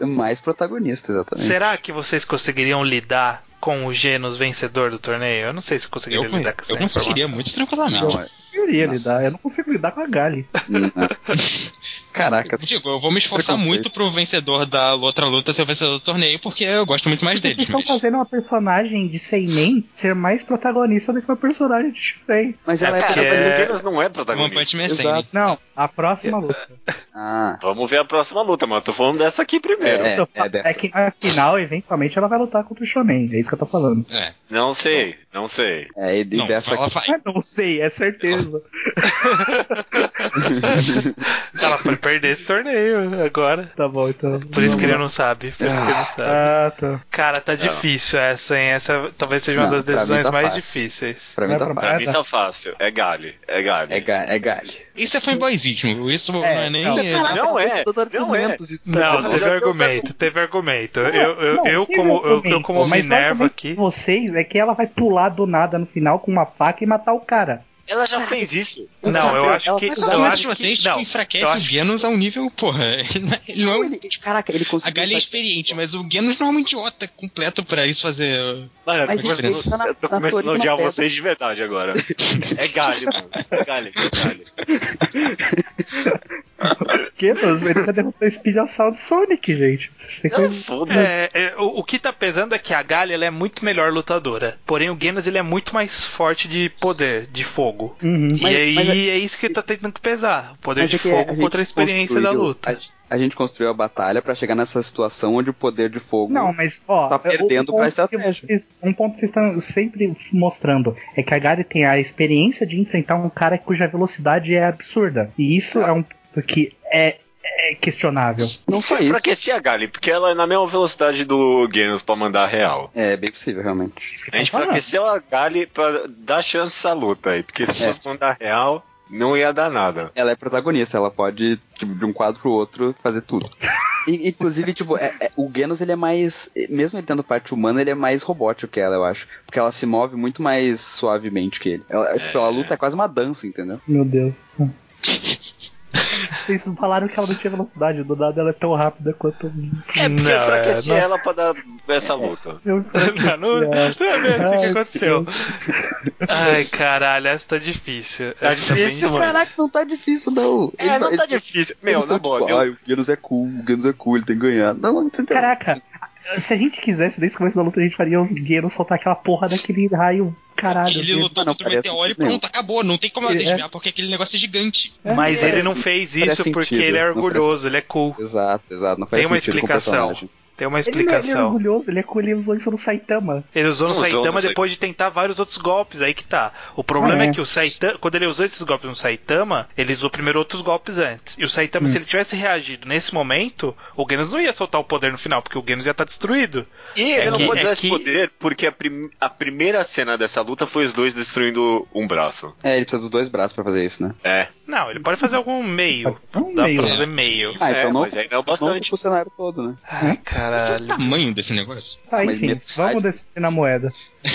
Speaker 4: mais protagonista, exatamente.
Speaker 2: Será que vocês conseguiriam lidar com o Genos vencedor do torneio? Eu não sei se
Speaker 5: Eu,
Speaker 2: conseguiria
Speaker 5: eu,
Speaker 2: lidar com né? essa
Speaker 5: conseguiria
Speaker 2: informação.
Speaker 5: muito
Speaker 4: Não,
Speaker 5: tranquilamente.
Speaker 4: é-
Speaker 3: Eu iria lidar, eu não consigo lidar com a Gali.
Speaker 4: não. Caraca,
Speaker 5: Digo, eu vou me esforçar
Speaker 4: Preconceito.
Speaker 2: muito.
Speaker 5: muito pro vencedor da outra luta ser o vencedor do torneio, porque eu gosto muito mais
Speaker 3: Vocês
Speaker 5: deles.
Speaker 3: estão
Speaker 5: mas-
Speaker 3: fazendo uma personagem de Seinen ser mais protagonista do que uma personagem de Shuren.
Speaker 4: mas ela é,
Speaker 2: É,
Speaker 1: Cara,
Speaker 2: porque-
Speaker 4: protagonista.
Speaker 1: mas o Guedes não é
Speaker 5: One
Speaker 1: protagonista.
Speaker 5: Punch Man é
Speaker 4: Exato.
Speaker 3: Não, a próxima luta.
Speaker 4: Ah,
Speaker 1: Vamos ver a próxima luta, mano. Tô falando dessa aqui primeiro.
Speaker 4: É,
Speaker 3: Eu tô
Speaker 4: é dessa.
Speaker 3: que afinal, eventualmente, ela vai lutar contra o Shonen. É isso que eu tô falando.
Speaker 5: Sane. É.
Speaker 1: Não sei, não sei.
Speaker 4: é, e
Speaker 5: Não,
Speaker 4: dessa
Speaker 5: ela vai.
Speaker 3: Ah, não sei, é certeza.
Speaker 2: Ela vai perder esse torneio agora.
Speaker 3: Tá bom, então.
Speaker 2: Por isso que ele não sabe. Por isso que ele não sabe.
Speaker 3: Ah, tá.
Speaker 2: Cara, tá difícil essa, hein? Essa talvez seja uma
Speaker 4: Não,
Speaker 2: das
Speaker 4: pra mim tá
Speaker 2: decisões mais
Speaker 4: fácil.
Speaker 2: difíceis.
Speaker 4: pra mim
Speaker 3: Vai
Speaker 4: tá
Speaker 3: pra
Speaker 4: fácil.
Speaker 1: Pra mim
Speaker 3: Essa-
Speaker 1: tá fácil. É Galho. É Galho.
Speaker 4: É, ga- é Gali. tá
Speaker 5: Isso é fanboyzismo. Isso não
Speaker 3: É,
Speaker 5: é nem.
Speaker 3: não.
Speaker 1: Não é,
Speaker 4: Todo
Speaker 1: não é.
Speaker 4: argumento, gente, tá
Speaker 2: Não,
Speaker 1: bom.
Speaker 4: dizendo.
Speaker 2: teve
Speaker 1: Já deu
Speaker 2: argumento,
Speaker 1: certo.
Speaker 2: teve argumento. Eu, eu,
Speaker 3: Não,
Speaker 2: eu
Speaker 3: teve
Speaker 2: como, eu, eu
Speaker 3: argumento,
Speaker 2: como
Speaker 3: mas o
Speaker 2: Minerva
Speaker 3: argumento
Speaker 2: aqui.
Speaker 3: de vocês é que ela vai pular do nada no final com uma faca e matar o cara.
Speaker 1: Ela já fez isso.
Speaker 2: Não, eu acho que.
Speaker 5: Mas o
Speaker 2: Eu
Speaker 5: argumento é de
Speaker 2: acho
Speaker 5: vocês
Speaker 2: que.
Speaker 5: tipo,
Speaker 2: Não, eu
Speaker 5: enfraquece
Speaker 2: acho
Speaker 5: o
Speaker 2: que-
Speaker 5: Genos a um nível, porra. Ele não é- ele não é
Speaker 4: Não,
Speaker 5: um
Speaker 4: ele- caraca, ele
Speaker 5: A
Speaker 4: conseguiu.
Speaker 5: Galha é experiente, mas o Genos não é um idiota completo pra isso fazer.
Speaker 1: Mano, eu
Speaker 4: Mas
Speaker 1: tô
Speaker 4: isso- isso tá
Speaker 1: começando,
Speaker 4: na-
Speaker 1: eu tô
Speaker 4: na
Speaker 1: começando a
Speaker 4: teoria
Speaker 1: odiar
Speaker 4: da pedra.
Speaker 1: vocês de verdade agora. É Galho, mano. É Galho, é Galho.
Speaker 3: Que tá Deus, ele já derrotou o Spilhaçal de Sonic, gente. Você tem
Speaker 1: Ah,
Speaker 3: que-
Speaker 1: Foda-se.
Speaker 2: É, é, o, o que tá pesando é que a Galha ela é muito melhor lutadora. Porém, o Genos ele é muito mais forte de poder, de fogo.
Speaker 3: Uhum.
Speaker 2: e
Speaker 4: Mas-
Speaker 2: aí
Speaker 4: mas a-
Speaker 2: é isso que tá tentando que pesar. O poder de
Speaker 4: é que a
Speaker 2: fogo
Speaker 4: gente
Speaker 2: contra a experiência da
Speaker 4: construiu-
Speaker 2: luta.
Speaker 4: A, gente- a gente construiu a batalha pra chegar nessa situação onde o poder de fogo.
Speaker 3: Não, mas ó,
Speaker 4: Tá perdendo
Speaker 3: um ponto
Speaker 4: pra
Speaker 3: que
Speaker 4: estratégia.
Speaker 3: vocês- um ponto que vocês estão sempre mostrando é que a Gary tem a experiência de enfrentar um cara cuja velocidade é absurda. E isso é um ponto que é, é questionável.
Speaker 4: não só isso. é
Speaker 1: Enfraquecer a Galho, porque ela é na mesma velocidade do Genos pra mandar a real.
Speaker 4: É bem possível, realmente.
Speaker 3: Isso que
Speaker 1: A gente
Speaker 3: eu tô falando.
Speaker 1: enfraqueceu a Galho pra dar chance à luta aí. Porque se
Speaker 4: É.
Speaker 1: fosse mandar a real, não ia dar nada.
Speaker 4: Ela é protagonista, ela pode, tipo, de um quadro pro outro, fazer tudo. E, inclusive, tipo, é- é- o Genos, ele é mais. Mesmo ele tendo parte humana, ele é mais robótico que ela, eu acho. Porque ela se move muito mais suavemente que ele. Ela, tipo, ela luta é quase uma dança, entendeu?
Speaker 3: Meu Deus do céu. Vocês falaram que ela não tinha velocidade, do nada ela é tão rápida quanto.
Speaker 1: É porque
Speaker 2: Não,
Speaker 1: eu
Speaker 2: é,
Speaker 1: enfraqueci
Speaker 2: não-
Speaker 1: ela pra dar essa luta.
Speaker 3: Eu-
Speaker 2: Não, não, não é bem assim que aconteceu. Ai, caralho, essa tá difícil.
Speaker 1: Tá
Speaker 2: Essa bem
Speaker 1: difícil, mano.
Speaker 4: Caraca, não tá difícil, não.
Speaker 1: É, não tá
Speaker 4: ele-
Speaker 1: difícil.
Speaker 4: eles
Speaker 1: Meu,
Speaker 4: estão,
Speaker 1: na boa,
Speaker 4: tipo,
Speaker 1: deu
Speaker 4: "Ai, o Genos é cool, o Genos é cool, ele tem que ganhar. Não, entendeu?
Speaker 3: Caraca, se a gente quisesse, desde o começo da luta, a gente faria os guerreiros soltar aquela porra daquele raio caralho.
Speaker 5: Ele
Speaker 3: dele.
Speaker 5: lutou
Speaker 4: não
Speaker 5: contra o
Speaker 4: faria
Speaker 5: meteoro e
Speaker 4: sentido nenhum.
Speaker 5: pronto, acabou. Não tem como ela
Speaker 3: Ele é-
Speaker 5: desviar, porque aquele negócio é gigante.
Speaker 2: Mas
Speaker 4: É,
Speaker 2: ele não
Speaker 4: parece-
Speaker 2: fez
Speaker 4: parece
Speaker 2: isso porque
Speaker 4: sentido,
Speaker 2: ele é
Speaker 4: não
Speaker 2: orgulhoso, ele é cool.
Speaker 4: Exato, exato. Não faz
Speaker 2: Tem uma
Speaker 4: sentido com o
Speaker 2: explicação.
Speaker 4: personagem.
Speaker 2: Tem uma
Speaker 3: Ele, não é, ele é
Speaker 2: explicação. Ele,
Speaker 3: orgulhoso, ele, é, co- ele usou isso no Saitama.
Speaker 2: usou no
Speaker 1: Usou no
Speaker 2: Saitama
Speaker 1: Sai-
Speaker 2: depois de tentar vários outros golpes, aí que tá. O problema é,
Speaker 3: É.
Speaker 2: que o Saitama, quando ele usou esses golpes no Saitama, ele usou primeiro outros golpes antes. E o Saitama,
Speaker 3: Hum.
Speaker 2: se ele tivesse reagido nesse momento, o Genos não ia soltar o poder no final, porque o Genos ia estar destruído.
Speaker 1: E eu não
Speaker 2: que-
Speaker 1: vou
Speaker 2: é
Speaker 1: usar esse
Speaker 2: que-
Speaker 1: poder, porque a, prim- a primeira cena dessa luta foi os dois destruindo um braço.
Speaker 4: É, ele precisa dos dois braços pra fazer isso, né?
Speaker 1: É.
Speaker 2: Não, ele pode
Speaker 3: Isso-
Speaker 2: fazer algum meio.
Speaker 3: Um
Speaker 2: Dá pra
Speaker 3: meio.
Speaker 2: fazer meio.
Speaker 4: Ah,
Speaker 1: É,
Speaker 4: então não,
Speaker 1: mas aí não é
Speaker 4: não
Speaker 1: bastante.
Speaker 4: o cenário todo, né?
Speaker 2: Ai,
Speaker 5: Qual
Speaker 2: caralho.
Speaker 5: o tamanho desse negócio?
Speaker 3: Tá,
Speaker 4: Mas
Speaker 3: enfim,
Speaker 4: metade-
Speaker 3: vamos descer na moeda.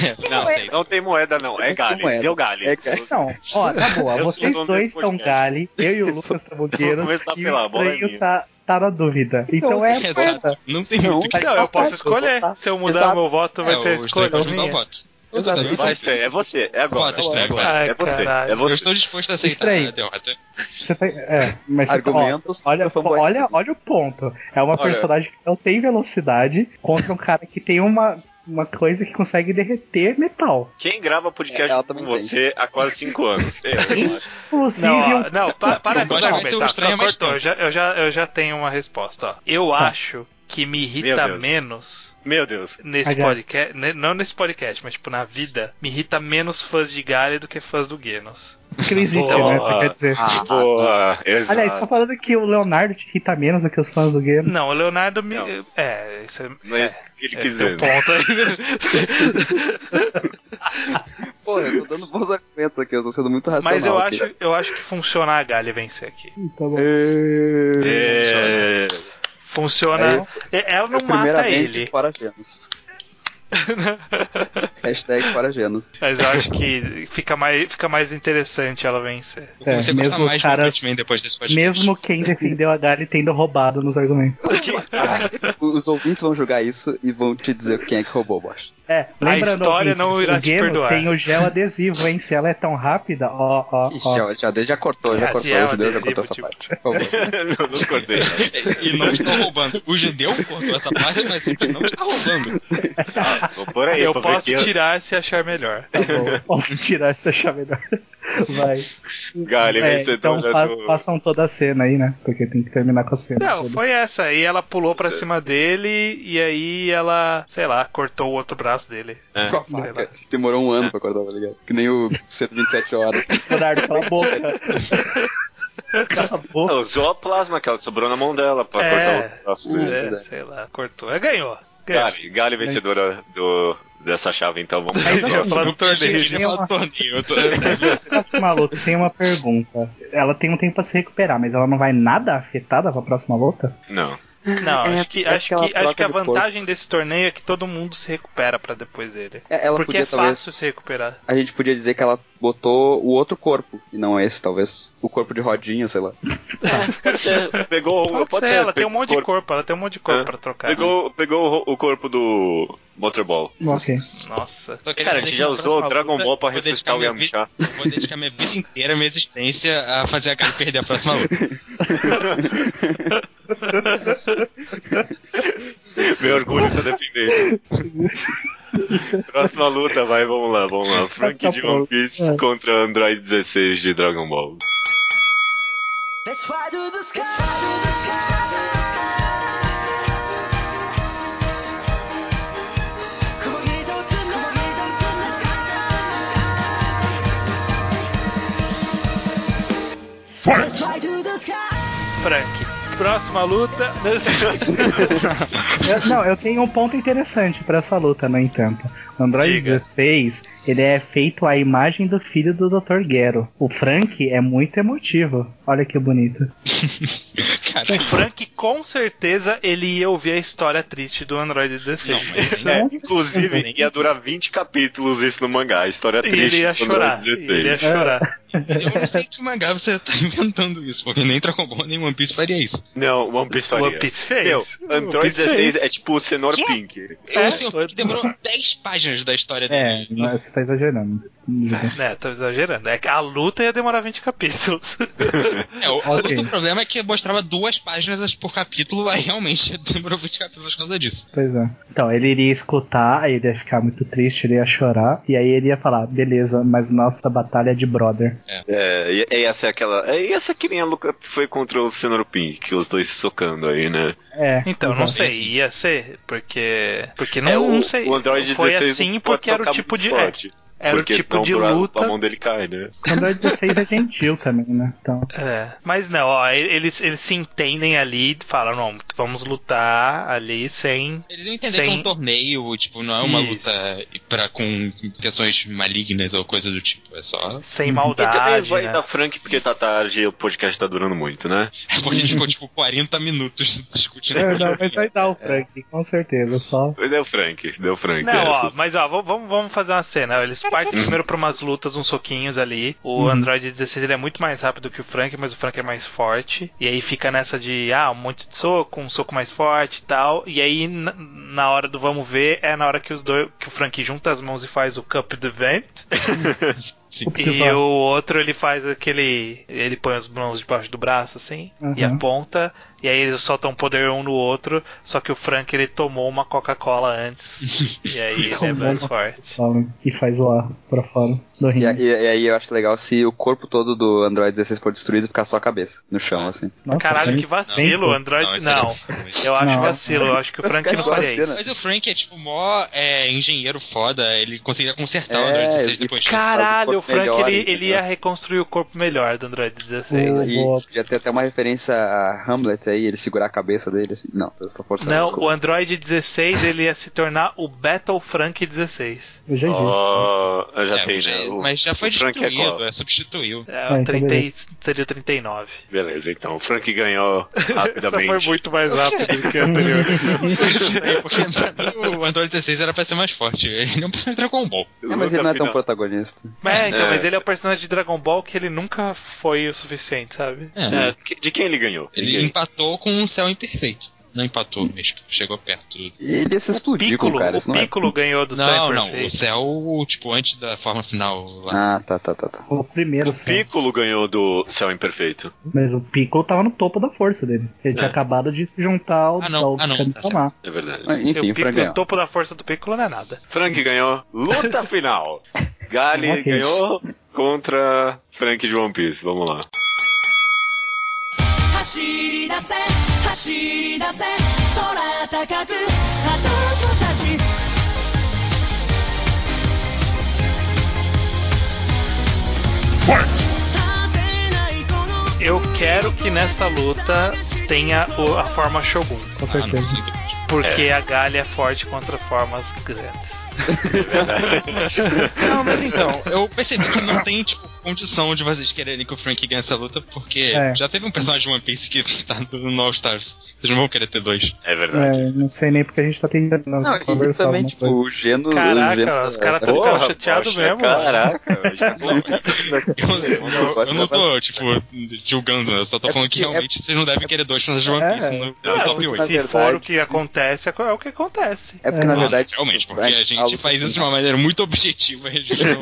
Speaker 5: não, sei.
Speaker 1: Não tem moeda, não. É
Speaker 4: Não tem
Speaker 1: Gale.
Speaker 4: moeda.
Speaker 1: Deu Gale.
Speaker 4: É que-
Speaker 3: Não, ó, na boa,
Speaker 1: Eu
Speaker 3: vocês
Speaker 1: sou o dono
Speaker 3: dois
Speaker 1: desse
Speaker 3: estão
Speaker 1: podcast.
Speaker 3: gale, eu e o Lucas Trabuqueiros,
Speaker 1: Vamos começar
Speaker 3: e o
Speaker 1: pela bola,
Speaker 3: estranho
Speaker 1: minha.
Speaker 3: tá, tá na dúvida. Então é
Speaker 5: Exato.
Speaker 3: moeda.
Speaker 5: Não tem
Speaker 4: Não,
Speaker 5: muito. que-
Speaker 2: Não, tá eu posso escolher.
Speaker 3: Exato.
Speaker 2: Se eu mudar meu voto, vai
Speaker 5: É,
Speaker 2: ser
Speaker 5: o Estranho
Speaker 2: escolha
Speaker 5: pode mudar o
Speaker 2: minha.
Speaker 5: voto. Eu
Speaker 4: Exato.
Speaker 5: também.
Speaker 1: Vai ser, é você. É agora.
Speaker 5: Bota, estranho,
Speaker 1: é agora.
Speaker 2: vai.
Speaker 1: É você.
Speaker 2: Ai,
Speaker 1: É
Speaker 5: Eu
Speaker 1: você.
Speaker 5: estou disposto a aceitar
Speaker 3: Estranho.
Speaker 5: a derrota.
Speaker 3: Você tá, é, mas você tá- ó,
Speaker 4: Argumentos
Speaker 3: olha,
Speaker 4: pra fanboys.
Speaker 3: olha, olha o ponto. É uma
Speaker 1: Olha.
Speaker 3: personagem que não tem velocidade contra um cara que tem uma, uma coisa que consegue derreter metal.
Speaker 1: Quem grava podcast
Speaker 4: Ela
Speaker 1: com
Speaker 4: também tem.
Speaker 1: você há quase 5 anos? Eu,
Speaker 2: Hum?
Speaker 1: eu acho.
Speaker 3: Inclusive,
Speaker 2: Não, ah,
Speaker 3: um-
Speaker 2: ó, não, pa- para
Speaker 5: Eu
Speaker 2: de
Speaker 5: acho que vai ser o
Speaker 2: argumentar.
Speaker 5: estranho, Tá.
Speaker 2: Só
Speaker 5: mas
Speaker 2: cortou,
Speaker 5: tá.
Speaker 2: eu já, eu, já, eu já tenho uma resposta. Ó. Eu acho que me irrita
Speaker 1: Meu Deus.
Speaker 2: menos
Speaker 1: Meu Deus.
Speaker 2: nesse
Speaker 3: Aliás.
Speaker 2: podcast, ne- não nesse podcast, mas tipo na vida, me irrita menos fãs de Gale do que fãs do Genos.
Speaker 3: que não existe,
Speaker 1: Boa.
Speaker 3: né? Você quer dizer.
Speaker 2: Ah.
Speaker 4: Ah, Tipo,
Speaker 1: Boa. Exato.
Speaker 3: Aliás, você tá falando que o Leonardo te irrita menos do que os fãs do game?
Speaker 2: Não, o Leonardo me.
Speaker 1: Não.
Speaker 2: É, isso é.
Speaker 1: Não é isso que ele
Speaker 2: é, esse é o
Speaker 1: quiser.
Speaker 2: ponto aí.
Speaker 4: Pô, eu tô dando bons argumentos aqui, eu tô sendo muito racional.
Speaker 2: Mas eu
Speaker 4: aqui.
Speaker 2: acho, eu acho que funciona a Gale vencer aqui.
Speaker 3: Tá bom.
Speaker 1: É...
Speaker 2: Funciona. É, Ela não mata
Speaker 4: Primeiramente,
Speaker 2: ele.
Speaker 4: fora Genos. Hashtag fora Genos.
Speaker 2: Mas eu acho que fica mais, fica mais interessante ela vencer.
Speaker 5: Eu
Speaker 3: É,
Speaker 5: comecei a gostar
Speaker 3: mesmo
Speaker 5: mais
Speaker 3: cara-
Speaker 5: do Batman depois desse podcast.
Speaker 3: Mesmo quem defendeu a Gali tendo roubado nos argumentos.
Speaker 4: Os ouvintes vão julgar isso e vão te dizer quem é que roubou, Bosch.
Speaker 3: É, lembrando
Speaker 2: história não
Speaker 3: ouvintes,
Speaker 2: irá
Speaker 3: o
Speaker 2: te
Speaker 3: Genos
Speaker 2: perdoar.
Speaker 3: tem o gel adesivo, hein? Se ela é tão rápida, ó, ó,
Speaker 4: Ixi,
Speaker 3: ó.
Speaker 4: já, já, já cortou, já
Speaker 2: Ah,
Speaker 4: cortou.
Speaker 2: se é
Speaker 4: O judeu já
Speaker 2: adesivo,
Speaker 4: cortou essa
Speaker 2: tipo.
Speaker 4: parte. Por favor.
Speaker 1: não, não cortei.
Speaker 5: E não está roubando. O judeu cortou essa parte, mas ele não está roubando.
Speaker 1: Ah, vou por aí,
Speaker 2: eu
Speaker 1: pra ver
Speaker 2: posso
Speaker 1: quem- é
Speaker 2: tirar se achar melhor.
Speaker 3: Tá bom, posso tirar essa chave melhor. Vai.
Speaker 1: Gale
Speaker 3: É, então
Speaker 1: vencedora
Speaker 3: fa-
Speaker 1: do...
Speaker 3: façam toda a cena aí, né? Porque tem que terminar com a cena.
Speaker 2: Não,
Speaker 3: toda.
Speaker 2: foi essa. Aí ela pulou pra cima dele e aí ela, sei lá, cortou o outro braço dele.
Speaker 1: É.
Speaker 4: Com a faca. Demorou um ano pra cortar, tá ligado? Que nem o 127 horas.
Speaker 3: Leonardo, cala a boca. cala a boca.
Speaker 1: Ela usou a plasma que ela sobrou na mão dela pra
Speaker 2: É.
Speaker 1: cortar o né? braço dele.
Speaker 2: É,
Speaker 4: verdade.
Speaker 2: sei lá, cortou. Aí ganhou. Ganhou.
Speaker 1: Gale, Gale vencedora do, dessa chave, então vamos
Speaker 3: Mas
Speaker 1: pro
Speaker 3: não-
Speaker 2: Eu ia falar do
Speaker 5: Eu
Speaker 2: torneio.
Speaker 5: queria falar do torneio. Eu tô...
Speaker 2: tá
Speaker 3: Tá Maluco, tem uma pergunta. Ela tem um tempo pra se recuperar, mas ela não vai nada afetada pra próxima luta?
Speaker 1: Não.
Speaker 2: Não,
Speaker 4: É,
Speaker 2: acho que,
Speaker 4: é
Speaker 2: acho
Speaker 4: aquela
Speaker 2: que, acho que a
Speaker 4: troca de
Speaker 2: vantagem desse torneio é que todo mundo se recupera pra depois dele.
Speaker 4: É, Ela
Speaker 2: Porque
Speaker 4: podia
Speaker 2: é
Speaker 4: talvez.
Speaker 2: fácil se recuperar.
Speaker 4: A gente podia dizer que ela botou o outro corpo, e não esse, talvez. O corpo de rodinha, sei lá.
Speaker 1: Pegou o.
Speaker 2: Pode, ser, ela tem um monte de
Speaker 1: corpo.
Speaker 2: corpo, ela tem um monte de corpo
Speaker 1: É.
Speaker 2: pra trocar.
Speaker 1: Pegou, pegou o o corpo do Motorball.
Speaker 3: Ok.
Speaker 2: Nossa.
Speaker 5: Só queria
Speaker 1: Cara,
Speaker 5: dizer
Speaker 1: que
Speaker 5: que
Speaker 1: já
Speaker 5: no
Speaker 1: usou o
Speaker 5: próximo
Speaker 1: Dragon
Speaker 5: luta,
Speaker 1: Ball pra
Speaker 5: vou
Speaker 1: ressuscitar
Speaker 5: dedicar
Speaker 1: o
Speaker 5: minha vi-
Speaker 1: Yamcha.
Speaker 5: Vou dedicar minha vida inteira, minha existência, a fazer a Gabi perder a próxima luta.
Speaker 1: Meu orgulho tá dependendo. Próxima luta, vai, vamos lá, vamos lá. Frank
Speaker 3: Tá
Speaker 1: de
Speaker 3: bom.
Speaker 1: One Piece
Speaker 3: É.
Speaker 1: contra Android 16 de Dragon Ball.
Speaker 6: Let's fly to the sky. Come on, get down tonight. Come on, get down tonight. Let's fly to the sky.
Speaker 2: Frank. Próxima luta.
Speaker 3: Eu- não, eu tenho um ponto interessante pra essa luta, no entanto. O Android
Speaker 2: Diga.
Speaker 3: 16, ele é feito à imagem do filho do Dr. Gero. O Frank é muito emotivo. Olha que bonito.
Speaker 2: o
Speaker 5: Caralho.
Speaker 2: Frank, com certeza, ele ia ouvir a história triste do Android 16.
Speaker 5: Não, mas
Speaker 1: É,
Speaker 3: Nossa,
Speaker 1: inclusive, ia durar 20 capítulos isso no mangá. A história é
Speaker 2: E ele
Speaker 1: triste.
Speaker 2: ia
Speaker 1: do
Speaker 2: chorar.
Speaker 1: Android É.
Speaker 2: e Ele ia
Speaker 1: 16.
Speaker 2: chorar.
Speaker 5: eu não sei que mangá você tá inventando isso, porque nem Dragon Ball nem One Piece faria isso.
Speaker 1: Não, One Piece
Speaker 2: O
Speaker 1: faria.
Speaker 2: One Piece fez.
Speaker 1: Meu,
Speaker 2: O One
Speaker 1: Android
Speaker 2: Piece
Speaker 1: 16
Speaker 2: fez.
Speaker 1: é tipo o Senhor
Speaker 2: Quê?
Speaker 1: Pink.
Speaker 2: É,
Speaker 5: o senhor que demorou 10 páginas da história
Speaker 3: É,
Speaker 5: dele.
Speaker 3: mas você tá exagerando.
Speaker 2: É, tô exagerando. É que a luta ia demorar 20 capítulos.
Speaker 5: É, o,
Speaker 3: Ok.
Speaker 5: outro problema é que mostrava duas páginas por capítulo, aí realmente demorou 20 capítulos por causa disso.
Speaker 3: Pois é. Então, ele iria escutar, aí ele ia ficar muito triste, ele ia chorar, e aí ele ia falar, beleza, mas nossa batalha é de brother.
Speaker 1: É, e, e essa é aquela. é, E essa que nem a Luca foi contra o Senhor Pink, que os dois se socando aí, né?
Speaker 3: É.
Speaker 2: Então, não
Speaker 3: exato.
Speaker 2: sei, ia ser, porque. Porque não,
Speaker 1: é, o,
Speaker 2: não sei.
Speaker 1: O Android
Speaker 2: Foi
Speaker 1: 16
Speaker 2: assim
Speaker 1: não pode
Speaker 2: porque era o
Speaker 1: socar
Speaker 2: tipo
Speaker 1: muito
Speaker 2: de. é,
Speaker 1: Forte,
Speaker 2: era o
Speaker 1: porque
Speaker 2: tipo
Speaker 1: senão
Speaker 2: de
Speaker 1: bra-
Speaker 2: luta.
Speaker 1: A mão dele cai, né?
Speaker 3: O Android 16 é gentil também, né? Então,
Speaker 2: É, mas não, ó, eles, eles se entendem ali e falam, não, vamos lutar ali sem.
Speaker 5: Eles iam entender que é
Speaker 2: Sem-
Speaker 5: um torneio, tipo, não é uma
Speaker 2: Isso.
Speaker 5: luta pra, com intenções malignas ou coisa do tipo. É só.
Speaker 2: Sem
Speaker 1: Uhum. e também
Speaker 2: maldade.
Speaker 1: vai
Speaker 2: né?
Speaker 1: da Frank, porque tá tarde e o podcast tá durando muito, né?
Speaker 5: É porque a gente ficou, tipo, 40 minutos né? discutindo.
Speaker 3: é, não, mas vai dar o Frank, com certeza, só...
Speaker 1: Deu é Frank, deu Frank.
Speaker 2: Não,
Speaker 1: essa.
Speaker 2: ó, mas ó, vamos- vamos, vamos fazer uma cena. Eles partem primeiro pra umas lutas, uns soquinhos ali. O
Speaker 3: Uhum.
Speaker 2: Android 16 ele é muito mais rápido que o Frank, mas o Frank é mais forte. E aí fica nessa de, ah, um monte de soco, um soco mais forte e tal. E aí, na, na hora do vamos ver, é na hora que os dois. que o Frank junta as mãos e faz o Cup do Vent.
Speaker 3: Tipo,
Speaker 2: E o outro ele faz aquele. Ele põe as mãos debaixo do braço, assim,
Speaker 3: Uhum.
Speaker 2: e aponta. E aí eles soltam poder um no outro. Só que o Frank ele tomou uma Coca-Cola antes. e aí ele é
Speaker 3: Tomou
Speaker 2: mais
Speaker 3: uma
Speaker 2: forte.
Speaker 3: Falam, e faz lá pra fora do
Speaker 4: E,
Speaker 3: ringue.
Speaker 4: a- e- e aí eu acho legal se o corpo todo do Android 16 for destruído e ficar só a cabeça no chão, assim.
Speaker 3: Nossa,
Speaker 2: Caralho,
Speaker 3: bem-
Speaker 2: que vacilo, o
Speaker 3: bem-
Speaker 2: Android.
Speaker 5: isso era
Speaker 2: Não, é
Speaker 5: impossível.
Speaker 2: eu acho
Speaker 3: Não.
Speaker 2: vacilo, eu acho que o Frank
Speaker 4: ficar
Speaker 2: não
Speaker 4: igual a
Speaker 2: faria
Speaker 4: cena.
Speaker 2: isso.
Speaker 5: Mas o Frank é, tipo, mó é, engenheiro foda, ele conseguia consertar o
Speaker 4: É,
Speaker 5: Android 16
Speaker 4: e-
Speaker 5: depois disso.
Speaker 4: Cara,
Speaker 2: Caralho, é o né?
Speaker 4: corpo
Speaker 2: Frank
Speaker 4: melhor,
Speaker 2: ele,
Speaker 4: entendeu?
Speaker 2: ele ia reconstruir o corpo melhor do Android 16.
Speaker 3: Boa,
Speaker 4: E
Speaker 3: boa.
Speaker 4: podia ter até uma referência a Hamlet aí, ele segurar a cabeça dele, assim. Não, eu estou forçando.
Speaker 2: Não,
Speaker 4: desculpa.
Speaker 2: é o Android 16 ele ia se tornar o Battle Frank 16.
Speaker 3: Eu já disse.
Speaker 1: Ó, eu já
Speaker 5: É,
Speaker 1: tem,
Speaker 5: mas,
Speaker 1: né?
Speaker 5: já,
Speaker 1: O-
Speaker 5: mas já foi
Speaker 1: o Frank é
Speaker 5: destruído,
Speaker 1: qual?
Speaker 5: é, substituiu.
Speaker 2: É, o
Speaker 3: Ah, então
Speaker 2: 30 e-
Speaker 3: beleza.
Speaker 2: seria o 39.
Speaker 5: é.
Speaker 1: Beleza, então. O Frank ganhou
Speaker 2: Essa foi
Speaker 1: rapidamente.
Speaker 2: muito mais rápido do que a anterior.
Speaker 5: É, porque pra mim, o Android 16 era pra ser mais forte. Ele não precisa de Dragon Ball.
Speaker 4: É, mas ele não é tão
Speaker 1: Luta
Speaker 4: protagonista.
Speaker 2: mas, é, então,
Speaker 1: É.
Speaker 2: mas ele é o personagem de Dragon Ball que ele nunca foi o suficiente, sabe?
Speaker 5: É,
Speaker 1: final- É, que- de quem ele ganhou?
Speaker 5: Ele
Speaker 1: Ninguém.
Speaker 5: empatou com um céu imperfeito. Não empatou mesmo, chegou perto.
Speaker 4: E ele ia se explodir com
Speaker 2: Piccolo,
Speaker 4: o cara, isso
Speaker 2: o
Speaker 4: não é-
Speaker 2: Piccolo ganhou do
Speaker 5: Não,
Speaker 2: Cypher
Speaker 5: não, o céu, tipo, antes da forma final lá.
Speaker 4: Ah, tá, tá, tá, tá.
Speaker 3: O primeiro,
Speaker 1: O
Speaker 3: só.
Speaker 1: Piccolo ganhou do Céu Imperfeito.
Speaker 3: mas o Piccolo tava no topo da força dele. Ele tinha
Speaker 1: É.
Speaker 3: acabado de se juntar ao,
Speaker 5: Ah, não,
Speaker 3: ao
Speaker 5: ah, não,
Speaker 3: Kami
Speaker 5: tá
Speaker 3: Samar.
Speaker 1: É verdade.
Speaker 4: Enfim,
Speaker 2: o,
Speaker 4: o Frank ganhou.
Speaker 2: Piccolo, o topo da força do Piccolo não é nada.
Speaker 1: Frank ganhou. Luta final. Gali
Speaker 3: Ok.
Speaker 1: ganhou contra Frank de One Piece. Vamos lá.
Speaker 6: 走り出せ走り出せ空高く旗を差し果てないこの
Speaker 2: Eu quero que nessa luta tenha o- a forma Shogun.
Speaker 3: Com
Speaker 5: Ah, não
Speaker 3: certeza.
Speaker 5: sei. do-
Speaker 2: Porque a Galha é forte contra formas grandes.
Speaker 5: Não, mas então, eu percebi que não tem, tipo, condição de vocês quererem que o Frank ganhe essa luta, porque
Speaker 3: É.
Speaker 5: já teve um personagem de One Piece que tá no All Stars. Vocês não vão querer ter dois.
Speaker 1: É verdade.
Speaker 3: É, não sei nem porque a gente tá tentando
Speaker 4: Não, e
Speaker 3: conversar.
Speaker 4: também,
Speaker 3: alguma
Speaker 4: tipo,
Speaker 3: coisa.
Speaker 4: o Geno. o Geno,
Speaker 2: Caraca, os
Speaker 1: tá
Speaker 2: caras estão ficando
Speaker 1: Porra,
Speaker 2: chateados
Speaker 1: poxa,
Speaker 2: mesmo.
Speaker 1: Caraca, a gente tá falando isso daqui.
Speaker 5: Eu, eu- eu não tô, tipo, julgando, eu só tô
Speaker 4: É
Speaker 5: falando que
Speaker 4: porque-
Speaker 5: realmente vocês não devem querer dois personagens de One Piece
Speaker 3: É.
Speaker 5: no, no
Speaker 2: Ah,
Speaker 5: top
Speaker 2: se
Speaker 5: 8.
Speaker 4: é verdade-
Speaker 2: for o que acontece, é o que acontece.
Speaker 4: É porque, na
Speaker 3: Ah,
Speaker 4: verdade.
Speaker 5: Realmente,
Speaker 4: tipo,
Speaker 5: porque a gente
Speaker 4: luta
Speaker 5: faz isso de uma maneira muito objetiva. a gente não-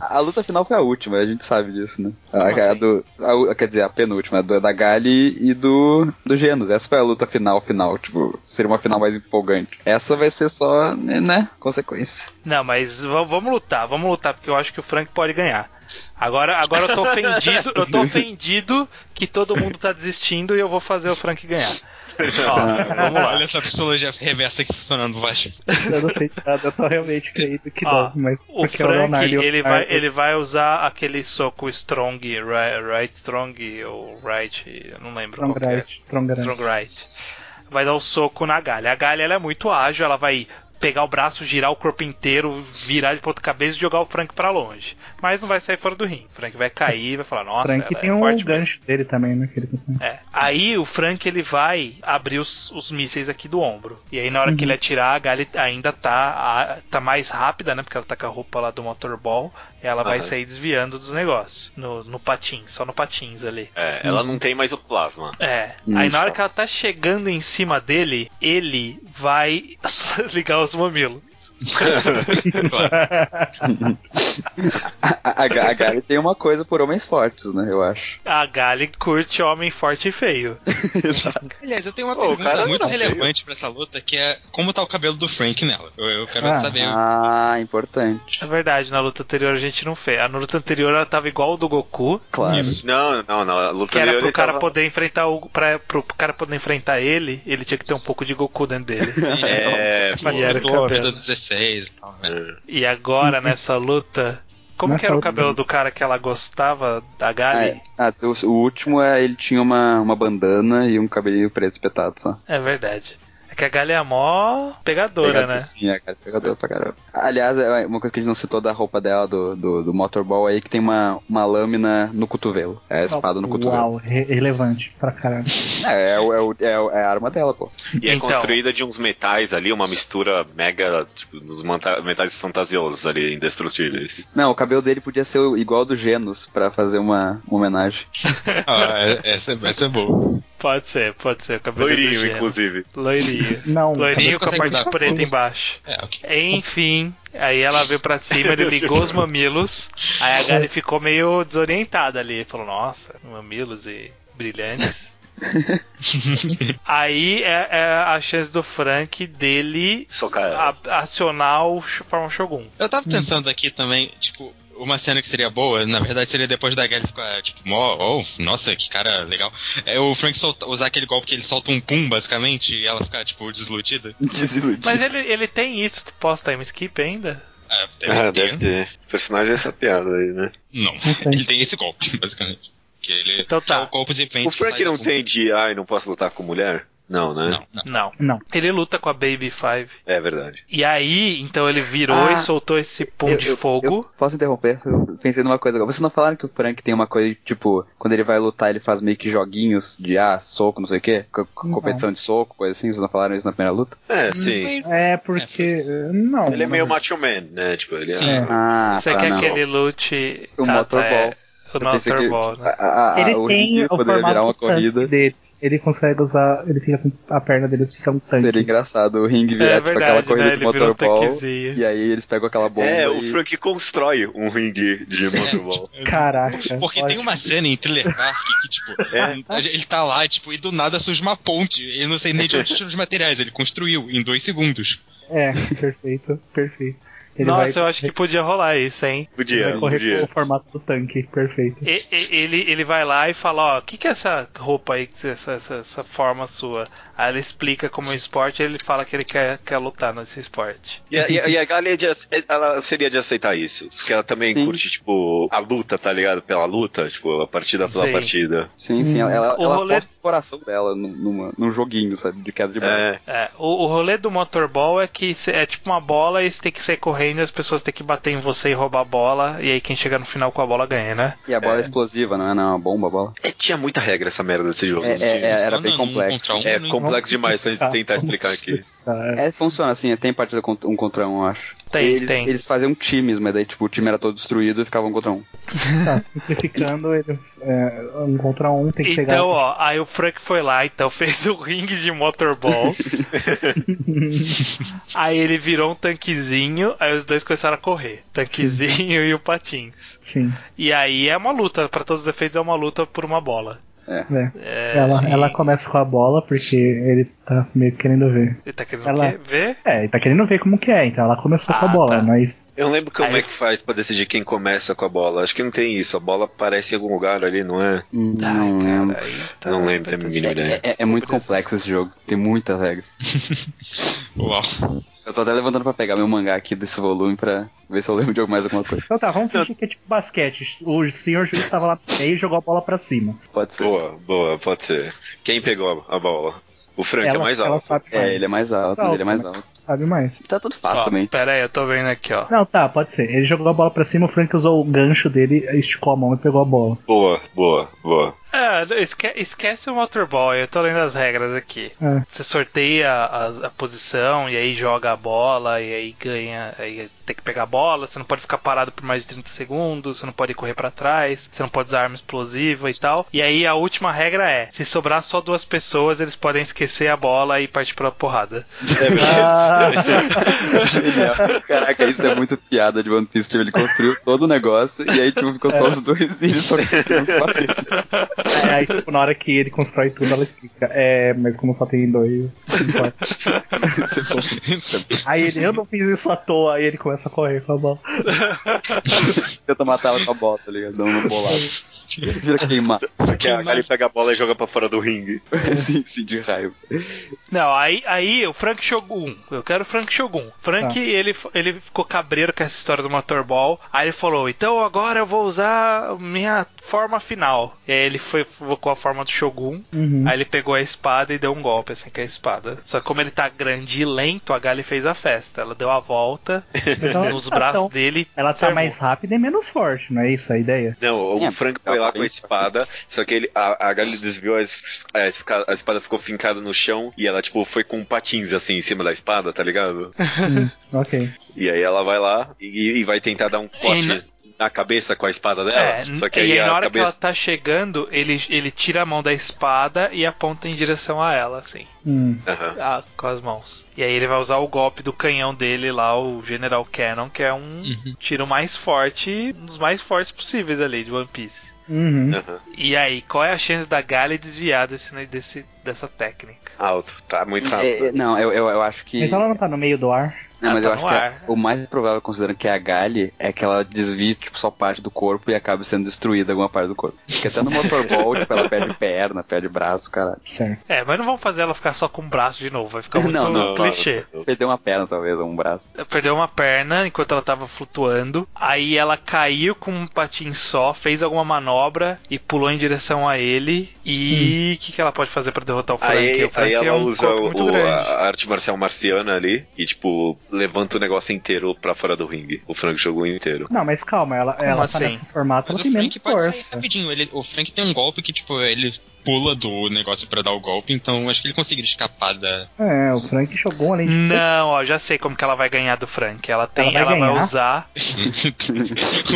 Speaker 4: A luta final foi a última, a gente sabe disso, né? A,
Speaker 2: Como
Speaker 4: a
Speaker 2: assim?
Speaker 4: do, a u- quer dizer, a penúltima, a do- da Gali e do, do Genos. Essa foi a luta final, final, tipo, seria uma final mais empolgante. Essa vai ser só, né, né, consequência.
Speaker 2: Não, mas va- vamos lutar, vamos lutar, porque eu acho que o Frank pode ganhar. Agora, agora eu tô ofendido, eu tô ofendido que todo mundo tá desistindo e eu vou fazer o Frank ganhar. Ó, vamos lá.
Speaker 5: Olha essa psicologia reversa aqui funcionando, Vasco.
Speaker 3: Eu não sei de nada, eu tô realmente crendo que
Speaker 2: Ó,
Speaker 3: não, mas
Speaker 2: o
Speaker 3: porque é
Speaker 2: Frank,
Speaker 3: o Leonardo. e o
Speaker 2: ele, vai,
Speaker 3: Leonardo-
Speaker 2: ele vai usar aquele soco strong, ri- right, strong ou right, eu não lembro qual que é.
Speaker 3: Strongright, Strongright.
Speaker 2: Strong right. Vai dar o soco na galha. A galha ela é muito ágil, ela vai pegar o braço, girar o corpo inteiro, virar de ponta cabeça e jogar o Frank pra longe. Mas não vai sair fora do ringue. O Frank vai cair, vai falar, nossa,
Speaker 3: Frank
Speaker 2: ela
Speaker 3: tem
Speaker 2: é
Speaker 3: um
Speaker 2: forte mesmo."
Speaker 3: gancho dele também, né? Que ele consegue.
Speaker 2: É. Aí o Frank ele vai abrir os, os mísseis aqui do ombro. E aí na hora
Speaker 3: Uhum.
Speaker 2: que ele atirar, a Gali ainda tá, a- tá mais rápida, né? Porque ela tá com a roupa lá do motorball. E ela vai
Speaker 1: Aham.
Speaker 2: sair desviando dos negócios. No, no patins, só no patins ali.
Speaker 1: É, ela não tem mais o plasma.
Speaker 2: É.
Speaker 4: Hum,
Speaker 2: Aí na hora
Speaker 4: chato.
Speaker 2: que ela tá chegando em cima dele, ele vai ligar os mamilos.
Speaker 5: Claro.
Speaker 4: A, a, a Gali tem uma coisa por homens fortes, né? Eu acho.
Speaker 2: A Gali curte homem forte e feio.
Speaker 5: Aliás, eu tenho uma
Speaker 1: Pô, o cara
Speaker 5: pergunta
Speaker 1: não
Speaker 5: muito
Speaker 1: tá
Speaker 5: relevante pra essa luta, que é como tá o cabelo do Frank nela. Eu, eu quero
Speaker 3: Ah,
Speaker 5: saber.
Speaker 4: Ah, importante.
Speaker 2: É verdade, na luta anterior a gente não fez. A luta anterior ela tava igual o do Goku,
Speaker 4: Claro.
Speaker 5: Isso.
Speaker 1: Não, não, não. A luta
Speaker 2: que era
Speaker 1: anterior
Speaker 2: pro
Speaker 1: ele
Speaker 2: cara
Speaker 1: tava-
Speaker 2: poder enfrentar o para pro cara poder enfrentar ele, ele tinha que ter um pouco de Goku dentro dele.
Speaker 1: É,
Speaker 5: Faz
Speaker 2: E era o
Speaker 5: dúvida
Speaker 2: cabelo.
Speaker 5: 16 e tal, né?
Speaker 2: E agora nessa luta, como que
Speaker 3: Nessa
Speaker 2: era o
Speaker 3: luta-
Speaker 2: cabelo do cara que ela gostava da
Speaker 4: Ah,
Speaker 2: Gali?
Speaker 4: é. Ah, o, o último é ele tinha uma, uma bandana e um cabelinho preto espetado só.
Speaker 2: É verdade. É que a Gali é a mó pegadora,
Speaker 4: Pegado-
Speaker 2: né?
Speaker 4: Sim, é, cara, pegadora pra caramba. Aliás, é uma coisa que a gente não citou da roupa dela, do, do, do motorball aí, que tem uma, uma lâmina no cotovelo. É a espada no cotovelo.
Speaker 3: Uau, re- relevante pra caramba.
Speaker 4: É, é, o- é, o- é, o- é a arma dela, pô.
Speaker 1: E é
Speaker 2: Então.
Speaker 1: construída de uns metais ali, uma mistura mega, tipo, nos manta- metais fantasiosos ali, indestrutíveis.
Speaker 4: Não, o cabelo dele podia ser igual ao do Genos, pra fazer uma, uma homenagem.
Speaker 5: Ah, é- essa, essa é boa.
Speaker 2: Pode ser, pode ser. O cabelo é do
Speaker 1: Loirinho,
Speaker 2: gênio.
Speaker 1: inclusive.
Speaker 2: Loirinho.
Speaker 3: Não,
Speaker 2: Loirinho com a
Speaker 5: Consegue
Speaker 2: parte
Speaker 5: mudar.
Speaker 2: preta embaixo.
Speaker 5: É, ok.
Speaker 2: Enfim, aí ela veio pra cima, ele ligou os mamilos. Aí a Gali ficou meio desorientada ali. Falou, nossa, mamilos e brilhantes. aí é, é a chance do Frank dele
Speaker 1: Socar ela.
Speaker 2: a- acionar o Sh- Forma Shogun.
Speaker 5: Eu tava pensando aqui também, tipo, uma cena que seria boa, na verdade seria depois da Gali ficar, tipo, mó, oh, nossa, que cara legal. É o Frank solta- usar aquele golpe que ele solta um pum, basicamente, e ela ficar, tipo, desiludida.
Speaker 4: Desiludido.
Speaker 2: Mas é ele, ele tem isso pós-time um skip ainda?
Speaker 5: Ah, deve
Speaker 1: Ah,
Speaker 5: ter.
Speaker 1: deve ter. O personagem é essa piada aí, né?
Speaker 5: Não, ele tem esse golpe, basicamente. Que ele
Speaker 2: Então tá.
Speaker 5: que é o golpe de frente
Speaker 1: O Frank
Speaker 5: que sai
Speaker 1: não
Speaker 5: do-
Speaker 1: tem de, ai, não posso lutar com mulher? Não, né?
Speaker 5: Não, não.
Speaker 2: Não.
Speaker 3: não.
Speaker 2: Ele luta com a Baby Five.
Speaker 1: É verdade.
Speaker 2: E aí, então ele virou
Speaker 4: Ah,
Speaker 2: e soltou esse pum
Speaker 4: Eu-
Speaker 2: de
Speaker 4: eu-
Speaker 2: fogo.
Speaker 4: eu posso interromper? Eu pensei numa coisa agora. Vocês não falaram que o Frank tem uma coisa, tipo, quando ele vai lutar, ele faz meio que joguinhos de ah, soco, não sei o quê? co- co-
Speaker 3: Não.
Speaker 4: competição de soco, coisa assim, vocês não falaram isso na primeira luta?
Speaker 1: É, sim.
Speaker 3: É porque. Não.
Speaker 1: Ele é meio macho man, né? Tipo, ele
Speaker 5: Sim.
Speaker 1: é...
Speaker 4: Ah,
Speaker 2: Você
Speaker 4: tá,
Speaker 2: quer
Speaker 4: não.
Speaker 2: que ele lute.
Speaker 4: O
Speaker 2: tá,
Speaker 4: motorball.
Speaker 2: é, o
Speaker 4: Eu pensei que-
Speaker 2: motorball, né?
Speaker 4: a- a- a-
Speaker 3: Ele
Speaker 4: Ah, o
Speaker 3: tem
Speaker 4: Rio
Speaker 3: o
Speaker 4: poderia
Speaker 3: formato
Speaker 4: virar uma
Speaker 3: do tanque
Speaker 4: corrida.
Speaker 3: dele. Ele consegue usar. Ele fica com a perna dele de ser um tanque.
Speaker 4: Seria engraçado o ringue virar
Speaker 2: É
Speaker 4: tipo, aquela
Speaker 2: verdade,
Speaker 4: corrida
Speaker 2: né?
Speaker 4: de
Speaker 2: Ele virou um
Speaker 4: motorball.
Speaker 2: tanquezinho.
Speaker 4: E aí eles pegam aquela bomba.
Speaker 1: É, o
Speaker 4: e...
Speaker 1: Frank constrói um ringue de
Speaker 5: Sim.
Speaker 1: motorball.
Speaker 3: Caraca.
Speaker 5: Tipo, Porque tem
Speaker 3: ótimo.
Speaker 5: uma cena em Thriller Park que, tipo,
Speaker 1: É.
Speaker 5: ele tá lá, tipo, e do nada surge uma ponte. Eu não sei nem de onde tirou os materiais, ele construiu em dois segundos.
Speaker 3: É, perfeito, perfeito. Ele
Speaker 2: Nossa,
Speaker 3: vai
Speaker 2: eu acho que podia rolar isso, hein?
Speaker 1: Podia,
Speaker 3: vai correr com
Speaker 1: podia.
Speaker 3: o formato do tanque, perfeito.
Speaker 2: E- e- ele, ele vai lá e fala, ó, o que, que é essa roupa aí, que essa, essa, essa forma sua? Aí ele explica como é o esporte e ele fala que ele quer, quer lutar nesse esporte.
Speaker 1: E a, e a- e a Gali é de ace- ela seria de aceitar isso. Porque ela também
Speaker 4: Sim.
Speaker 1: curte, tipo, a luta, tá ligado? Pela luta, tipo, a partida pela
Speaker 2: Sim.
Speaker 1: partida.
Speaker 4: Sim,
Speaker 3: Hum,
Speaker 4: sim, ela, ela,
Speaker 2: O
Speaker 4: ela
Speaker 2: rolê-
Speaker 4: aposta o coração dela num- numa, num joguinho, sabe? De queda de braço.
Speaker 1: É,
Speaker 2: É, o, o rolê do motorball é que cê- é tipo uma bola e você tem que sair correndo e as pessoas têm que bater em você e roubar a bola. E aí quem chegar no final com a bola ganha, né?
Speaker 4: E a bola é explosiva, não é? Não, é uma bomba a bola.
Speaker 1: É, tinha muita regra essa merda desse jogo.
Speaker 4: É, é, é, era
Speaker 5: Funciona
Speaker 4: bem
Speaker 5: num
Speaker 4: complexo.
Speaker 5: contra um,
Speaker 1: É
Speaker 5: né?
Speaker 1: complexo demais pra gente tentar
Speaker 3: Vamos
Speaker 1: explicar aqui.
Speaker 3: Tá,
Speaker 4: É, funciona assim, é, tem partida contra- um contra um, eu acho.
Speaker 2: um. Tem,
Speaker 4: eles,
Speaker 2: tem.
Speaker 4: Eles faziam times, mas daí, tipo, o time era todo destruído e ficava um contra um.
Speaker 3: Simplificando, ele é, um contra um tem que pegar.
Speaker 2: Então, ó, aí o Frank foi lá, então fez o ringue de motorball. aí ele virou um tanquezinho, aí os dois começaram a correr. Tanquezinho e o Patins.
Speaker 3: Sim.
Speaker 2: E aí é uma luta, pra todos os efeitos é uma luta por uma bola.
Speaker 3: É.
Speaker 2: É,
Speaker 3: Ela,
Speaker 2: sim.
Speaker 3: ela começa com a bola porque ele tá meio que querendo ver.
Speaker 2: Ele tá querendo
Speaker 3: ela-
Speaker 2: o quê? ver?
Speaker 3: É, ele tá querendo ver como que é, então ela começou com a
Speaker 2: Ah,
Speaker 3: bola,
Speaker 2: tá.
Speaker 3: mas.
Speaker 1: Eu não lembro como
Speaker 2: Aí-
Speaker 1: é que faz pra decidir quem começa com a bola. Acho que não tem isso. A bola aparece em algum lugar ali, não é?
Speaker 4: não lembro.
Speaker 2: tá.
Speaker 3: Tá,
Speaker 1: não lembro, tem a mínima ideia.
Speaker 4: É, é Hum, muito complexo esse jogo, tem muitas regras.
Speaker 5: Uau.
Speaker 4: Eu tô até levantando pra pegar meu mangá aqui desse volume pra ver se eu lembro de alguma- mais alguma coisa.
Speaker 3: Então tá, vamos fingir que é tipo basquete. O senhor juiz tava lá no meio e jogou a bola pra cima.
Speaker 4: Pode ser.
Speaker 1: Boa, boa, pode ser. Quem pegou a bola? O Frank é
Speaker 3: ela,
Speaker 1: mais
Speaker 3: ela
Speaker 1: alto.
Speaker 3: sabe mais.
Speaker 4: É, ele é mais alto,
Speaker 3: Tá
Speaker 4: ele é mais
Speaker 3: alto,
Speaker 4: alto.
Speaker 3: Sabe mais.
Speaker 4: Tá tudo fácil
Speaker 2: Ó,
Speaker 4: também.
Speaker 2: pera aí, eu tô vendo aqui, ó.
Speaker 3: Não, tá, pode ser. Ele jogou a bola pra cima, o Frank usou o gancho dele, esticou a mão e pegou a bola.
Speaker 1: Boa, boa, boa.
Speaker 2: Ah, esque- esquece o Motorboy, eu tô lendo as regras aqui.
Speaker 3: É.
Speaker 2: Você sorteia a, a posição e aí joga a bola e aí ganha. Aí tem que pegar a bola, você não pode ficar parado por mais de 30 segundos, você não pode correr pra trás, você não pode usar arma explosiva e tal. E aí a última regra é: se sobrar só duas pessoas, eles podem esquecer a bola e partir pra porrada.
Speaker 5: É
Speaker 3: É Ah,
Speaker 4: Genial. Caraca, isso é muito piada de One Piece. Tipo, ele construiu todo o negócio e aí tipo, ficou só os dois e ele só construiu os papéis.
Speaker 3: É, aí, tipo, na hora que ele constrói tudo, ela explica. É, mas como só tem dois. não importa.
Speaker 4: Isso é bom.
Speaker 3: Aí ele, eu não fiz isso à toa, aí ele começa a correr com a bola.
Speaker 4: Tenta matar ela com a bola, tá ligado? Dando uma bolada. Vira queimar.
Speaker 1: Porque É, a Kali pega a bola e joga pra fora do ringue.
Speaker 4: Sim, sim, de raiva.
Speaker 2: Não, aí, aí o Frank Shogun. Eu quero o Frank Shogun. Frank,
Speaker 3: Tá.
Speaker 2: ele, ele ficou cabreiro com essa história do Motorball. Aí ele falou: então agora eu vou usar minha forma final. E aí ele foi, invocou a forma do Shogun.
Speaker 3: Uhum.
Speaker 2: Aí ele pegou a espada e deu um golpe, assim, com a espada. Só que como ele tá grande e lento, a Gali fez a festa. Ela deu a volta
Speaker 3: Então,
Speaker 2: nos braços
Speaker 3: então,
Speaker 2: dele.
Speaker 3: Ela tá
Speaker 2: fermou.
Speaker 3: mais rápida e menos forte, não é isso a ideia?
Speaker 1: Não, o
Speaker 4: É,
Speaker 1: Frank
Speaker 4: dá
Speaker 1: foi lá
Speaker 3: tá
Speaker 4: pra
Speaker 1: com a
Speaker 4: isso.
Speaker 1: espada, só que ele, a, a Gali desviou, a, es- a esca- a espada ficou fincada no chão e ela, tipo, foi com patins, assim, em cima da espada, tá ligado?
Speaker 3: Ok.
Speaker 1: E aí ela vai lá e, e vai tentar dar um corte
Speaker 2: na-
Speaker 1: na cabeça com a espada dela.
Speaker 2: É,
Speaker 1: só que
Speaker 2: e
Speaker 1: aí
Speaker 2: aí na
Speaker 1: a
Speaker 2: hora que ela
Speaker 1: cabeça.
Speaker 2: tá chegando, ele, ele tira a mão da espada e aponta em direção a ela, assim.
Speaker 3: Hum.
Speaker 1: Aham.
Speaker 2: Ah, com as mãos. E aí ele vai usar o golpe do canhão dele lá, o General Cannon, que é um tiro mais forte, um dos mais fortes possíveis ali de One Piece.
Speaker 3: Uhum.
Speaker 1: aham.
Speaker 2: E aí, qual é a chance da Gale desviar desse, né, desse, dessa técnica?
Speaker 1: Alto, tá muito alto.
Speaker 4: É, é, não, eu, eu, eu acho que.
Speaker 3: Mas ela não tá no meio do ar.
Speaker 4: Não, mas
Speaker 2: Ah,
Speaker 4: eu
Speaker 2: tá
Speaker 4: acho
Speaker 2: no
Speaker 4: que
Speaker 2: ar.
Speaker 4: a- o mais provável, considerando que é a Gali, é que ela desvie tipo, só parte do corpo e acabe sendo destruída alguma parte do corpo. Porque até no motorball, tipo, ela perde perna, perde braço, cara.
Speaker 3: Certo.
Speaker 2: É, mas não vamos fazer ela ficar só com o braço de novo, vai ficar muito
Speaker 1: é
Speaker 4: Não,
Speaker 1: um
Speaker 4: não,
Speaker 2: clichê.
Speaker 4: Perdeu uma perna, talvez, ou um braço.
Speaker 2: Perdeu uma perna enquanto ela tava flutuando. Aí ela caiu com um patim só, fez alguma manobra e pulou em direção a ele. E o que, que ela pode fazer pra derrotar o Frank?
Speaker 1: Aí,
Speaker 2: o Frank
Speaker 1: aí ela
Speaker 2: é um
Speaker 1: usa
Speaker 2: corpo
Speaker 1: o-
Speaker 2: muito
Speaker 1: o-
Speaker 2: grande.
Speaker 1: a arte marcial marciana ali e, tipo, levanta o negócio inteiro pra fora do ringue. O Frank jogou inteiro.
Speaker 3: Não, mas calma, ela, ela tá
Speaker 2: assim?
Speaker 3: nesse formato,
Speaker 5: Mas
Speaker 3: ela
Speaker 5: o
Speaker 3: tem menos
Speaker 5: Frank pode sair
Speaker 3: força.
Speaker 5: rapidinho. Ele, o Frank tem um golpe que, tipo, ele pula do negócio pra dar o golpe, então acho que ele conseguiria escapar da.
Speaker 3: É, o Frank jogou além de
Speaker 2: Não, ó, já sei como que ela vai ganhar do Frank. Ela tem,
Speaker 3: Ela
Speaker 2: ela
Speaker 3: vai
Speaker 2: vai,
Speaker 3: ganhar?
Speaker 2: usar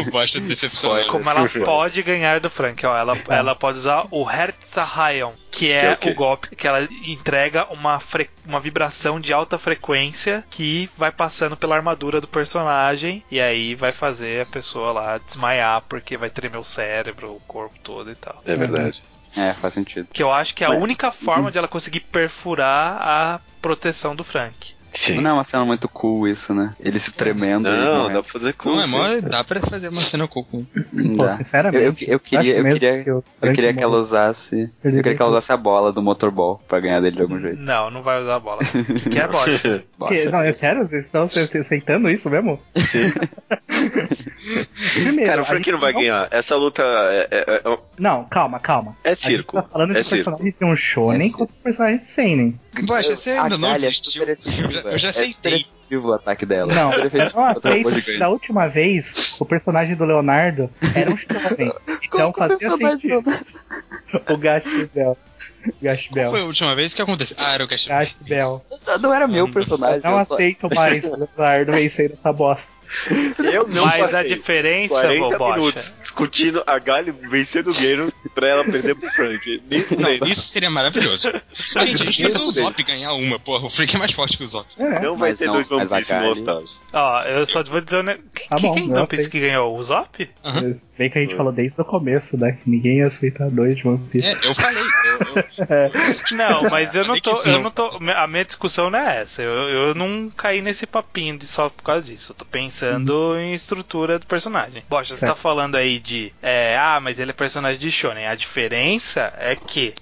Speaker 5: o bosta decepcionado.
Speaker 1: é
Speaker 2: como ela pode ganhar do Frank, ó. Ela,
Speaker 3: É.
Speaker 2: ela pode usar o Herzahayon, que
Speaker 1: Que é
Speaker 2: é
Speaker 1: o quê?
Speaker 2: o golpe que ela entrega uma, fre- uma vibração de alta frequência que vai passando pela armadura do personagem e aí vai fazer a pessoa lá desmaiar porque vai tremer o cérebro, o corpo todo e tal.
Speaker 1: É verdade.
Speaker 4: É, faz sentido.
Speaker 2: Que eu acho que é a
Speaker 4: Ué.
Speaker 2: única forma de ela conseguir perfurar a proteção do Frank.
Speaker 1: Sim.
Speaker 4: Não é uma cena muito cool isso, né? Ele se tremendo. ele
Speaker 1: Não,
Speaker 4: morrendo.
Speaker 1: dá pra fazer com.
Speaker 5: Não, é mó, dá pra fazer uma cena cool com
Speaker 4: Não
Speaker 3: Pô,
Speaker 4: dá. Eu, eu,
Speaker 3: sinceramente.
Speaker 4: eu queria, eu
Speaker 3: acho mesmo
Speaker 4: queria,
Speaker 3: que o
Speaker 4: eu
Speaker 3: Frank
Speaker 4: queria que ela
Speaker 3: morre.
Speaker 4: usasse. Eu
Speaker 3: diria
Speaker 4: queria que ela
Speaker 3: que-
Speaker 4: usasse a bola do motorball pra ganhar dele de algum jeito.
Speaker 2: Não, não vai usar a bola. Que é bosta.
Speaker 3: Que-
Speaker 4: Bosta.
Speaker 3: Não, é sério? Vocês estão ce- ce- aceitando isso mesmo? Sim. Primeiro,
Speaker 1: Cara, o
Speaker 3: a
Speaker 1: Frank
Speaker 3: gente
Speaker 1: não vai ganhar. Essa luta é, é- é-
Speaker 3: Não, calma, calma.
Speaker 1: é
Speaker 3: A gente
Speaker 1: circo.
Speaker 3: tá falando de
Speaker 1: é circo.
Speaker 3: personagem de um shonen
Speaker 4: É
Speaker 3: contra personagem de seinen.
Speaker 5: Bosta, você
Speaker 4: A
Speaker 5: ainda não
Speaker 4: Galha é
Speaker 5: desistiu.
Speaker 4: super
Speaker 5: Eu já,
Speaker 4: efetiva.
Speaker 5: eu já
Speaker 4: É super
Speaker 5: aceitei.
Speaker 4: efetivo o ataque dela.
Speaker 3: Não,
Speaker 4: Super
Speaker 3: eu
Speaker 4: efetivo,
Speaker 3: não aceito
Speaker 4: depois de
Speaker 3: que
Speaker 4: ganhar.
Speaker 3: da última vez o personagem do Leonardo era um shonen. Então
Speaker 4: Como que é o
Speaker 3: fazia
Speaker 4: personagem
Speaker 3: sentido. O Gash Bell. Gash
Speaker 5: Qual foi
Speaker 3: Bell.
Speaker 5: a última vez que aconteceu? Ah, era o Cash
Speaker 3: Gash Bell.
Speaker 4: Não era meu personagem.
Speaker 3: Não
Speaker 4: eu só-
Speaker 3: aceito mais o Leonardo vencendo essa bosta.
Speaker 1: Eu não
Speaker 2: Mas a
Speaker 1: passei
Speaker 2: diferença,
Speaker 1: 40
Speaker 2: bobocha.
Speaker 1: minutos discutindo a Gali vencendo o Guerreiro pra ela perder pro Frank. Nem fudendo.
Speaker 5: Isso seria maravilhoso. Gente, a gente pensou o Zop ganhar uma, porra. O Frank é mais forte que o Zop.
Speaker 3: É.
Speaker 1: Não vai
Speaker 4: Mas
Speaker 1: ter
Speaker 4: não,
Speaker 1: dois One
Speaker 4: mas a
Speaker 1: Piece um no All
Speaker 4: Gali-
Speaker 1: Stars.
Speaker 2: Ó, eu só vou dizer um negócio. Quem,
Speaker 3: Tá bom,
Speaker 2: quem
Speaker 3: eu
Speaker 2: então pensa
Speaker 3: aceito.
Speaker 2: que ganhou? O Zop?
Speaker 3: Mas Bem que a gente falou desde o começo, né? Que ninguém ia aceitar dois de One Piece.
Speaker 5: É, eu falei. Eu, eu-
Speaker 2: Não, mas eu não
Speaker 5: Falei que
Speaker 2: tô.
Speaker 5: sim.
Speaker 2: Eu não tô. A minha discussão não é essa. Eu, eu não caí nesse papinho de só por causa disso. Eu tô pensando em estrutura do personagem. Bosta, você
Speaker 3: Uhum. Certo.
Speaker 2: tá falando aí de. é, ah, mas ele é personagem de Shonen. A diferença é que,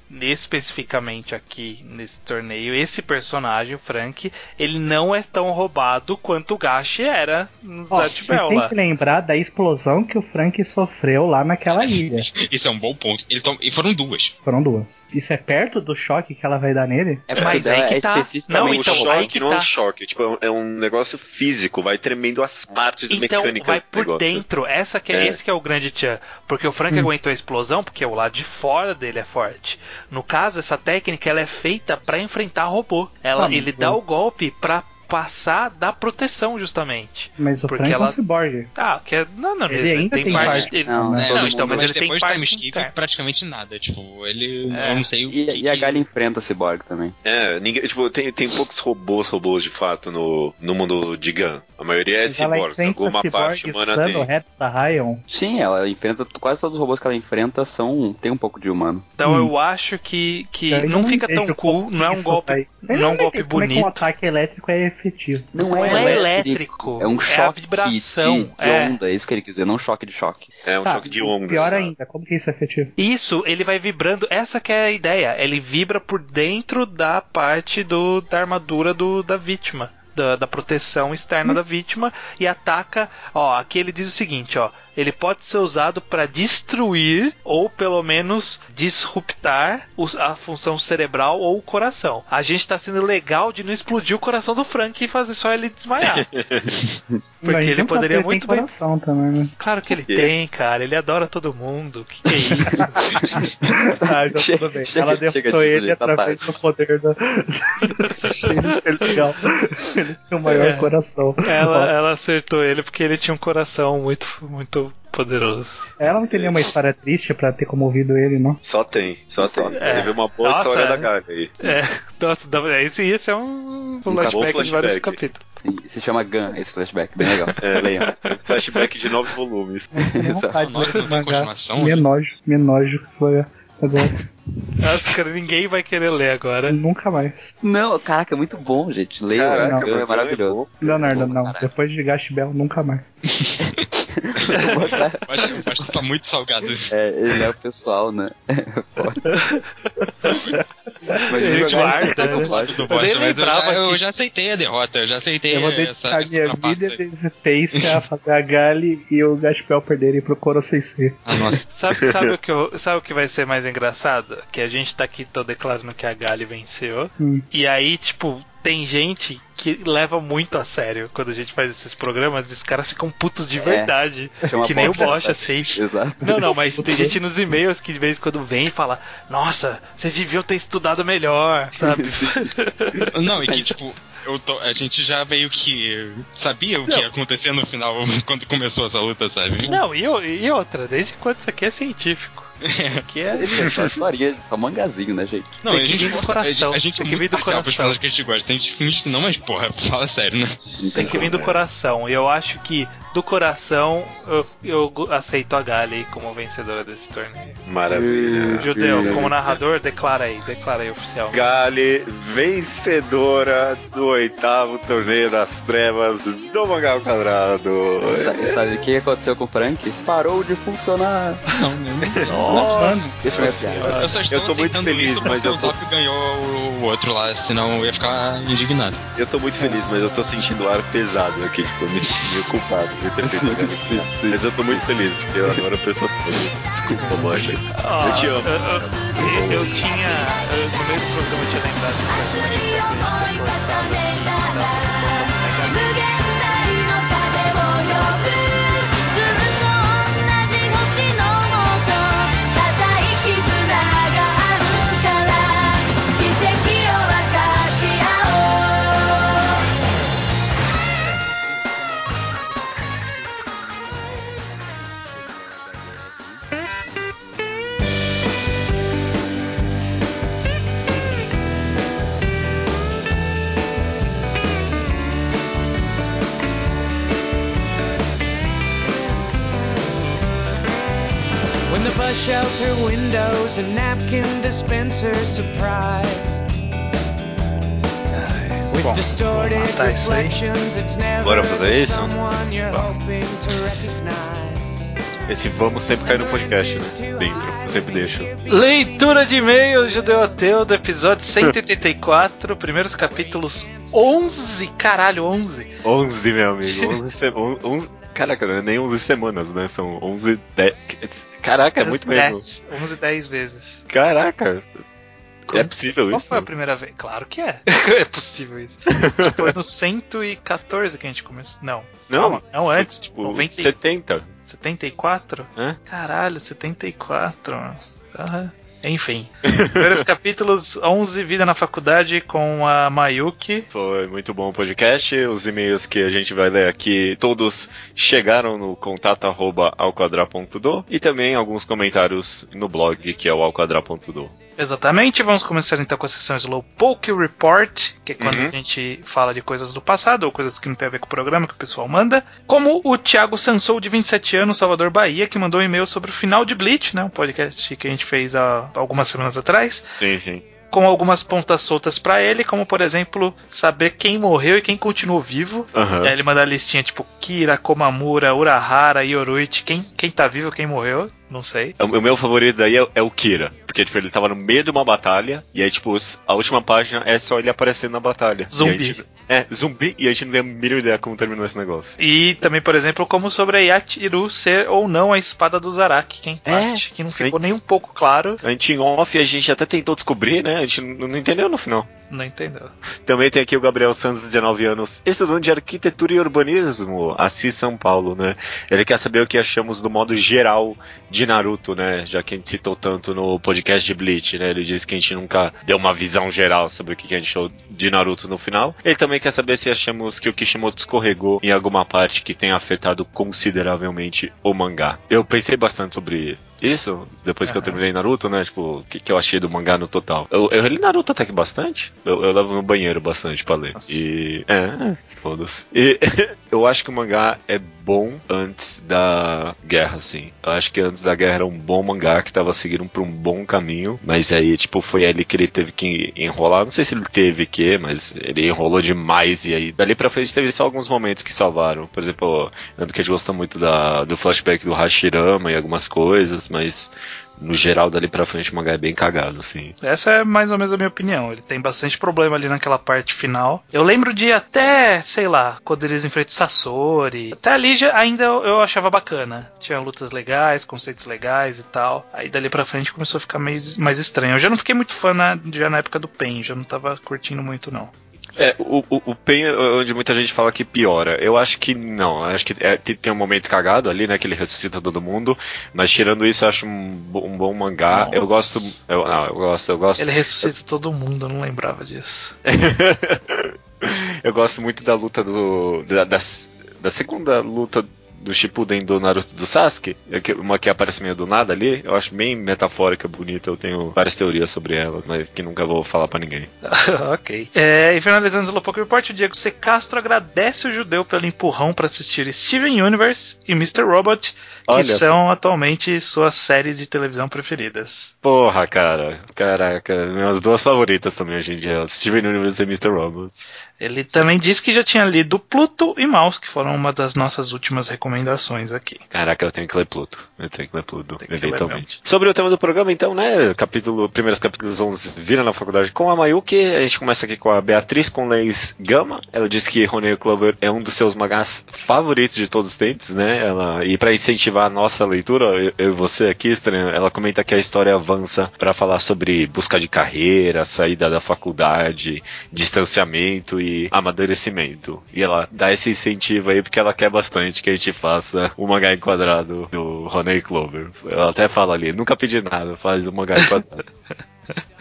Speaker 2: especificamente aqui nesse torneio, esse personagem, o Frank, ele não é tão roubado quanto o Gashi era nos
Speaker 3: Ó,
Speaker 2: oh,
Speaker 3: vocês têm que lembrar da explosão que o Frank sofreu lá naquela ilha.
Speaker 5: Isso é um bom ponto. Ele tom- E foram duas.
Speaker 3: Foram duas. Mas isso é perto do choque que ela vai dar nele?
Speaker 4: É porque
Speaker 2: Mas
Speaker 4: o dela
Speaker 2: aí que
Speaker 4: é
Speaker 2: tá-
Speaker 1: Não,
Speaker 2: Não,
Speaker 1: o
Speaker 4: especificamente
Speaker 2: então, aí
Speaker 1: choque
Speaker 2: que
Speaker 1: não é um
Speaker 2: tá.
Speaker 1: choque, tipo, é um- é um negócio físico, vai tremendo as partes
Speaker 2: Então,
Speaker 1: mecânicas
Speaker 2: vai
Speaker 1: do
Speaker 2: por
Speaker 1: negócio.
Speaker 2: dentro. Essa que é,
Speaker 1: É.
Speaker 2: Esse que é o grande tchan. Porque o
Speaker 3: Hum.
Speaker 2: Frank aguentou a explosão porque o lado de fora dele é forte. No caso, essa técnica ela é feita pra enfrentar robô. Ela,
Speaker 3: Ah,
Speaker 2: ele
Speaker 3: mas
Speaker 2: dá
Speaker 3: eu-
Speaker 2: o golpe pra passar da proteção, justamente.
Speaker 3: Mas o
Speaker 2: Porque
Speaker 3: Frank é um
Speaker 2: ela-
Speaker 3: ciborgue.
Speaker 2: Ah, que é... não, não,
Speaker 3: Ele
Speaker 2: mesmo,
Speaker 3: ainda tem
Speaker 4: parte.
Speaker 2: ele-
Speaker 4: Não,
Speaker 2: Não,
Speaker 4: né?
Speaker 2: não,
Speaker 4: Todo
Speaker 2: então,
Speaker 4: mundo-
Speaker 2: mas ele tem
Speaker 5: É, depois do
Speaker 2: parte
Speaker 5: time skip,
Speaker 2: interna.
Speaker 5: praticamente nada. Tipo, ele.
Speaker 2: É.
Speaker 5: Eu não sei o
Speaker 4: E,
Speaker 5: que.
Speaker 4: e a
Speaker 5: que-
Speaker 4: Galha enfrenta o Cyborg também.
Speaker 1: É, ninguém, tipo, tem, tem poucos robôs, robôs de fato no, no mundo de Gun. A maioria é
Speaker 3: Mas ela
Speaker 1: ciborgue,
Speaker 3: enfrenta né?
Speaker 1: alguma parte
Speaker 3: ciborgue
Speaker 1: humana
Speaker 3: usando o
Speaker 1: tem.
Speaker 3: reto da Ryan.
Speaker 4: Sim, ela enfrenta. Quase todos os robôs que ela enfrenta são. tem um pouco de humano.
Speaker 2: Então
Speaker 3: Hum.
Speaker 2: eu acho que, que
Speaker 3: Eu
Speaker 2: não
Speaker 3: não
Speaker 2: fica tão
Speaker 3: vejo
Speaker 2: cool,
Speaker 3: como
Speaker 2: não é um
Speaker 3: isso tá?
Speaker 2: golpe.
Speaker 3: vai- Eu
Speaker 2: não é um
Speaker 3: nem
Speaker 2: golpe
Speaker 3: sei como é que
Speaker 2: bonito.
Speaker 3: um ataque elétrico é um efetivo.
Speaker 4: Não
Speaker 2: Não é elétrico,
Speaker 4: É um
Speaker 2: é
Speaker 4: choque
Speaker 2: a vibração,
Speaker 4: de, de
Speaker 2: é.
Speaker 4: onda, é isso que ele quis dizer, não choque de choque.
Speaker 1: É um
Speaker 3: Tá,
Speaker 1: choque de ondas.
Speaker 3: Pior
Speaker 1: sabe?
Speaker 3: ainda, como que isso é efetivo?
Speaker 2: Isso, ele vai vibrando. Essa que é a ideia. Ele vibra por dentro da parte do, da armadura do, da vítima. Da, da proteção externa
Speaker 3: Mas-
Speaker 2: da vítima e ataca. Ó, aqui ele diz o seguinte, ó. Ele pode ser usado para destruir ou pelo menos disruptar os- a função cerebral ou o coração. A gente tá sendo legal de não explodir o coração do Frank e fazer só ele desmaiar. Porque
Speaker 3: A gente
Speaker 2: ele
Speaker 3: não sabe
Speaker 2: poderia
Speaker 3: se ele
Speaker 2: muito
Speaker 3: tem
Speaker 2: bem-
Speaker 3: coração também, né?
Speaker 2: Claro que ele
Speaker 1: quê?
Speaker 2: tem, cara. Ele adora todo mundo. Que que é isso?
Speaker 3: Ah, então
Speaker 4: Chega-
Speaker 3: tudo bem.
Speaker 4: chega-
Speaker 3: Ela
Speaker 4: chega
Speaker 3: derrotou
Speaker 4: disso,
Speaker 3: ele
Speaker 4: gente, tá
Speaker 3: através
Speaker 4: tarde.
Speaker 3: do poder da celestial. Ele tem o maior
Speaker 2: É.
Speaker 3: coração.
Speaker 2: Ela, ela acertou ele porque ele tinha um coração muito, muito poderoso.
Speaker 3: Ela não tem nenhuma história triste pra ter comovido ele, não?
Speaker 1: Só tem, só
Speaker 4: Só
Speaker 1: tem.
Speaker 2: tem.
Speaker 1: Teve uma boa
Speaker 2: Nossa,
Speaker 1: história
Speaker 2: é.
Speaker 1: da Gaga aí.
Speaker 2: É, nossa, dá- é, esse, esse é um flashback,
Speaker 1: bom
Speaker 2: de vários
Speaker 1: flashback.
Speaker 2: capítulos.
Speaker 4: Sim, se chama Gun esse flashback, bem legal.
Speaker 1: É.
Speaker 4: Leiam.
Speaker 1: Flashback de nove volumes.
Speaker 3: Não tem nem
Speaker 4: Exato.
Speaker 3: vontade de
Speaker 5: Nossa,
Speaker 3: ler esse
Speaker 5: não tem
Speaker 3: mangá.
Speaker 5: continuação? né?
Speaker 3: Me enojo, me enojo com esse mangá agora.
Speaker 2: Nossa, cara, ninguém vai querer ler agora.
Speaker 3: Nunca mais.
Speaker 4: Não, caraca, é muito bom, gente. Leiam,
Speaker 1: Caraca,
Speaker 4: Gun é
Speaker 1: Gun é
Speaker 4: maravilhoso.
Speaker 1: bom.
Speaker 3: Leonardo,
Speaker 4: bom,
Speaker 3: não.
Speaker 4: caralho.
Speaker 3: Depois de Gash Bell, nunca mais.
Speaker 4: Eu vou botar-
Speaker 5: Eu acho, eu acho que tá muito salgado.
Speaker 4: É, ele é o pessoal, né? É foda. Mas
Speaker 2: Ele
Speaker 4: jogar
Speaker 2: te
Speaker 4: ele-
Speaker 2: guarda, né?
Speaker 4: lógico.
Speaker 5: do bosta,
Speaker 2: nem
Speaker 5: mas eu
Speaker 2: lembrava
Speaker 5: já, eu
Speaker 2: que-
Speaker 5: já aceitei a derrota, eu já aceitei
Speaker 3: Eu vou
Speaker 5: É, essa,
Speaker 3: dedicar
Speaker 5: essa
Speaker 3: minha vida
Speaker 5: trapaça.
Speaker 3: de existência a fazer a Gali e o Gash Bell perderem pro Coro Sensei.
Speaker 5: Ah, nossa.
Speaker 2: Sabe, sabe, o que eu- sabe o que vai ser mais engraçado? Que a gente tá aqui tô declarando que a Gali venceu.
Speaker 3: Hum.
Speaker 2: E aí, tipo, tem gente que leva muito a sério quando a gente faz esses programas. Esses caras ficam putos de verdade.
Speaker 4: chama
Speaker 2: que nem o
Speaker 4: bosta,
Speaker 2: Bosch,
Speaker 4: sabe?
Speaker 2: assim.
Speaker 4: Exato.
Speaker 2: Não, não, mas tem gente nos e-mails que de vez em quando vem e fala: Nossa, vocês deviam ter estudado melhor, sabe?
Speaker 5: Não, e que tipo. eu tô- a gente já meio que sabia o que ia acontecer no final quando começou essa luta, sabe?
Speaker 2: não, e, o- e outra, desde quando isso aqui é científico? Isso aqui é.
Speaker 4: É só historinha, só mangazinho, né, gente?
Speaker 5: Não,
Speaker 2: Tem
Speaker 5: a
Speaker 2: que
Speaker 5: gente,
Speaker 2: vir do
Speaker 5: gosta- a
Speaker 2: coração,
Speaker 5: gente, a gente
Speaker 2: tem
Speaker 5: é
Speaker 2: que
Speaker 5: muito
Speaker 2: vir do
Speaker 5: parcial
Speaker 2: coração.
Speaker 5: pros personagens que a gente gosta. Tem gente que finge que não, mas porra, fala sério, né?
Speaker 4: Não
Speaker 2: Tem que vir do coração. E eu acho que, do coração, eu, eu go- aceito a Gali como vencedora desse torneio.
Speaker 1: Maravilha.
Speaker 2: Judeu, como narrador, declara aí, declara aí oficial.
Speaker 1: Gale, vencedora do oitavo torneio das trevas do Mangal Quadrado.
Speaker 4: Sa sabe o que aconteceu com o Frank? Parou de funcionar.
Speaker 5: Não, não.
Speaker 4: Deixa eu ver se-
Speaker 5: Eu, eu só estou
Speaker 1: Eu tô muito
Speaker 5: aceitando
Speaker 1: feliz,
Speaker 5: isso
Speaker 1: mas
Speaker 5: porque
Speaker 1: eu
Speaker 5: o
Speaker 1: tô-
Speaker 5: Zop ganhou o, o outro lá, senão eu ia ficar indignado.
Speaker 1: Eu tô muito feliz, mas eu tô sentindo o ar pesado aqui. Tipo, eu me sentindo culpado de ter feito a Gale. Mas eu tô muito feliz, porque eu adoro a pessoa toda. Desculpa, Mancha.
Speaker 2: Ó,
Speaker 1: Eu te amo.
Speaker 2: Eu, Ah, eu- eu tinha. eu- no meio do programa eu tinha lembrado do personagem que a gente ter forçado.
Speaker 6: 「無限大の風を呼ぶ」「ずっと同じ風を吹いている」「同じ星の音固い絆があるから」「奇跡を分かち合おう」
Speaker 7: When the bus shelter windows and napkin dispensers surprise. With distorted
Speaker 2: matar Tá, isso aí.
Speaker 7: reflections, it's never
Speaker 1: Bora fazer
Speaker 7: the
Speaker 1: isso?
Speaker 7: someone you're hoping to recognize.
Speaker 1: Esse vamos sempre cair no podcast, né? Dentro. Eu sempre deixo.
Speaker 2: Leitura de e-mail judeu ateu do episódio 184, primeiros capítulos 11, caralho, 11.
Speaker 1: 11, meu amigo. 11 semanas. 11... Caraca, não é nem 11 semanas, né? São 11. De... Caraca, é muito mesmo.
Speaker 2: 10, 11, 10 vezes.
Speaker 1: Caraca, É possível
Speaker 2: Qual
Speaker 1: isso?
Speaker 2: foi a primeira vez? Claro que é. é possível isso. Acho que Foi no 114 que a gente começou. Não.
Speaker 1: Não,
Speaker 2: Calma, Não, antes.
Speaker 1: tipo,
Speaker 2: 90 e-
Speaker 1: 70.
Speaker 2: 74?
Speaker 1: Hã?
Speaker 2: Caralho, 74. Aham. Enfim. Primeiros capítulos 11 Vida na Faculdade com a Mayuki.
Speaker 1: Foi muito bom o podcast. Os e-mails que a gente vai ler aqui, todos chegaram no contato arroba alquadra.do e também alguns comentários no blog que é o alquadra.do.
Speaker 2: Exatamente, vamos começar então com a sessão Slowpoke Report, que é quando
Speaker 1: Uhum.
Speaker 2: a gente fala de coisas do passado ou coisas que não tem a ver com o programa que o pessoal manda. Como o Thiago Sansou, de 27 anos, Salvador Bahia, que mandou um e-mail sobre o final de Bleach, né? Um podcast que a gente fez há algumas semanas atrás.
Speaker 1: Sim, sim.
Speaker 2: com algumas pontas soltas pra ele, como por exemplo, saber quem morreu e quem continuou vivo.
Speaker 1: Aham.
Speaker 2: Aí ele manda a listinha tipo Kira, Komamura, Urahara, Yoruichi, quem, quem tá vivo, quem morreu, não sei.
Speaker 1: O o meu favorito daí é, é o Kira. Porque, tipo, ele tava no meio de uma batalha. E aí, tipo, os- a última página é só ele aparecendo na batalha.
Speaker 2: Zumbi.
Speaker 1: E a gente- é, zumbi. E a gente não tem a mínima ideia como terminou esse negócio.
Speaker 2: E também, por exemplo, como sobre a Yatiru ser ou não a espada do Zaraki, quem
Speaker 1: É,
Speaker 2: parte, que não ficou nem um pouco claro,
Speaker 1: A gente em off, a gente até tentou descobrir, né? A gente não, não entendeu no final.
Speaker 2: não entendeu.
Speaker 1: Também tem aqui o Gabriel Santos, 19 anos, estudante de arquitetura e urbanismo, Assis São Paulo, né? Ele quer saber o que achamos do modo geral de Naruto, né? Já que a gente citou tanto no podcast de Bleach, né? Ele disse que a gente nunca deu uma visão geral sobre o que a gente achou de Naruto no final. Ele também quer saber se achamos que o Kishimoto escorregou em alguma parte que tenha afetado consideravelmente o mangá. Eu pensei bastante sobre isso, depois que eu terminei Naruto, né? Tipo, o que, que eu achei do mangá no total. Eu, eu li Naruto até que bastante. Eu, eu levo no banheiro bastante pra ler.
Speaker 2: Nossa.
Speaker 1: E. É, é, foda-se. E eu acho que o mangá é bom antes da guerra, assim. Eu acho que antes da guerra era um bom mangá que tava seguindo pra um bom caminho. Mas aí, tipo, foi ali que ele teve que enrolar. Não sei se ele teve que, mas ele enrolou demais. E aí, dali pra frente, teve só alguns momentos que salvaram. Por exemplo, Lembro que a gente gostou muito da, do flashback do Hashirama e algumas coisas, mas no geral dali pra frente o mangá é bem cagado, assim.
Speaker 2: Essa é mais ou menos a minha opinião. Ele tem bastante problema ali naquela parte final. Eu lembro de até, sei lá, quando eles enfrentam o Sasori. Até ali já, ainda eu, eu achava bacana. Tinha lutas legais, conceitos legais e tal. Aí dali pra frente começou a ficar meio es- mais estranho. Eu já não fiquei muito fã na- já na época do Pen, já não tava curtindo muito, não.
Speaker 1: É, o, o, o Pen é onde muita gente fala que piora. Eu acho que não. Eu acho que é, tem tem um momento cagado ali, né? Que ele ressuscita todo mundo. Mas tirando isso, eu acho um, bo- um bom mangá. Eu
Speaker 2: Nossa.
Speaker 1: gosto. Eu, não, eu gosto, eu gosto.
Speaker 2: Ele é ressuscita todo mundo, eu não lembrava disso.
Speaker 1: eu gosto muito da luta do. Da, da, da segunda luta do Shippuden do Naruto do Sasuke, é que- uma que aparece meio do nada ali, eu acho bem metafórica, bonita, eu tenho várias teorias sobre ela, mas que nunca vou falar pra ninguém.
Speaker 2: ok. É, e finalizando o Slowpoke Report, o Diego C. Castro agradece o judeu pelo empurrão para assistir Steven Universe e Mr. Robot, que
Speaker 1: Olha.
Speaker 2: são atualmente suas séries de televisão preferidas.
Speaker 1: Porra, cara, caraca, minhas duas favoritas também hoje em dia, Steven Universe e Mr. Robot.
Speaker 2: Ele também disse que já tinha lido Pluto e Mouse, que foram uma das nossas últimas recomendações aqui.
Speaker 1: Caraca, eu tenho que ler Pluto. Eu tenho que ler Pluto,
Speaker 2: Tem que ler
Speaker 1: eventualmente. Sobre o tema do programa, então, né? Capítulo, primeiros capítulos 11 vira na faculdade com a Mayuki. A gente começa aqui com a Beatriz Conleis Gama. Ela diz que Ronei Clover é um dos seus mangás favoritos de todos os tempos, né? Ela, e pra incentivar a nossa leitura, eu, eu e você aqui, estranho, ela comenta que a história avança pra falar sobre busca de carreira, saída da faculdade, distanciamento e amadurecimento. E ela dá esse incentivo aí porque ela quer bastante que a gente faça o mangá enquadrado do Roney Clover. Ela até fala ali, nunca pedi nada, faz o mangá enquadrado.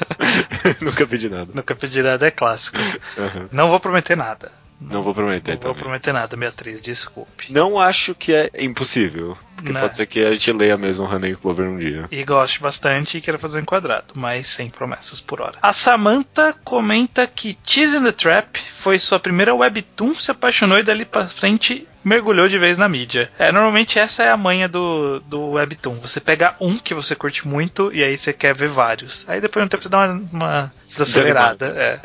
Speaker 1: nunca pedi nada.
Speaker 2: Nunca pedi nada é clássico.
Speaker 1: Aham.
Speaker 2: Não vou prometer nada.
Speaker 1: Não vou prometer
Speaker 2: Não vou
Speaker 1: também.
Speaker 2: prometer nada, Beatriz, desculpe.
Speaker 1: Não acho que é impossível. Porque
Speaker 2: Né?
Speaker 1: pode ser que a gente leia mesmo o Roney Clover um dia.
Speaker 2: E gosto bastante e quero fazer um enquadrado, mas sem promessas por hora. A Samantha comenta que Cheese in the Trap foi sua primeira webtoon, se apaixonou e dali pra frente mergulhou de vez na mídia. É, normalmente essa é a manha do, do webtoon. Você pega um que você curte muito e aí você quer ver vários. Aí depois de um tempo você dá uma, uma desacelerada. É.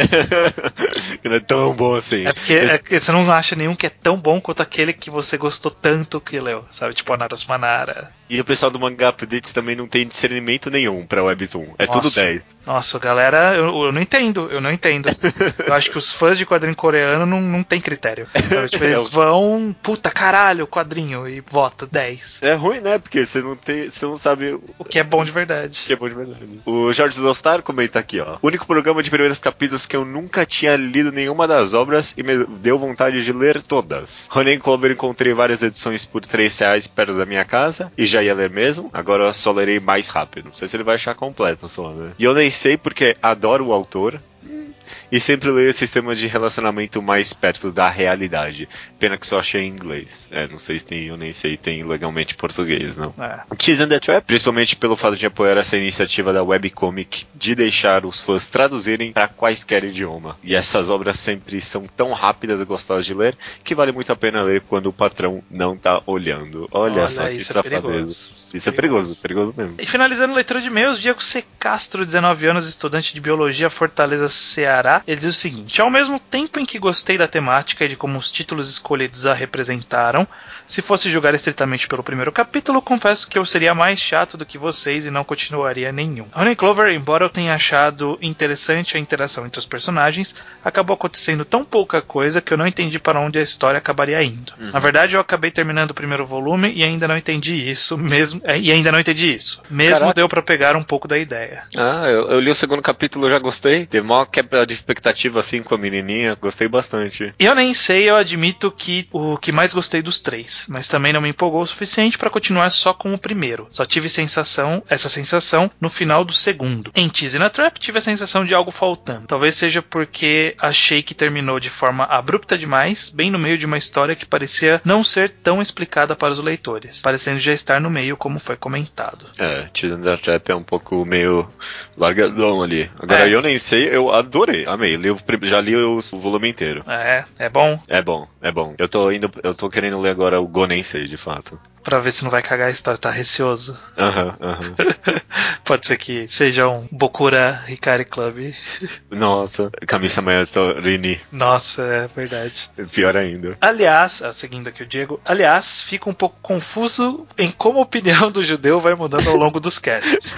Speaker 1: Não é tão bom assim.
Speaker 2: É porque, é porque você não acha nenhum que é tão bom quanto aquele que você gostou tanto que leu, sabe? Tipo a Narus Manara.
Speaker 1: E o pessoal do Manga Updates também não tem discernimento nenhum pra Webtoon. É tudo
Speaker 2: Nossa.
Speaker 1: 10.
Speaker 2: Nossa, galera, eu, eu não entendo, eu não entendo. Eu acho que os fãs de quadrinho coreano não, não tem critério. Sabe? Tipo,
Speaker 1: É
Speaker 2: eles vão, puta caralho, quadrinho, e vota 10.
Speaker 1: É ruim, né? Porque você não tem. Você não sabe o
Speaker 2: O que é bom de verdade.
Speaker 1: que é bom de verdade. O Jorge Zostar comenta aqui, ó. O único programa de primeiros capítulos que eu nunca tinha lido nenhuma das obras e me deu vontade de ler todas. Ronen Clover encontrei várias edições por 3 reais perto da minha casa e já ia ler mesmo. Agora eu só lerei mais rápido. Não sei se ele vai achar completo só, né? E eu nem sei porque adoro o autor. E sempre leio esse sistema de relacionamento mais perto da realidade. Pena que só achei em inglês. É, não sei se tem, eu nem sei, tem legalmente em português, não.
Speaker 2: É.
Speaker 1: Cheese and the Trap, principalmente pelo fato de apoiar essa iniciativa da webcomic de deixar os fãs traduzirem para quaisquer idioma. E essas obras sempre são tão rápidas e gostosas de ler que vale muito a pena ler quando o patrão não tá olhando. Olha, só que
Speaker 2: isso é perigoso.
Speaker 1: safadeza. isso é perigoso, perigoso mesmo.
Speaker 2: E finalizando a leitura de e-mails, Diego C. Castro, 19 anos, estudante de biologia, Fortaleza, Ceará, ele diz o seguinte: Ao mesmo tempo em que gostei da temática e de como os títulos escolhidos a representaram, se fosse julgar estritamente pelo primeiro capítulo, confesso que eu seria mais chato do que vocês e não continuaria nenhum. Honey Clover, embora eu tenha achado interessante a interação entre os personagens, acabou acontecendo tão pouca coisa que eu não entendi para onde a história acabaria indo. Na verdade, eu acabei terminando o primeiro volume e ainda não entendi isso, mesmo é, e ainda não entendi isso. Mesmo
Speaker 1: Caraca.
Speaker 2: deu para pegar um pouco da ideia.
Speaker 1: Ah, eu, eu li o segundo capítulo, já gostei. Teve maior quebra de expectativa assim com a menininha, gostei bastante.
Speaker 2: Eu nem sei, eu admito que o que mais gostei dos três, mas também não me empolgou o suficiente para continuar só com o primeiro. Só tive sensação, essa sensação no final do segundo. Em Tease e na Trap tive a sensação de algo faltando. Talvez seja porque achei que terminou de forma abrupta demais, bem no meio de uma história que parecia não ser tão explicada para os leitores, parecendo já estar no meio como foi comentado.
Speaker 1: É, Cheese and the Trap é um pouco meio largadão ali. Agora
Speaker 2: É.
Speaker 1: eu nem sei, eu adorei, amei. Li o prim- já li o o volume inteiro.
Speaker 2: É, é bom
Speaker 1: É bom, é bom. Eu tô indo, eu tô querendo ler agora o Gonensei, de fato.
Speaker 2: para ver se não vai cagar a história, tá receoso.
Speaker 1: Aham, aham.
Speaker 2: Pode ser que seja um Bokura Hikari Club.
Speaker 1: Nossa, camisa amanhã Rini,
Speaker 2: Nossa, é verdade.
Speaker 1: pior ainda.
Speaker 2: Aliás, ah, seguindo aqui o Diego, aliás, fica um pouco confuso em como a opinião do judeu vai mudando ao longo dos casts.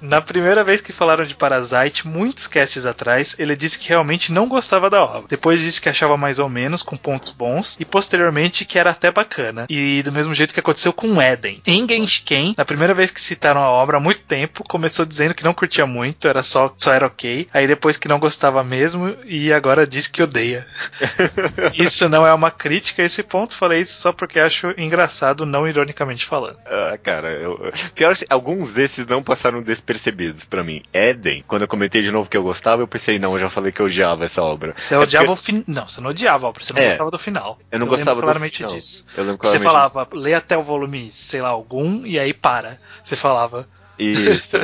Speaker 2: Na primeira vez que falaram de Parasite, muitos casts atrás, ele disse que realmente não gostava da obra. Depois disse que achava mais ou menos, com pontos bons, e posteriormente que era até bacana. E do mesmo jeito que aconteceu com Eden. Em Genshiken, na primeira vez que citaram a obra há muito tempo, começou dizendo que não curtia muito, era só, só era ok. Aí depois que não gostava mesmo, e agora diz que odeia. Isso não é uma crítica a esse ponto, falei isso só porque acho engraçado, não ironicamente falando.
Speaker 1: Ah, cara, eu, pior que alguns desses não passaram despercebidos pra mim. Eden, quando eu comentei de novo que eu gostava, eu pensei, não, eu já falei que eu odiava essa obra.
Speaker 2: Você
Speaker 1: É porque
Speaker 2: odiava o final. Não, você não odiava, Alper, você não
Speaker 1: É.
Speaker 2: gostava do final.
Speaker 1: Eu não
Speaker 2: lembro
Speaker 1: gostava do
Speaker 2: claramente
Speaker 1: final.
Speaker 2: disso.
Speaker 1: Eu lembro
Speaker 2: Você
Speaker 1: claramente
Speaker 2: falava, lê até o volume, sei lá, algum, e aí para. Você falava,
Speaker 1: Isso.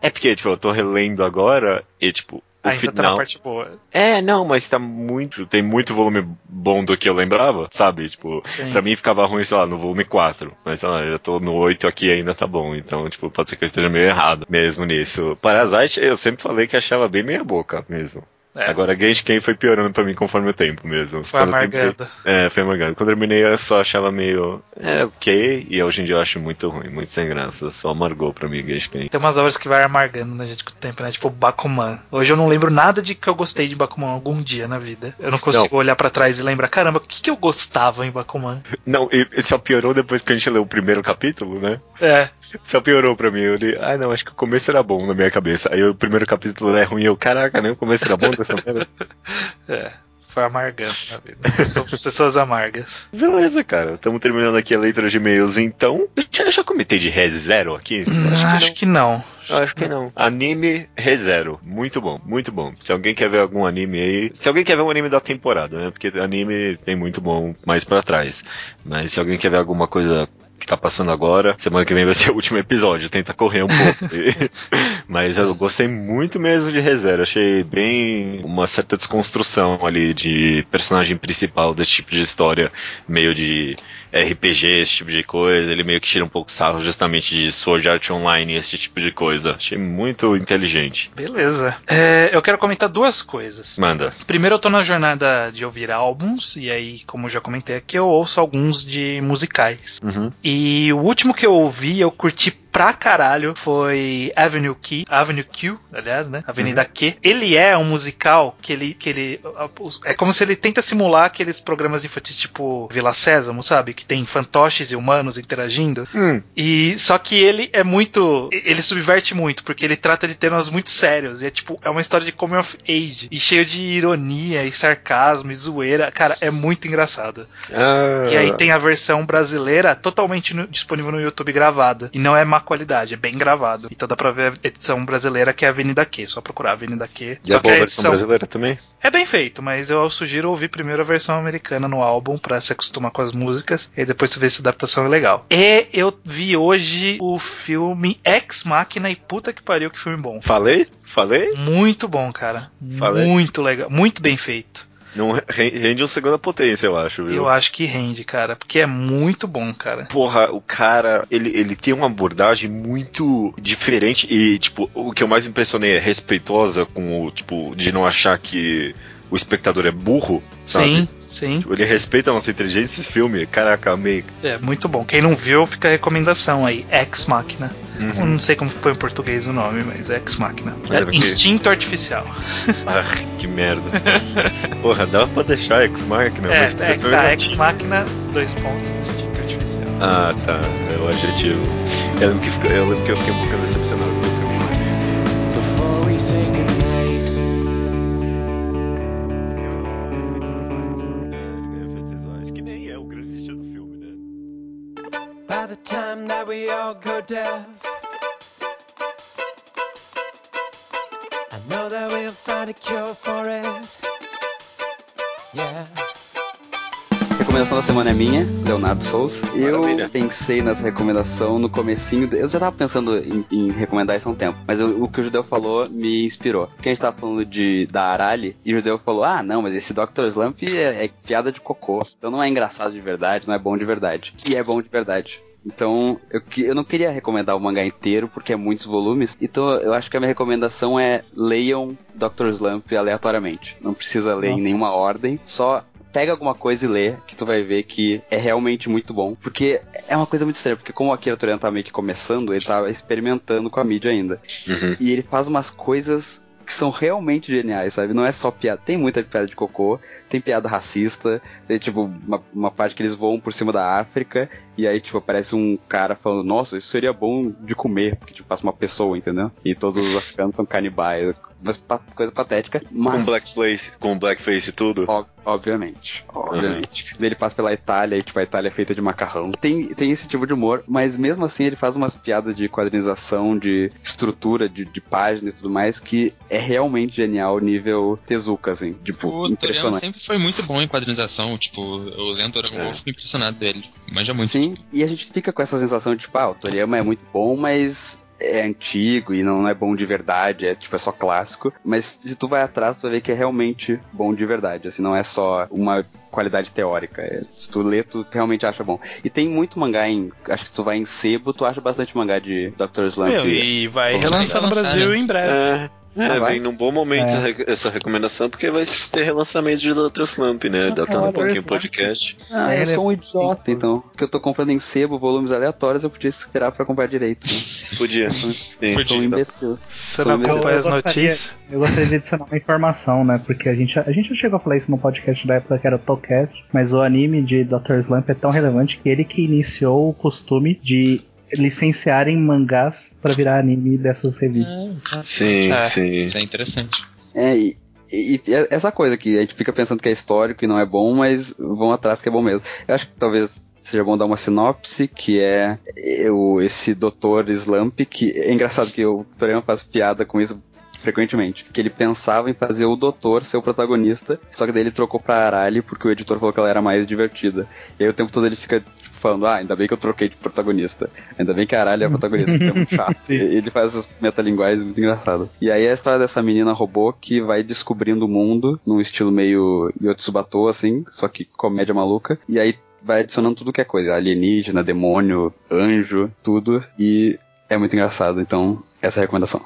Speaker 1: é porque, tipo, eu tô relendo agora e, tipo, o
Speaker 2: ainda tá na
Speaker 1: final.
Speaker 2: parte boa.
Speaker 1: É, não, mas tá muito. Tem muito volume bom do que eu lembrava, sabe? Tipo,
Speaker 2: Sim.
Speaker 1: pra mim ficava ruim, sei lá, no volume 4. Mas sei lá, eu já tô no 8 aqui e ainda tá bom. Então, tipo, pode ser que eu esteja meio errado mesmo nisso. Parasite, eu sempre falei que achava bem meia boca mesmo.
Speaker 2: É.
Speaker 1: Agora, Genshin foi piorando pra mim conforme o tempo mesmo.
Speaker 2: Foi
Speaker 1: Quando eu terminei-
Speaker 2: amargando.
Speaker 1: É, foi amargando. Quando eu terminei, eu só achava meio. É, ok. E hoje em dia eu acho muito ruim, muito sem graça. Só amargou pra mim Genshin.
Speaker 2: Tem umas obras que vai amargando na gente com o tempo, né? Tipo Bakuman. Hoje eu não lembro nada de que eu gostei de Bakuman algum dia na vida. Eu não consigo olhar pra trás e lembrar, caramba, o que, que eu gostava em Bakuman?
Speaker 1: Não, e e só piorou depois que a gente leu o primeiro capítulo, né?
Speaker 2: É,
Speaker 1: Só piorou pra mim. Eu li, ah, não, acho que o começo era bom na minha cabeça. Aí o primeiro capítulo é ruim. Eu, caraca, nem o começo era bom dessa merda.
Speaker 2: é. Foi amargando na vida. São pessoas amargas.
Speaker 1: Beleza, cara. Estamos terminando aqui a leitura de e-mails, então. Eu já, já comentei de Re Zero aqui?
Speaker 2: Acho que não.
Speaker 1: Eu acho que não. Anime Re Zero. Muito bom, muito bom. Se alguém quer ver algum anime aí. Se alguém quer ver um anime da temporada, né? Porque anime tem muito bom mais pra trás. Mas se alguém quer ver alguma coisa que tá passando agora, semana que vem vai ser o último episódio. Tenta correr um pouco. E- Mas eu gostei muito mesmo de Rezero. Achei bem uma certa desconstrução ali de personagem principal desse tipo de história, meio de RPG, esse tipo de coisa. Ele meio que tira um pouco sarro justamente de Sword Art Online e esse tipo de coisa. Achei muito inteligente.
Speaker 2: Beleza. É, eu quero comentar duas coisas.
Speaker 1: Manda.
Speaker 2: Primeiro, eu tô na jornada de ouvir álbuns, e aí, como eu já comentei aqui, eu ouço alguns de musicais.
Speaker 1: Uhum.
Speaker 2: E o último que eu ouvi, eu curti pra caralho, foi Avenue Q, Avenue Q, aliás, né? Avenida Q. Ele é um musical que ele, que ele. É como se ele tenta simular aqueles programas infantis tipo Vila Sésamo, sabe? Que tem fantoches e humanos interagindo.
Speaker 1: Hum,
Speaker 2: E só que ele é muito, ele subverte muito, porque ele trata de temas muito sérios, e é tipo, é uma história de coming of age, e cheio de ironia e sarcasmo e zoeira, cara, é muito engraçado.
Speaker 1: Ah,
Speaker 2: E aí tem a versão brasileira totalmente no- disponível no YouTube gravada, e não é má qualidade, é bem gravado. Então dá pra ver a edição brasileira que é Avenida Q, só procurar Avenida Q.
Speaker 1: E
Speaker 2: Só
Speaker 1: a
Speaker 2: que
Speaker 1: boa
Speaker 2: a
Speaker 1: versão
Speaker 2: edição
Speaker 1: brasileira também?
Speaker 2: é bem feito, mas eu sugiro ouvir primeiro a versão americana no álbum pra se acostumar com as músicas e depois você vê se a adaptação é legal. E eu vi hoje o filme Ex Machina e puta que pariu que filme bom.
Speaker 1: Falei? Falei?
Speaker 2: Muito bom, cara.
Speaker 1: Falei.
Speaker 2: Muito legal, muito bem feito.
Speaker 1: Não re- rende um segunda potência, eu acho, viu?
Speaker 2: Eu acho que rende, cara, porque é muito bom, cara.
Speaker 1: Porra, o cara, ele, ele tem uma abordagem muito diferente e, tipo, o que eu mais impressionei é respeitosa com o, tipo, de não achar que o espectador é burro, sabe?
Speaker 2: Sim, sim,
Speaker 1: Ele respeita a nossa inteligência esse filme. Caraca, amei.
Speaker 2: é muito bom. Quem não viu, fica a recomendação aí, Ex Machina.
Speaker 1: Uhum.
Speaker 2: Eu não sei como foi em português o nome, mas é Ex Machina.
Speaker 1: Mas é porque-
Speaker 2: Instinto Artificial.
Speaker 1: Ah, que merda. Porra, dava pra deixar X-Machina,
Speaker 2: É,
Speaker 1: mas
Speaker 2: é,
Speaker 1: pareceu
Speaker 2: tá,
Speaker 1: inútil.
Speaker 2: Ex Máquina, dois pontos, instinto artificial.
Speaker 1: Ah, tá. É o adjetivo. Eu lembro que, fica- eu lembro que eu fiquei um pouco decepcionado com o filme.
Speaker 8: Before we say goodnight.
Speaker 1: Que nem é o grande do filme, né?
Speaker 8: By the time that we all go deaf, I know that we'll find a cure for it. Yeah.
Speaker 4: Recomendação da semana é minha, Leonardo Souza.
Speaker 1: Maravilha.
Speaker 4: Eu pensei nessa recomendação no comecinho. de- Eu já tava pensando em, em recomendar isso há um tempo, mas eu- o que o Judeu falou me inspirou. Porque a gente tava falando de, da Arali, e o Judeu falou, ah, não, mas esse Dr. Slump é, é piada de cocô. Então não é engraçado de verdade, não é bom de verdade. E é bom de verdade. Então, eu, que- eu não queria recomendar o mangá inteiro, porque é muitos volumes. Então, eu acho que a minha recomendação é leiam Dr. Slump aleatoriamente. Não precisa ler em nenhuma ordem. Só pega alguma coisa e lê, que tu vai ver que é realmente muito bom. Porque é uma coisa muito estranha, porque como o Akira Toriyama tá meio que começando, ele tá experimentando com a mídia ainda.
Speaker 1: Uhum.
Speaker 4: E ele faz umas coisas que são realmente geniais, sabe? Não é só piada. Tem muita piada de cocô, tem piada racista, tem tipo uma, uma parte que eles voam por cima da África e aí tipo aparece um cara falando: "Nossa, isso seria bom de comer", porque tipo passa uma pessoa, entendeu? E todos os africanos são canibais, mas pa- coisa patética, mas
Speaker 1: Com blackface, com blackface e tudo.
Speaker 4: Ob- obviamente. Obviamente. Daí Ele passa pela Itália e, tipo, a Itália é feita de macarrão. Tem, tem esse tipo de humor, mas mesmo assim ele faz umas piadas de quadrinização, de estrutura, de, de página e tudo mais, que é realmente genial, nível Tezuka, assim. Tipo,
Speaker 5: O Toriyama
Speaker 4: impressionante.
Speaker 5: sempre foi muito bom em quadrinização, tipo, eu lendo Dragon
Speaker 1: É.
Speaker 5: Ball, eu fico impressionado dele. Manja muito.
Speaker 4: Sim, e a gente fica com essa sensação de, tipo, ah, o Toriyama é muito bom, mas é antigo e não é bom de verdade, é tipo, é só clássico. Mas se tu vai atrás, tu vai ver que é realmente bom de verdade, assim, não é só uma qualidade teórica. é- se tu lê, tu realmente acha bom. E tem muito mangá em... Acho que tu vai em sebo, tu acha bastante mangá de Dr. Slump.
Speaker 2: Meu, e vai
Speaker 4: Bom,
Speaker 2: relançar no
Speaker 5: vai lançar,
Speaker 2: Brasil
Speaker 5: né?
Speaker 2: em breve.
Speaker 1: É,
Speaker 4: Ah,
Speaker 1: é
Speaker 4: vai?
Speaker 1: vem num bom momento
Speaker 3: É.
Speaker 1: essa re- essa recomendação, porque vai ter relançamento de Dr. Slump,
Speaker 2: Ah,
Speaker 1: né? Datando um
Speaker 3: olha,
Speaker 1: pouquinho o
Speaker 3: Slump.
Speaker 1: podcast.
Speaker 4: Ah, eu
Speaker 3: ele é
Speaker 4: sou um idiota, então. Porque eu tô comprando em sebo, volumes aleatórios, eu podia esperar pra comprar direito. Né?
Speaker 1: Podia. Sim.
Speaker 4: Eu sou um imbecil.
Speaker 2: Você
Speaker 4: sou
Speaker 2: não acompanha
Speaker 3: eu
Speaker 2: as
Speaker 3: gostaria-
Speaker 2: notícias?
Speaker 3: Eu gostaria de adicionar uma informação, né? Porque a gente, a gente já chegou a falar isso no podcast da época que era o Tolcast, mas o anime de Dr. Slump é tão relevante que ele que iniciou o costume de licenciarem mangás pra virar anime dessas revistas.
Speaker 1: Sim,
Speaker 2: É.
Speaker 1: sim.
Speaker 5: Isso é interessante.
Speaker 4: É, e, e- e é essa coisa que a gente fica pensando que é histórico e não é bom, mas vão atrás que é bom mesmo. Eu acho que talvez seja bom dar uma sinopse, que é eu, esse doutor Slump, que é engraçado que o Toriyama faz piada com isso frequentemente, que ele pensava em fazer o doutor ser o protagonista, só que daí ele trocou pra Arali porque o editor falou que ela era mais divertida. E aí o tempo todo ele fica tipo, falando, ah, ainda bem que eu troquei de protagonista, ainda bem que a Arali é a protagonista, porque é muito chato. E- ele faz essas metalinguagens muito engraçadas. E aí é a história dessa menina robô que vai descobrindo o mundo num estilo meio Yotsubato, assim, só que comédia maluca. E aí vai adicionando tudo que é coisa. Alienígena, demônio, anjo, tudo. E é muito engraçado, então essa é a recomendação.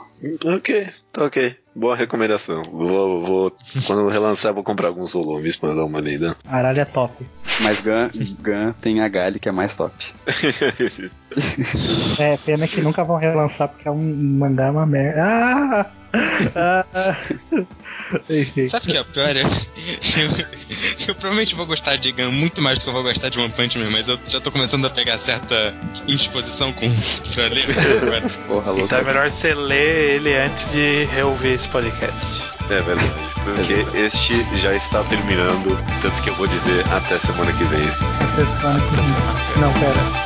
Speaker 1: Ok, tá ok. Boa recomendação. Vou, vou quando eu relançar, vou comprar alguns volumes pra dar uma lida.
Speaker 3: Aralho é top.
Speaker 4: Mas Gun, Gun tem a Gali que é mais top.
Speaker 3: É, pena que nunca vão relançar porque é um mangá é uma merda. Ah! Ah! Enfim.
Speaker 5: Sabe o que é o pior? Eu, eu- eu provavelmente vou gostar de Gun muito mais do que eu vou gostar de One Punch Man, mas eu já tô começando a pegar certa indisposição com pra ler agora.
Speaker 4: Porra, Lucas.
Speaker 9: Então é melhor você ler ele antes de reouvir esse podcast.
Speaker 1: É verdade. Porque este já está terminando, tanto que eu vou dizer até semana que vem.
Speaker 3: Pensando é que- Não, pera.